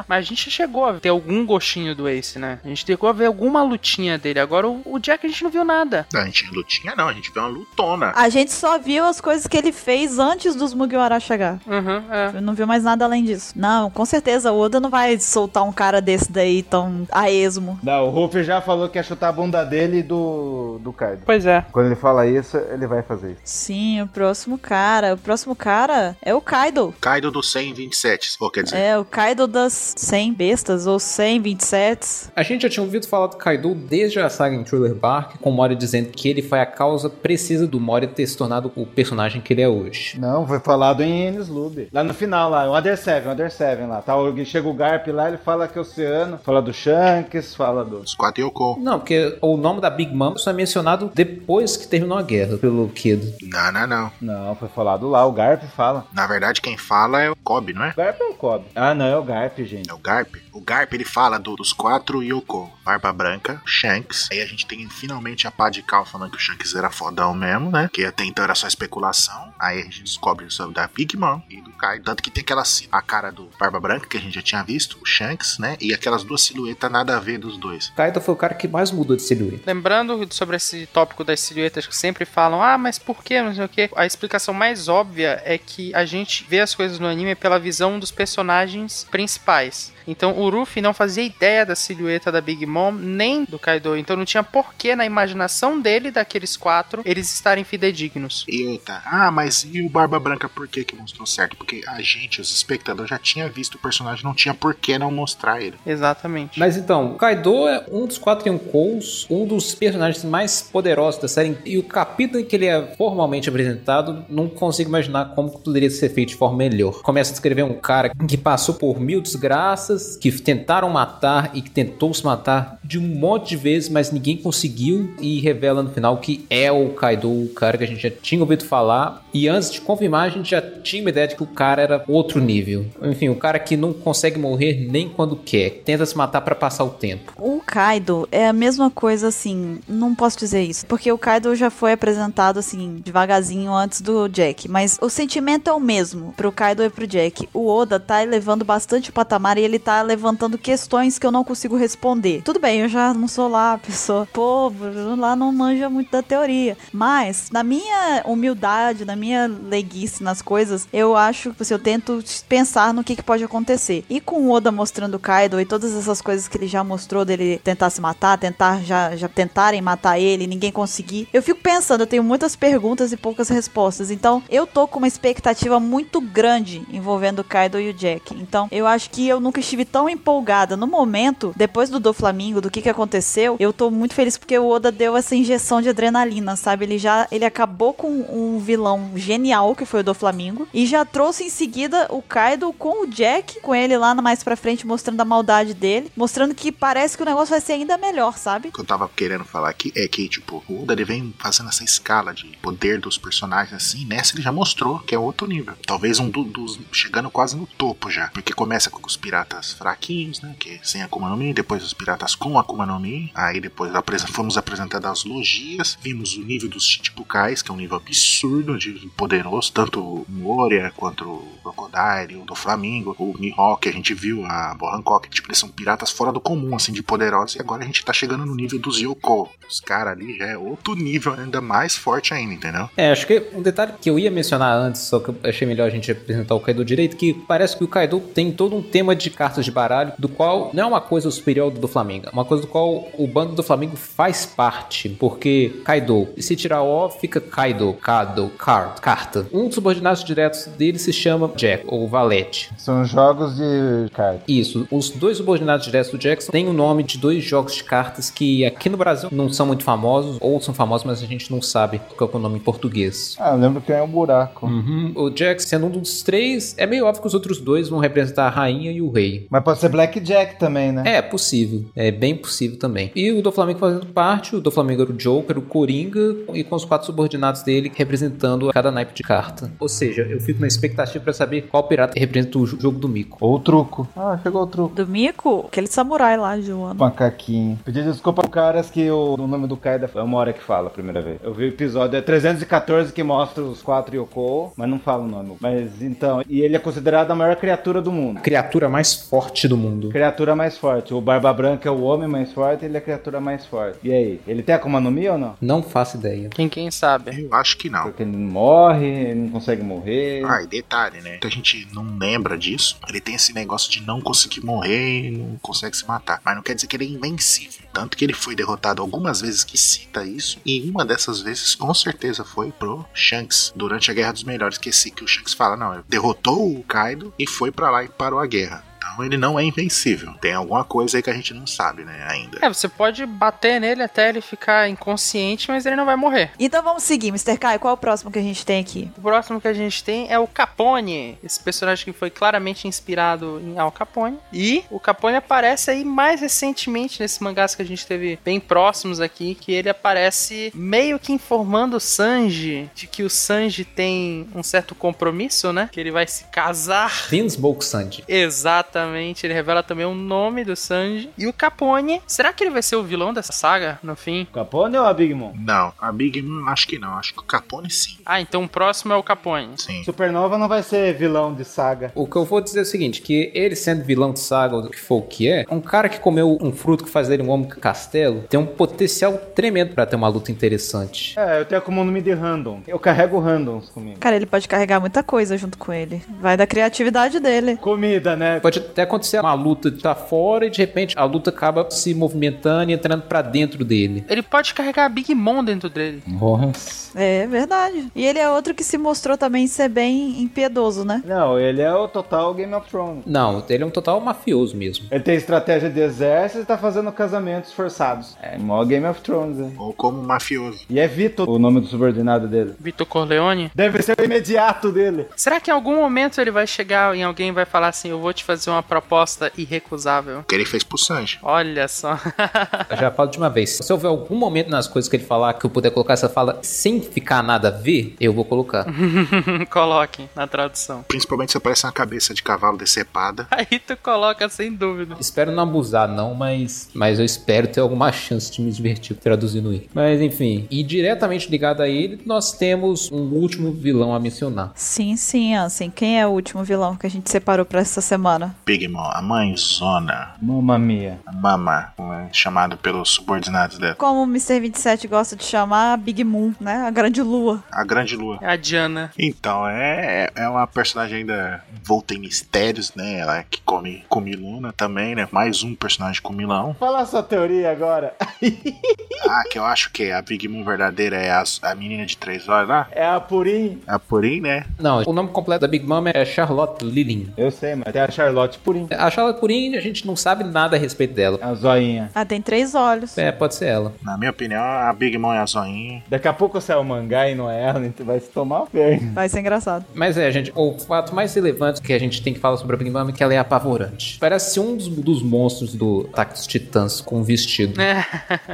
Speaker 3: Mas a gente chegou a ter algum gostinho do Ace, né? A gente chegou a ver alguma lutinha dele. Agora o, o Jack a gente não viu nada.
Speaker 4: Não, a gente não lutinha, não. A gente vê uma lutona.
Speaker 1: A gente só viu as coisas que ele fez antes dos Mugiwara chegar.
Speaker 3: Uhum, é.
Speaker 1: Eu não viu mais nada além disso. Não, com certeza o Oda não vai soltar um cara desse daí tão a esmo.
Speaker 2: Não, o Ruff já falou que ia chutar a bunda dele e do, do Kaido.
Speaker 3: Pois é.
Speaker 2: Quando ele fala isso, ele vai fazer isso.
Speaker 1: Sim, o próximo cara, o próximo cara é o Kaido.
Speaker 4: Kaido do 127. Pô, quer dizer,
Speaker 1: É, o Kaido das 100 bestas ou 127.
Speaker 5: A gente já tinha ouvido falar do Kaido desde a saga em Thriller Bark, com o Mori dizendo que ele foi a causa precisa do Mori ter se tornado o personagem que ele é hoje.
Speaker 2: Não, foi falado em Enes Lube. Lá no final, lá, o Under Seven, o Under Seven lá. Tá, O- chega o Garp lá, ele fala que é oceano, fala do Shanks, fala do.
Speaker 4: os quatro Yoko.
Speaker 5: Não, porque o nome da Big Mom só é mencionado depois que terminou a guerra, pelo Kid.
Speaker 4: Não, não, não.
Speaker 2: Não, foi falado lá, o Garp fala.
Speaker 4: Na verdade, quem fala é o Kobe, não é?
Speaker 2: O Garp é o Cobb. Ah, não, é o Garp, gente.
Speaker 4: É o Garp. O Garp ele fala do- dos quatro Yoko: Barba Branca, Shanks. Aí a gente tem finalmente a pá de cal falando que o Shanks era fodão mesmo, né? Que até então era só especulação. Aí a gente descobre isso da Big Mom e do Kai. Tanto que tem aquela ci- a cara do Barba Branca que a gente já tinha visto, o Shanks, né? E aquelas duas silhuetas nada a ver dos dois.
Speaker 5: Kaido foi o cara que mais mudou de silhueta.
Speaker 3: Lembrando sobre esse tópico das silhuetas que sempre falam, ah, mas por que, não sei o quê. A explicação mais óbvia é que a gente vê as coisas no anime pela visão dos personagens principais. Então o Ruffy não fazia ideia da silhueta da Big Mom, nem do Kaido. Então não tinha porquê na imaginação dele, daqueles quatro, eles estarem fidedignos.
Speaker 4: E outra, ah, mas Mas e o Barba Branca por que que mostrou certo? Porque a gente, os espectadores, já tinha visto o personagem, não tinha por que não mostrar ele.
Speaker 3: Exatamente.
Speaker 5: Mas então, o Kaido é um dos quatro Yonkous, um dos personagens mais poderosos da série. E o capítulo em que ele é formalmente apresentado, não consigo imaginar como poderia ser feito de forma melhor. Começa a descrever um cara que passou por mil desgraças, que tentaram matar e que tentou se matar de um monte de vezes, mas ninguém conseguiu. E revela no final que é o Kaido, o cara que a gente já tinha ouvido falar. E antes de confirmar, a gente já tinha uma ideia de que o cara era outro nível. Enfim, o cara que não consegue morrer nem quando quer, tenta se matar pra passar o tempo.
Speaker 1: O Kaido é a mesma coisa assim, não posso dizer isso, porque o Kaido já foi apresentado assim, devagarzinho antes do Jack, mas o sentimento é o mesmo pro Kaido e pro Jack. O Oda tá elevando bastante o patamar e ele tá levantando questões que eu não consigo responder. Tudo bem, eu já não sou lá a pessoa, pô, Bruno lá não manja muito da teoria, mas na minha humildade, na minha leguice nas coisas, eu acho que assim, eu tento pensar no que, que pode acontecer. E com o Oda mostrando o Kaido e todas essas coisas que ele já mostrou dele tentar se matar, tentar já, já tentarem matar ele, ninguém conseguir. Eu fico pensando, eu tenho muitas perguntas e poucas respostas. Então, eu tô com uma expectativa muito grande envolvendo o Kaido e o Jack. Então, eu acho que eu nunca estive tão empolgada no momento, depois do do Flamingo, do que que aconteceu. Eu tô muito feliz porque o Oda deu essa injeção de adrenalina, sabe? Ele já ele acabou com um vilão genial que foi o do Flamingo e já trouxe em seguida o Kaido com o Jack, com ele lá mais pra frente mostrando a maldade dele, mostrando que parece que o negócio vai ser ainda melhor, sabe?
Speaker 4: O que eu tava querendo falar aqui é que, tipo, o Oda ele vem fazendo essa escala de poder dos personagens assim, nessa ele já mostrou que é outro nível. Talvez um do- dos chegando quase no topo já, porque começa com os piratas fraquinhos, né, que é sem Akuma no Mi, depois os piratas com Akuma no Mi, aí depois apres- fomos apresentados as logias, vimos o nível dos Chichibukais, que é um nível absurdo de poderoso, tanto o Moria quanto o Crocodile, o do Flamingo, o Mihawk, a gente viu a Bo Hancock, tipo, eles são piratas fora do comum, assim, de poderosos, e agora a gente tá chegando no nível dos Yoko. Os caras ali já é outro nível, ainda mais forte ainda, entendeu?
Speaker 5: É, acho que um detalhe que eu ia mencionar antes, só que eu achei melhor a gente apresentar o Kaido direito, que parece que o Kaido tem todo um tema de cartas de baralho, do qual não é uma coisa superior ao do Flamengo, é uma coisa do qual o bando do Flamengo faz parte, porque Kaido, e se tirar o O, fica Kaido, Kado, Card, carta. Um dos subordinados diretos dele se chama Jack, ou Valete.
Speaker 2: São jogos de cartas.
Speaker 5: Isso, os dois subordinados diretos do Jackson têm o nome de dois jogos de cartas que aqui no Brasil não são muito famosos, ou são famosos, mas a gente não sabe qual que é o nome em português.
Speaker 2: Ah, eu lembro que é um buraco.
Speaker 5: Uhum. O Jack sendo um dos três, é meio óbvio que os outros dois vão representar a rainha e o rei.
Speaker 2: Mas pode ser Blackjack também, né?
Speaker 5: É possível, é bem possível também. E o do Flamengo fazendo parte, o do Flamengo era o Joker, o Coringa e com os quatro subordinados dele representando cada naipe de carta. Ou seja, eu fico na expectativa pra saber qual pirata representa o jo- jogo do Mico.
Speaker 2: Ou o truco. Ah, chegou o truco.
Speaker 1: Do Mico, aquele samurai lá, Joana.
Speaker 2: Macaquinho. Pedi desculpa pro caras que o, o nome do Kaido é uma hora que fala a primeira vez. Eu vi o episódio, é 314 que mostra os quatro Yoko, mas não fala o nome. Mas então, e ele é considerado a maior criatura do mundo.
Speaker 5: Criatura mais forte do mundo.
Speaker 2: Criatura mais forte. O Barba Branca é o homem mais forte, ele é a criatura mais forte. E aí, ele tem Akuma no Mi ou não?
Speaker 5: Não faço ideia.
Speaker 3: Quem, quem sabe?
Speaker 4: Eu acho que não.
Speaker 2: Porque ele não morre, ele não consegue morrer.
Speaker 4: Ah, e detalhe, né? Muita gente não lembra disso. Ele tem esse negócio de não conseguir morrer e não consegue se matar. Mas não quer dizer que ele é invencível. Tanto que ele foi derrotado algumas vezes que cita isso. E uma dessas vezes, com certeza, foi pro Shanks. Durante a Guerra dos Melhores, que, esse, que o Shanks fala, não, ele derrotou o Kaido e foi pra lá e parou a guerra. Então ele não é invencível. Tem alguma coisa aí que a gente não sabe, né, ainda.
Speaker 3: É, você pode bater nele até ele ficar inconsciente, mas ele não vai morrer.
Speaker 1: Então vamos seguir, Mr. Kai, qual é o próximo que a gente tem aqui?
Speaker 3: O próximo que a gente tem é o Capone, esse personagem que foi claramente inspirado em Al Capone. E o Capone aparece aí mais recentemente nesse mangás que a gente teve bem próximos aqui, que ele aparece meio que informando o Sanji de que o Sanji tem um certo compromisso, né? Que ele vai se casar
Speaker 5: Finsbolg Sandy.
Speaker 3: Exatamente, ele revela também o nome do Sanji. E o Capone, será que ele vai ser o vilão dessa saga no fim?
Speaker 2: Capone ou a Big Mom?
Speaker 4: Não, a Big Mom acho que não. Acho que o Capone sim.
Speaker 3: Ah, então o próximo é o Capone.
Speaker 4: Sim.
Speaker 2: Supernova não vai ser vilão de saga.
Speaker 5: O que eu vou dizer é o seguinte, que ele sendo vilão de saga, ou do que for o que é, um cara que comeu um fruto que faz dele um homem castelo, tem um potencial tremendo pra ter uma luta interessante.
Speaker 2: É, eu tenho Akuma no Mi de Random. Eu carrego Randoms comigo.
Speaker 1: Cara, ele pode carregar muita coisa junto com ele. Vai da criatividade dele.
Speaker 2: Comida, né?
Speaker 5: Pode até acontecer uma luta de tá fora e de repente a luta acaba se movimentando e entrando pra dentro dele.
Speaker 3: Ele pode carregar a Big Mom dentro dele.
Speaker 5: Nossa.
Speaker 1: É verdade. E ele é outro que se mostrou também ser bem impiedoso, né?
Speaker 2: Não, ele é o total Game of Thrones.
Speaker 5: Não, ele é um total mafioso mesmo.
Speaker 2: Ele tem estratégia de exército e tá fazendo casamentos forçados. É mó Game of Thrones, né?
Speaker 4: Ou como mafioso.
Speaker 2: E é Vitor o nome do subordinado dele.
Speaker 3: Vitor Corleone.
Speaker 2: Deve ser o imediato dele.
Speaker 3: Será que em algum momento ele vai chegar em alguém e vai falar assim: Eu vou te fazer uma proposta irrecusável?
Speaker 4: Que ele fez pro Sanji.
Speaker 3: Olha só.
Speaker 5: Eu já falo de uma vez. Se houver algum momento nas coisas que ele falar que eu puder colocar essa fala sem ficar nada a ver, eu vou colocar.
Speaker 3: Coloque na tradução.
Speaker 4: Principalmente se aparece uma cabeça de cavalo decepada.
Speaker 3: Aí tu coloca sem dúvida.
Speaker 5: Espero não abusar, não, mas, mas eu espero ter alguma chance de me divertir traduzindo ele. Mas enfim, e diretamente ligado a ele, nós temos um último vilão a mencionar.
Speaker 1: Sim, sim, assim. Quem é o último vilão que a gente separou pra essa semana?
Speaker 4: Big Mom, a mãe zona.
Speaker 2: Mamma mia.
Speaker 4: a Mama, como é chamado pelos subordinados dela.
Speaker 1: Como o Mr. 27 gosta de chamar, a Big Moon, né? A grande lua.
Speaker 4: A grande lua.
Speaker 3: É a Diana.
Speaker 4: Então, é, é uma personagem ainda envolta em mistérios, né? Ela é que come comilona também, né? Mais um personagem comilão.
Speaker 2: Fala a sua teoria agora.
Speaker 4: Ah, que eu acho que a Big Mom verdadeira é a, a menina de três horas lá.
Speaker 2: É a Purim.
Speaker 4: A Purim, né?
Speaker 5: Não, o nome completo da Big Mom é Charlotte Lilling.
Speaker 2: Eu sei, mas tem É a Charlotte Purim.
Speaker 5: A Charlotte Purim, a gente não sabe nada a respeito dela.
Speaker 2: A zoinha.
Speaker 1: Ah, tem três olhos.
Speaker 5: É, pode ser ela.
Speaker 4: Na minha opinião, a Big Mom é a zoinha.
Speaker 2: Daqui a pouco sai o mangá e não é ela, então vai se tomar o perna.
Speaker 1: Vai ser engraçado.
Speaker 5: Mas é, gente, o fato mais relevante que a gente tem que falar sobre a Big Mom é que ela é apavorante. Parece um dos, dos monstros do Ataque dos Titãs com um vestido.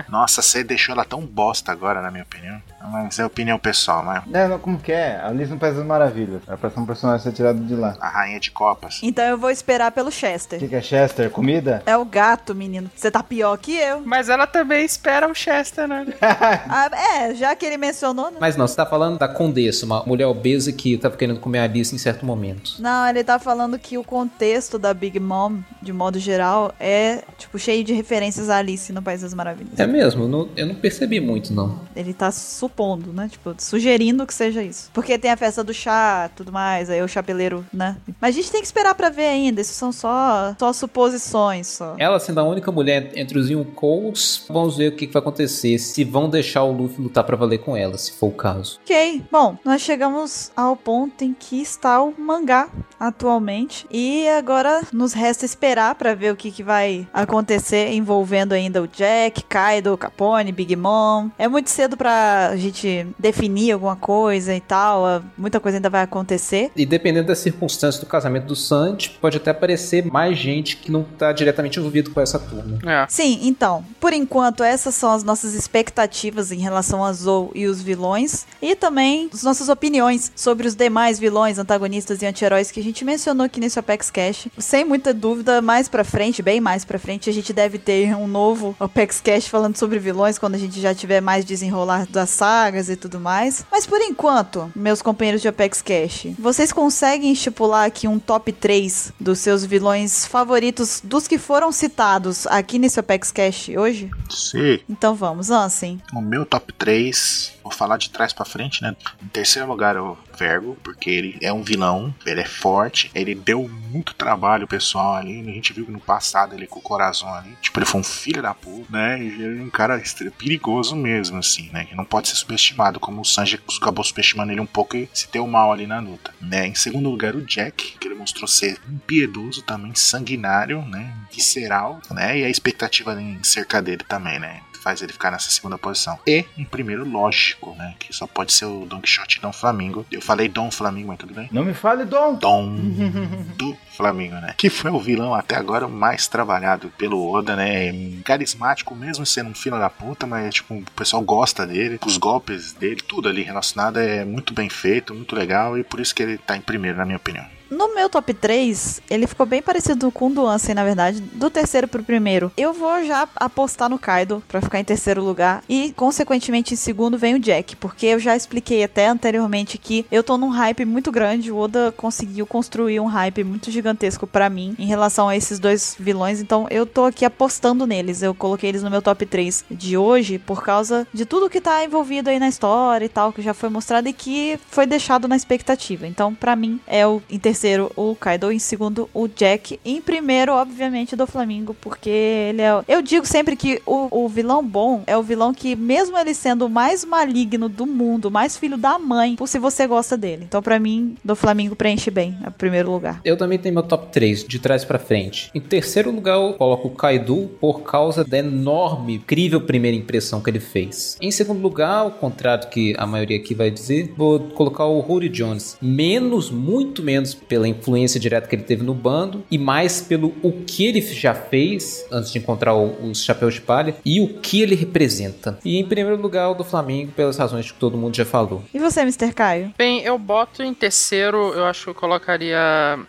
Speaker 4: Nossa, você deixou ela tão bosta agora, na minha opinião. Mas é opinião pessoal, né?
Speaker 2: Não, não, como que é? A Alice no País das Maravilhas. Ela parece um personagem ser tirado de lá.
Speaker 4: A rainha de copas.
Speaker 1: Então eu vou esperar pelo
Speaker 2: O
Speaker 1: Chester.
Speaker 2: que, que é Chester? Comida?
Speaker 1: É o gato, menino. Você tá pior que eu.
Speaker 3: Mas ela também espera o Chester, né?
Speaker 1: Ah, é, já que ele mencionou, né?
Speaker 5: Mas não, você tá falando da Condessa, uma mulher obesa que tava querendo comer a Alice em certo momento.
Speaker 1: Não, ele tá falando que o contexto da Big Mom, de modo geral, é, tipo, cheio de referências a Alice no País das Maravilhas.
Speaker 5: É mesmo, eu não, eu não percebi muito, não.
Speaker 1: Ele tá supondo, né? Tipo, sugerindo que seja isso. Porque tem a festa do chá, tudo mais, aí o chapeleiro, né? Mas a gente tem que esperar pra ver ainda. Isso são só, só suposições, só.
Speaker 5: Ela sendo a única mulher entre os Yonkous, vamos ver o que, que vai acontecer, se vão deixar o Luffy lutar pra valer com ela, se for o caso.
Speaker 1: Ok, bom, nós chegamos ao ponto em que está o mangá atualmente e agora nos resta esperar pra ver o que, que vai acontecer envolvendo ainda o Jack, Kaido, Capone, Big Mom. É muito cedo pra gente definir alguma coisa e tal, ah, muita coisa ainda vai acontecer.
Speaker 5: E dependendo das circunstâncias do casamento do Sanji, pode até aparecer mais gente que não tá diretamente envolvido com essa turma.
Speaker 3: É.
Speaker 1: Sim, então, por enquanto essas são as nossas expectativas em relação a Zou e os vilões e também as nossas opiniões sobre os demais vilões, antagonistas e anti-heróis que a gente mencionou aqui nesse Apex Cash. Sem muita dúvida, mais pra frente, bem mais pra frente, a gente deve ter um novo Apex Cash falando sobre vilões quando a gente já tiver mais desenrolar das sagas e tudo mais. Mas por enquanto, meus companheiros de Apex Cash, vocês conseguem estipular aqui um top 3 dos seus vilões favoritos dos que foram citados aqui nesse Apex Cash hoje?
Speaker 4: Sim.
Speaker 1: Então vamos, Ansem.
Speaker 4: O meu top 3, vou falar de trás pra frente, né? Em terceiro lugar, o Vergo, porque ele é um vilão, ele é forte, ele deu muito trabalho pro pessoal ali. A gente viu que no passado ele com o coração ali, tipo, ele foi um filho da puta, né? E ele é um cara extre- perigoso mesmo, assim, né? Que não pode ser subestimado, como o Sanji acabou subestimando ele um pouco e se deu mal ali na luta, né? Em segundo lugar, o Jack, que ele mostrou ser impiedoso também, sanguinário, né? Visceral, né? E a expectativa em cerca dele também, né? faz ele ficar nessa segunda posição. E um primeiro lógico, né? Que só pode ser o Don Quixote e Dom Flamingo. Eu falei Dom Flamingo, mas tudo bem?
Speaker 2: Não me fale, Dom!
Speaker 4: Dom do Flamingo, né? Que foi o vilão até agora mais trabalhado pelo Oda, né? Carismático mesmo sendo um filho da puta, mas tipo, o pessoal gosta dele. Os golpes dele, tudo ali relacionado é muito bem feito, muito legal. E por isso que ele tá em primeiro, na minha opinião.
Speaker 1: No meu top 3, ele ficou bem parecido com o do Ansem, na verdade, do terceiro pro primeiro. Eu vou já apostar no Kaido pra ficar em terceiro lugar e, consequentemente, em segundo vem o Jack, porque eu já expliquei até anteriormente que eu tô num hype muito grande, o Oda conseguiu construir um hype muito gigantesco pra mim em relação a esses dois vilões, então eu tô aqui apostando neles. Eu coloquei eles no meu top 3 de hoje por causa de tudo que tá envolvido aí na história e tal, que já foi mostrado e que foi deixado na expectativa. Então, pra mim, é o em terceiro o Kaido, em segundo o Jack, e em primeiro, obviamente, do Flamingo, porque ele é. o- Eu digo sempre que o, o vilão bom é o vilão que, mesmo ele sendo o mais maligno do mundo, mais filho da mãe, por se você gosta dele. Então, pra mim, do Flamingo preenche bem, é o primeiro lugar.
Speaker 5: Eu também tenho meu top 3, de trás pra frente. Em terceiro lugar, eu coloco o Kaido por causa da enorme, incrível primeira impressão que ele fez. Em segundo lugar, ao contrário do que a maioria aqui vai dizer, vou colocar o Rory Jones. Menos, muito menos pela influência direta que ele teve no bando e mais pelo o que ele já fez antes de encontrar o- os chapéus de palha e o que ele representa. E em primeiro lugar, o do Flamengo, pelas razões que todo mundo já falou.
Speaker 1: E você, Mr. Caio?
Speaker 3: Bem, eu boto em terceiro, eu acho que eu colocaria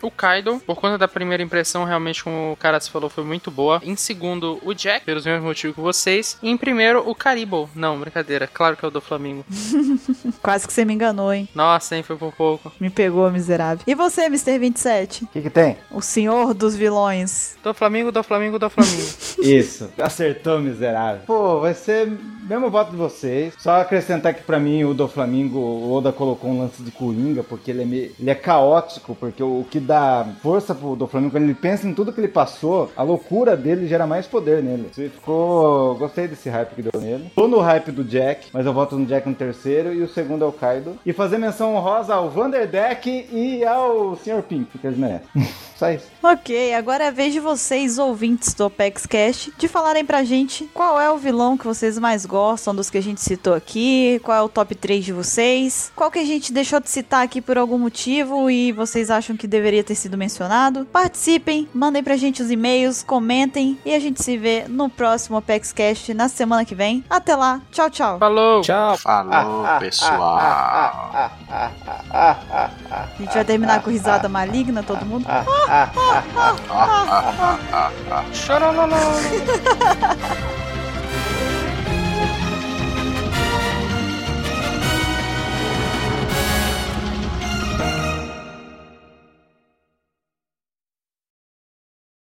Speaker 3: o Kaido, por conta da primeira impressão, realmente, como o cara se falou, foi muito boa. Em segundo, o Jack, pelos mesmos motivos que vocês. E em primeiro, o Caribou. Não, brincadeira, claro que é o do Flamengo.
Speaker 1: Quase que você me enganou, hein?
Speaker 3: Nossa, hein, foi por pouco.
Speaker 1: Me pegou, miserável. E você, Mr. 27?
Speaker 2: O que, que tem?
Speaker 1: O senhor dos vilões.
Speaker 3: Do Flamengo, do Flamengo, do Flamengo.
Speaker 2: Isso. Acertou, miserável. Pô, vai ser mesmo voto de vocês. Só acrescentar que pra mim o do Flamengo, o Oda colocou um lance de coringa, porque ele é, meio, ele é caótico, porque o, o que dá força pro do Flamengo, quando ele pensa em tudo que ele passou, a loucura dele gera mais poder nele. Isso ficou. Gostei desse hype que deu nele. Tô no hype do Jack, mas eu voto no Jack no terceiro e o segundo é o Kaido. E fazer menção honrosa ao Vanderdeck e ao Sr. Pink, porque eles merecem. Só isso.
Speaker 1: Ok, agora é a vez de vocês, ouvintes do Apex Cash, de falarem pra gente qual é o vilão que vocês mais gostam dos que a gente citou aqui, qual é o top 3 de vocês, qual que a gente deixou de citar aqui por algum motivo e vocês acham que deveria ter sido mencionado. Participem, mandem pra gente os e-mails, comentem e a gente se vê no próximo Apex Cash na semana que vem. Até lá, tchau, tchau.
Speaker 3: Falou!
Speaker 5: Tchau!
Speaker 4: Falou, pessoal.
Speaker 1: A gente vai terminar com risada maligna, todo mundo.
Speaker 3: Chorololó!